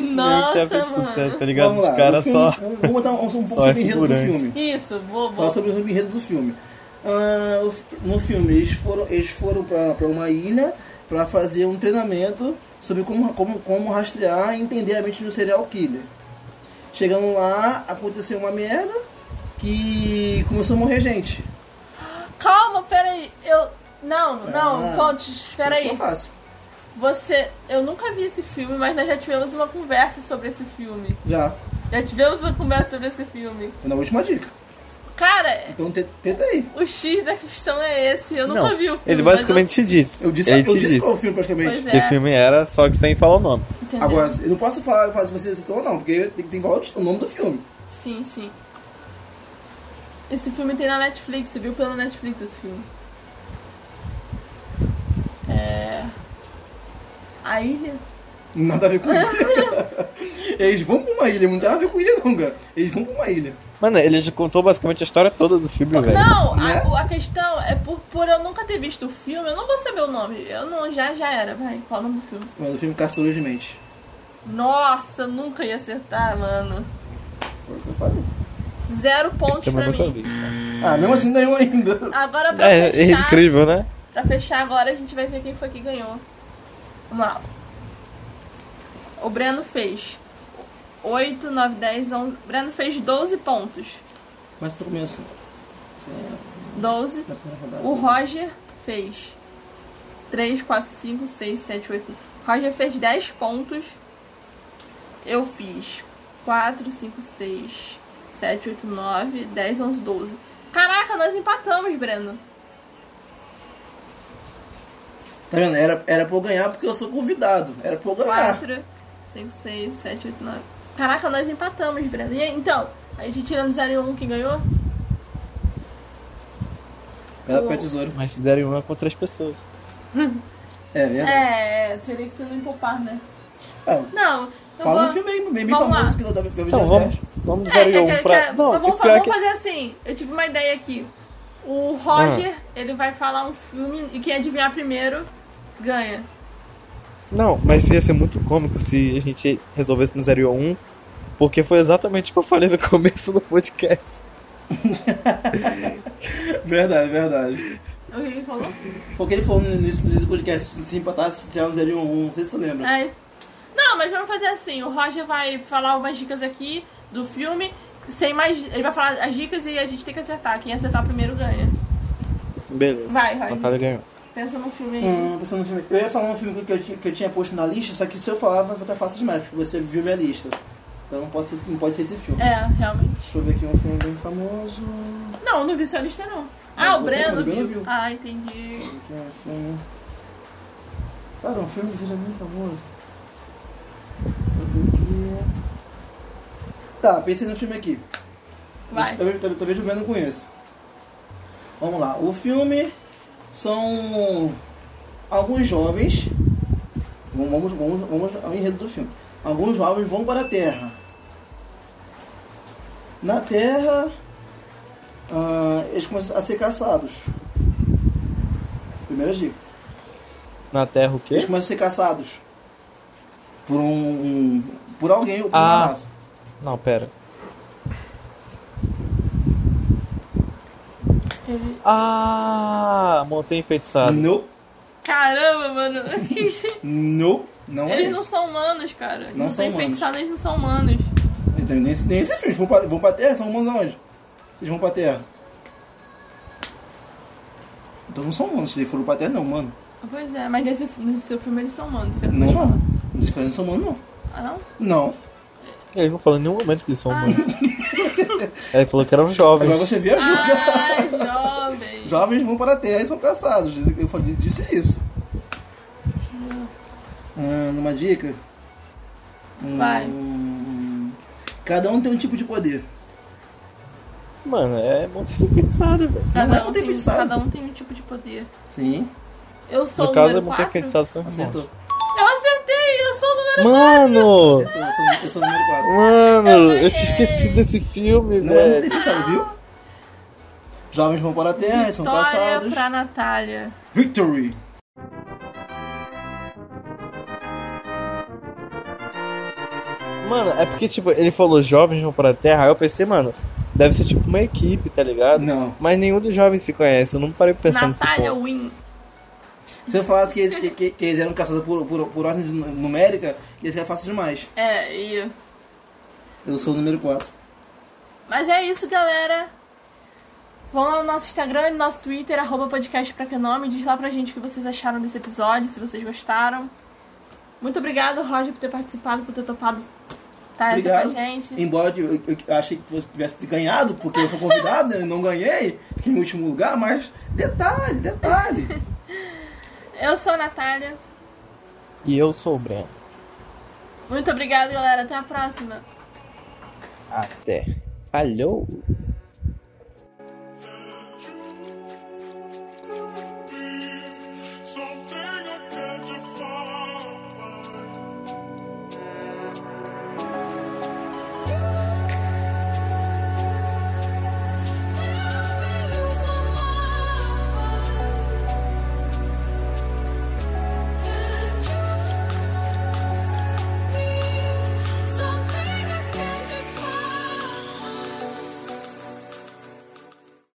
[SPEAKER 3] Nenhum que
[SPEAKER 1] nossa,
[SPEAKER 3] tenha feito
[SPEAKER 1] mano.
[SPEAKER 3] sucesso, tá ligado?
[SPEAKER 4] Vamos lá.
[SPEAKER 3] Os caras
[SPEAKER 4] o filme-
[SPEAKER 3] só.
[SPEAKER 4] Vamos vamos botar um, um pouco
[SPEAKER 3] só é
[SPEAKER 4] sobre o enredo do
[SPEAKER 3] figurante.
[SPEAKER 4] filme.
[SPEAKER 1] Isso, vou, vou.
[SPEAKER 4] Falar sobre o enredo do filme. Ah, o fi- no filme, eles foram, eles foram pra, pra uma ilha pra fazer um treinamento sobre como, como, como rastrear e entender a mente do serial killer. Chegando lá, aconteceu uma merda que começou a morrer gente.
[SPEAKER 1] Calma, peraí. Eu. Não, não,
[SPEAKER 4] Ah,
[SPEAKER 1] conte, espera
[SPEAKER 4] Ficou
[SPEAKER 1] aí.
[SPEAKER 4] fácil.
[SPEAKER 1] Você. Eu nunca vi esse filme, mas nós já tivemos uma conversa sobre esse filme.
[SPEAKER 4] Já.
[SPEAKER 1] Já tivemos uma conversa sobre esse filme.
[SPEAKER 4] Foi na última dica.
[SPEAKER 1] Cara,
[SPEAKER 4] Então te- tenta aí.
[SPEAKER 1] o X da questão é esse. Eu nunca vi o filme.
[SPEAKER 3] ele
[SPEAKER 1] mas
[SPEAKER 3] basicamente te disse.
[SPEAKER 4] Eu disse,
[SPEAKER 3] ele
[SPEAKER 4] eu
[SPEAKER 3] te
[SPEAKER 4] disse qual o
[SPEAKER 3] disse.
[SPEAKER 4] filme praticamente.
[SPEAKER 1] Pois é.
[SPEAKER 3] Que filme era, só que sem falar o nome.
[SPEAKER 1] eu- entendeu?
[SPEAKER 4] Agora, eu não posso falar falar se você acertou ou não, porque tem, tem que falar o nome do filme.
[SPEAKER 1] Sim, sim. Esse filme tem na Netflix, você viu pela Netflix esse filme. É. A ilha?
[SPEAKER 4] Nada a ver com ilha. Eles vão pra uma ilha, não tem nada a ver com ilha não, cara. Eles vão pra uma ilha.
[SPEAKER 3] Mano, ele já contou basicamente a história toda do filme, Ah, velho.
[SPEAKER 1] Não,
[SPEAKER 4] Né?
[SPEAKER 1] a, o- a questão é por, por eu nunca ter visto o filme, eu não vou saber o nome. Eu não, já, já era, vai. Qual o nome do filme?
[SPEAKER 4] Mas o filme Castores de Mente.
[SPEAKER 1] Nossa, nunca ia acertar, mano.
[SPEAKER 4] Foi o que eu falei.
[SPEAKER 1] Zero
[SPEAKER 3] Esse
[SPEAKER 1] pontos
[SPEAKER 3] tema
[SPEAKER 1] pra
[SPEAKER 3] eu nunca
[SPEAKER 1] mim.
[SPEAKER 3] vi. cara.
[SPEAKER 4] Ah, mesmo assim não é um ainda.
[SPEAKER 1] Agora pra
[SPEAKER 3] É, é
[SPEAKER 1] fechar.
[SPEAKER 3] incrível, né?
[SPEAKER 1] Pra fechar agora, a gente vai ver quem foi que ganhou. Vamos lá. O Breno fez 8, 9, 10, 11. O Breno fez 12 pontos.
[SPEAKER 4] Mas tu assim? começa. Isso é
[SPEAKER 1] 12.
[SPEAKER 4] na primeira rodada.
[SPEAKER 1] O Roger fez 3, 4, 5, 6, 7, 8. O Roger fez 10 pontos. Eu fiz 4, 5, 6, 7, 8, 9, 10, 11, 12. Caraca, nós empatamos, Breno.
[SPEAKER 4] Tá vendo? Era, era pra eu ganhar porque eu sou convidado. Era pra eu ganhar.
[SPEAKER 1] 4, 5, 6, 7, 8, 9. Caraca, nós empatamos, Breno. E aí, então, a gente tirando 0 e 1, quem ganhou?
[SPEAKER 4] Pedra, pé, tesouro.
[SPEAKER 3] Mas fizeram uma com três pessoas.
[SPEAKER 4] É verdade.
[SPEAKER 1] É, seria que você não empopar, né?
[SPEAKER 4] Ah,
[SPEAKER 1] Não. eu
[SPEAKER 4] fala um
[SPEAKER 1] vou-
[SPEAKER 4] filme aí, bem, bem
[SPEAKER 1] Vamos
[SPEAKER 4] famoso
[SPEAKER 1] lá.
[SPEAKER 4] que dá da vida
[SPEAKER 3] Então, vamos, vamos do
[SPEAKER 1] É,
[SPEAKER 3] zero e
[SPEAKER 1] quer-
[SPEAKER 3] um
[SPEAKER 1] quer-
[SPEAKER 3] pra...
[SPEAKER 1] quer-
[SPEAKER 3] Não,
[SPEAKER 1] mas vamos,
[SPEAKER 3] pior
[SPEAKER 1] fa- vamos
[SPEAKER 3] que...
[SPEAKER 1] fazer assim. Eu tive uma ideia aqui. O Roger,
[SPEAKER 3] Ah.
[SPEAKER 1] ele vai falar um filme e quem adivinhar primeiro ganha.
[SPEAKER 3] Não, mas ia ser muito cômico se a gente resolvesse no 0 e 1, porque foi exatamente o que eu falei no começo do podcast.
[SPEAKER 4] Verdade, verdade.
[SPEAKER 1] É O que ele falou?
[SPEAKER 4] Foi o que ele falou nesse, nesse podcast. Se se empatasse, tirar um 0 e um 1. Não sei se você lembra.
[SPEAKER 1] É. Não, mas vamos fazer assim. O Roger vai falar algumas dicas aqui do filme. Sem mais. Ele vai falar as dicas e a gente tem que acertar. Quem acertar primeiro ganha.
[SPEAKER 3] Beleza.
[SPEAKER 1] Vai, vai.
[SPEAKER 3] Natália ganhou.
[SPEAKER 1] Pensa num filme aí.
[SPEAKER 4] Hum, pensando no filme. Eu ia falar um filme que eu, tinha- que eu tinha posto na lista, só que se eu falar vai ficar fácil demais, porque você viu minha lista. Então não, pode ser, não pode ser esse filme.
[SPEAKER 1] É, realmente.
[SPEAKER 4] Deixa eu ver aqui um filme bem famoso.
[SPEAKER 1] Não, eu não vi sua lista, não. Ah, o
[SPEAKER 4] você-
[SPEAKER 1] Breno
[SPEAKER 4] o Breno
[SPEAKER 1] viu.
[SPEAKER 4] viu.
[SPEAKER 1] Ah, entendi.
[SPEAKER 4] Aqui é um filme. Cara, um filme que seja bem famoso. Deixa eu ver aqui. Tá, pensei no filme aqui.
[SPEAKER 1] Vai.
[SPEAKER 4] Talvez, talvez, talvez o Breno conheça. Vamos lá. O filme são alguns jovens. Vamos, vamos, vamos ao enredo do filme. Alguns jovens vão para a Terra. Na Terra, ah, eles começam a ser caçados. Primeira dica.
[SPEAKER 3] Na Terra o
[SPEAKER 4] Eles
[SPEAKER 3] quê?
[SPEAKER 4] começam a ser caçados por um. um- por alguém ou por
[SPEAKER 3] Ah.
[SPEAKER 4] uma raça.
[SPEAKER 3] Não, pera.
[SPEAKER 4] tá-
[SPEAKER 3] Ah, montanha enfeitiçada.
[SPEAKER 4] Não,
[SPEAKER 1] Caramba, mano.
[SPEAKER 4] não, não Então é
[SPEAKER 1] Eles não
[SPEAKER 4] isso.
[SPEAKER 1] são humanos, cara. Eles
[SPEAKER 4] Não
[SPEAKER 1] não
[SPEAKER 4] são
[SPEAKER 1] têm
[SPEAKER 4] humanos.
[SPEAKER 1] feitiçado, eles não são humanos.
[SPEAKER 4] Eles também nem, nem esses filmes. Vão pra, vão pra terra, são humanos aonde? Eles vão pra terra. Então não são humanos, se eles foram pra terra, não, mano.
[SPEAKER 1] Pois é, mas nesse, nesse seu filme eles são humanos. Você
[SPEAKER 4] Não,
[SPEAKER 1] pode
[SPEAKER 4] não.
[SPEAKER 1] falar.
[SPEAKER 4] Não se faz, não são humanos, não.
[SPEAKER 1] Ah, não?
[SPEAKER 4] Não.
[SPEAKER 3] Eles não falam em nenhum momento que eles são
[SPEAKER 1] Ah,
[SPEAKER 3] humanos. Ele falou que eram jovens.
[SPEAKER 4] Agora você viajou.
[SPEAKER 1] Ah, jovem.
[SPEAKER 4] Jovens vão para a terra e são caçados. Disse- Eu falei, disse isso. Ah, uma dica? Hum,
[SPEAKER 1] Vai.
[SPEAKER 4] Cada um tem um tipo de poder.
[SPEAKER 3] Mano, é montanha enfeitiçada, velho.
[SPEAKER 4] Não é
[SPEAKER 1] Cada um,
[SPEAKER 4] muito
[SPEAKER 1] tem,
[SPEAKER 4] enfeitiçado.
[SPEAKER 1] cada um tem um tipo de poder.
[SPEAKER 4] Sim,
[SPEAKER 1] Eu sou
[SPEAKER 3] No
[SPEAKER 1] o
[SPEAKER 3] caso, é a
[SPEAKER 1] número
[SPEAKER 3] montanha
[SPEAKER 1] 4.
[SPEAKER 3] enfeitiçada são irmãos.
[SPEAKER 4] acertou.
[SPEAKER 1] Eu acertei, eu sou o número
[SPEAKER 3] Mano!
[SPEAKER 4] Eu sou, eu sou o número 4.
[SPEAKER 3] Mano, eu
[SPEAKER 1] ganhei.
[SPEAKER 3] tinha esquecido desse filme,
[SPEAKER 4] Não é muito
[SPEAKER 3] velho.
[SPEAKER 4] defensado, viu? Jovens vão para a terra e É, são
[SPEAKER 1] Vitória
[SPEAKER 4] caçados.
[SPEAKER 1] pra Natália.
[SPEAKER 4] Victory!
[SPEAKER 3] Mano, é porque, tipo, ele falou jovens vão pra terra. Aí eu pensei, mano, deve ser tipo uma equipe, tá ligado?
[SPEAKER 4] Não.
[SPEAKER 3] Mas nenhum dos jovens se conhece. Eu não parei pra pensar nesse
[SPEAKER 1] Natália
[SPEAKER 3] ponto.
[SPEAKER 1] Win.
[SPEAKER 4] Se eu falasse que eles, que- que- que eles eram caçados por, por, por ordem nu- numérica, ia ficar fácil demais.
[SPEAKER 1] É, e...
[SPEAKER 4] Eu sou o número 4.
[SPEAKER 1] Mas é isso, galera. Vão lá no nosso Instagram e no nosso Twitter, arroba podcast pra que nome. Diz lá pra gente o que vocês acharam desse episódio, se vocês gostaram. Muito obrigado, Roger, por ter participado, por ter topado tá essa pra
[SPEAKER 4] Obrigado.
[SPEAKER 1] gente.
[SPEAKER 4] Embora eu, eu- eu achei que você tivesse ganhado, porque eu fui convidado e não ganhei, fiquei em último lugar, mas detalhe, detalhe.
[SPEAKER 1] Eu sou a Natália.
[SPEAKER 3] E eu sou o Breno.
[SPEAKER 1] Muito obrigado, galera. Até a próxima.
[SPEAKER 3] Até. Falou!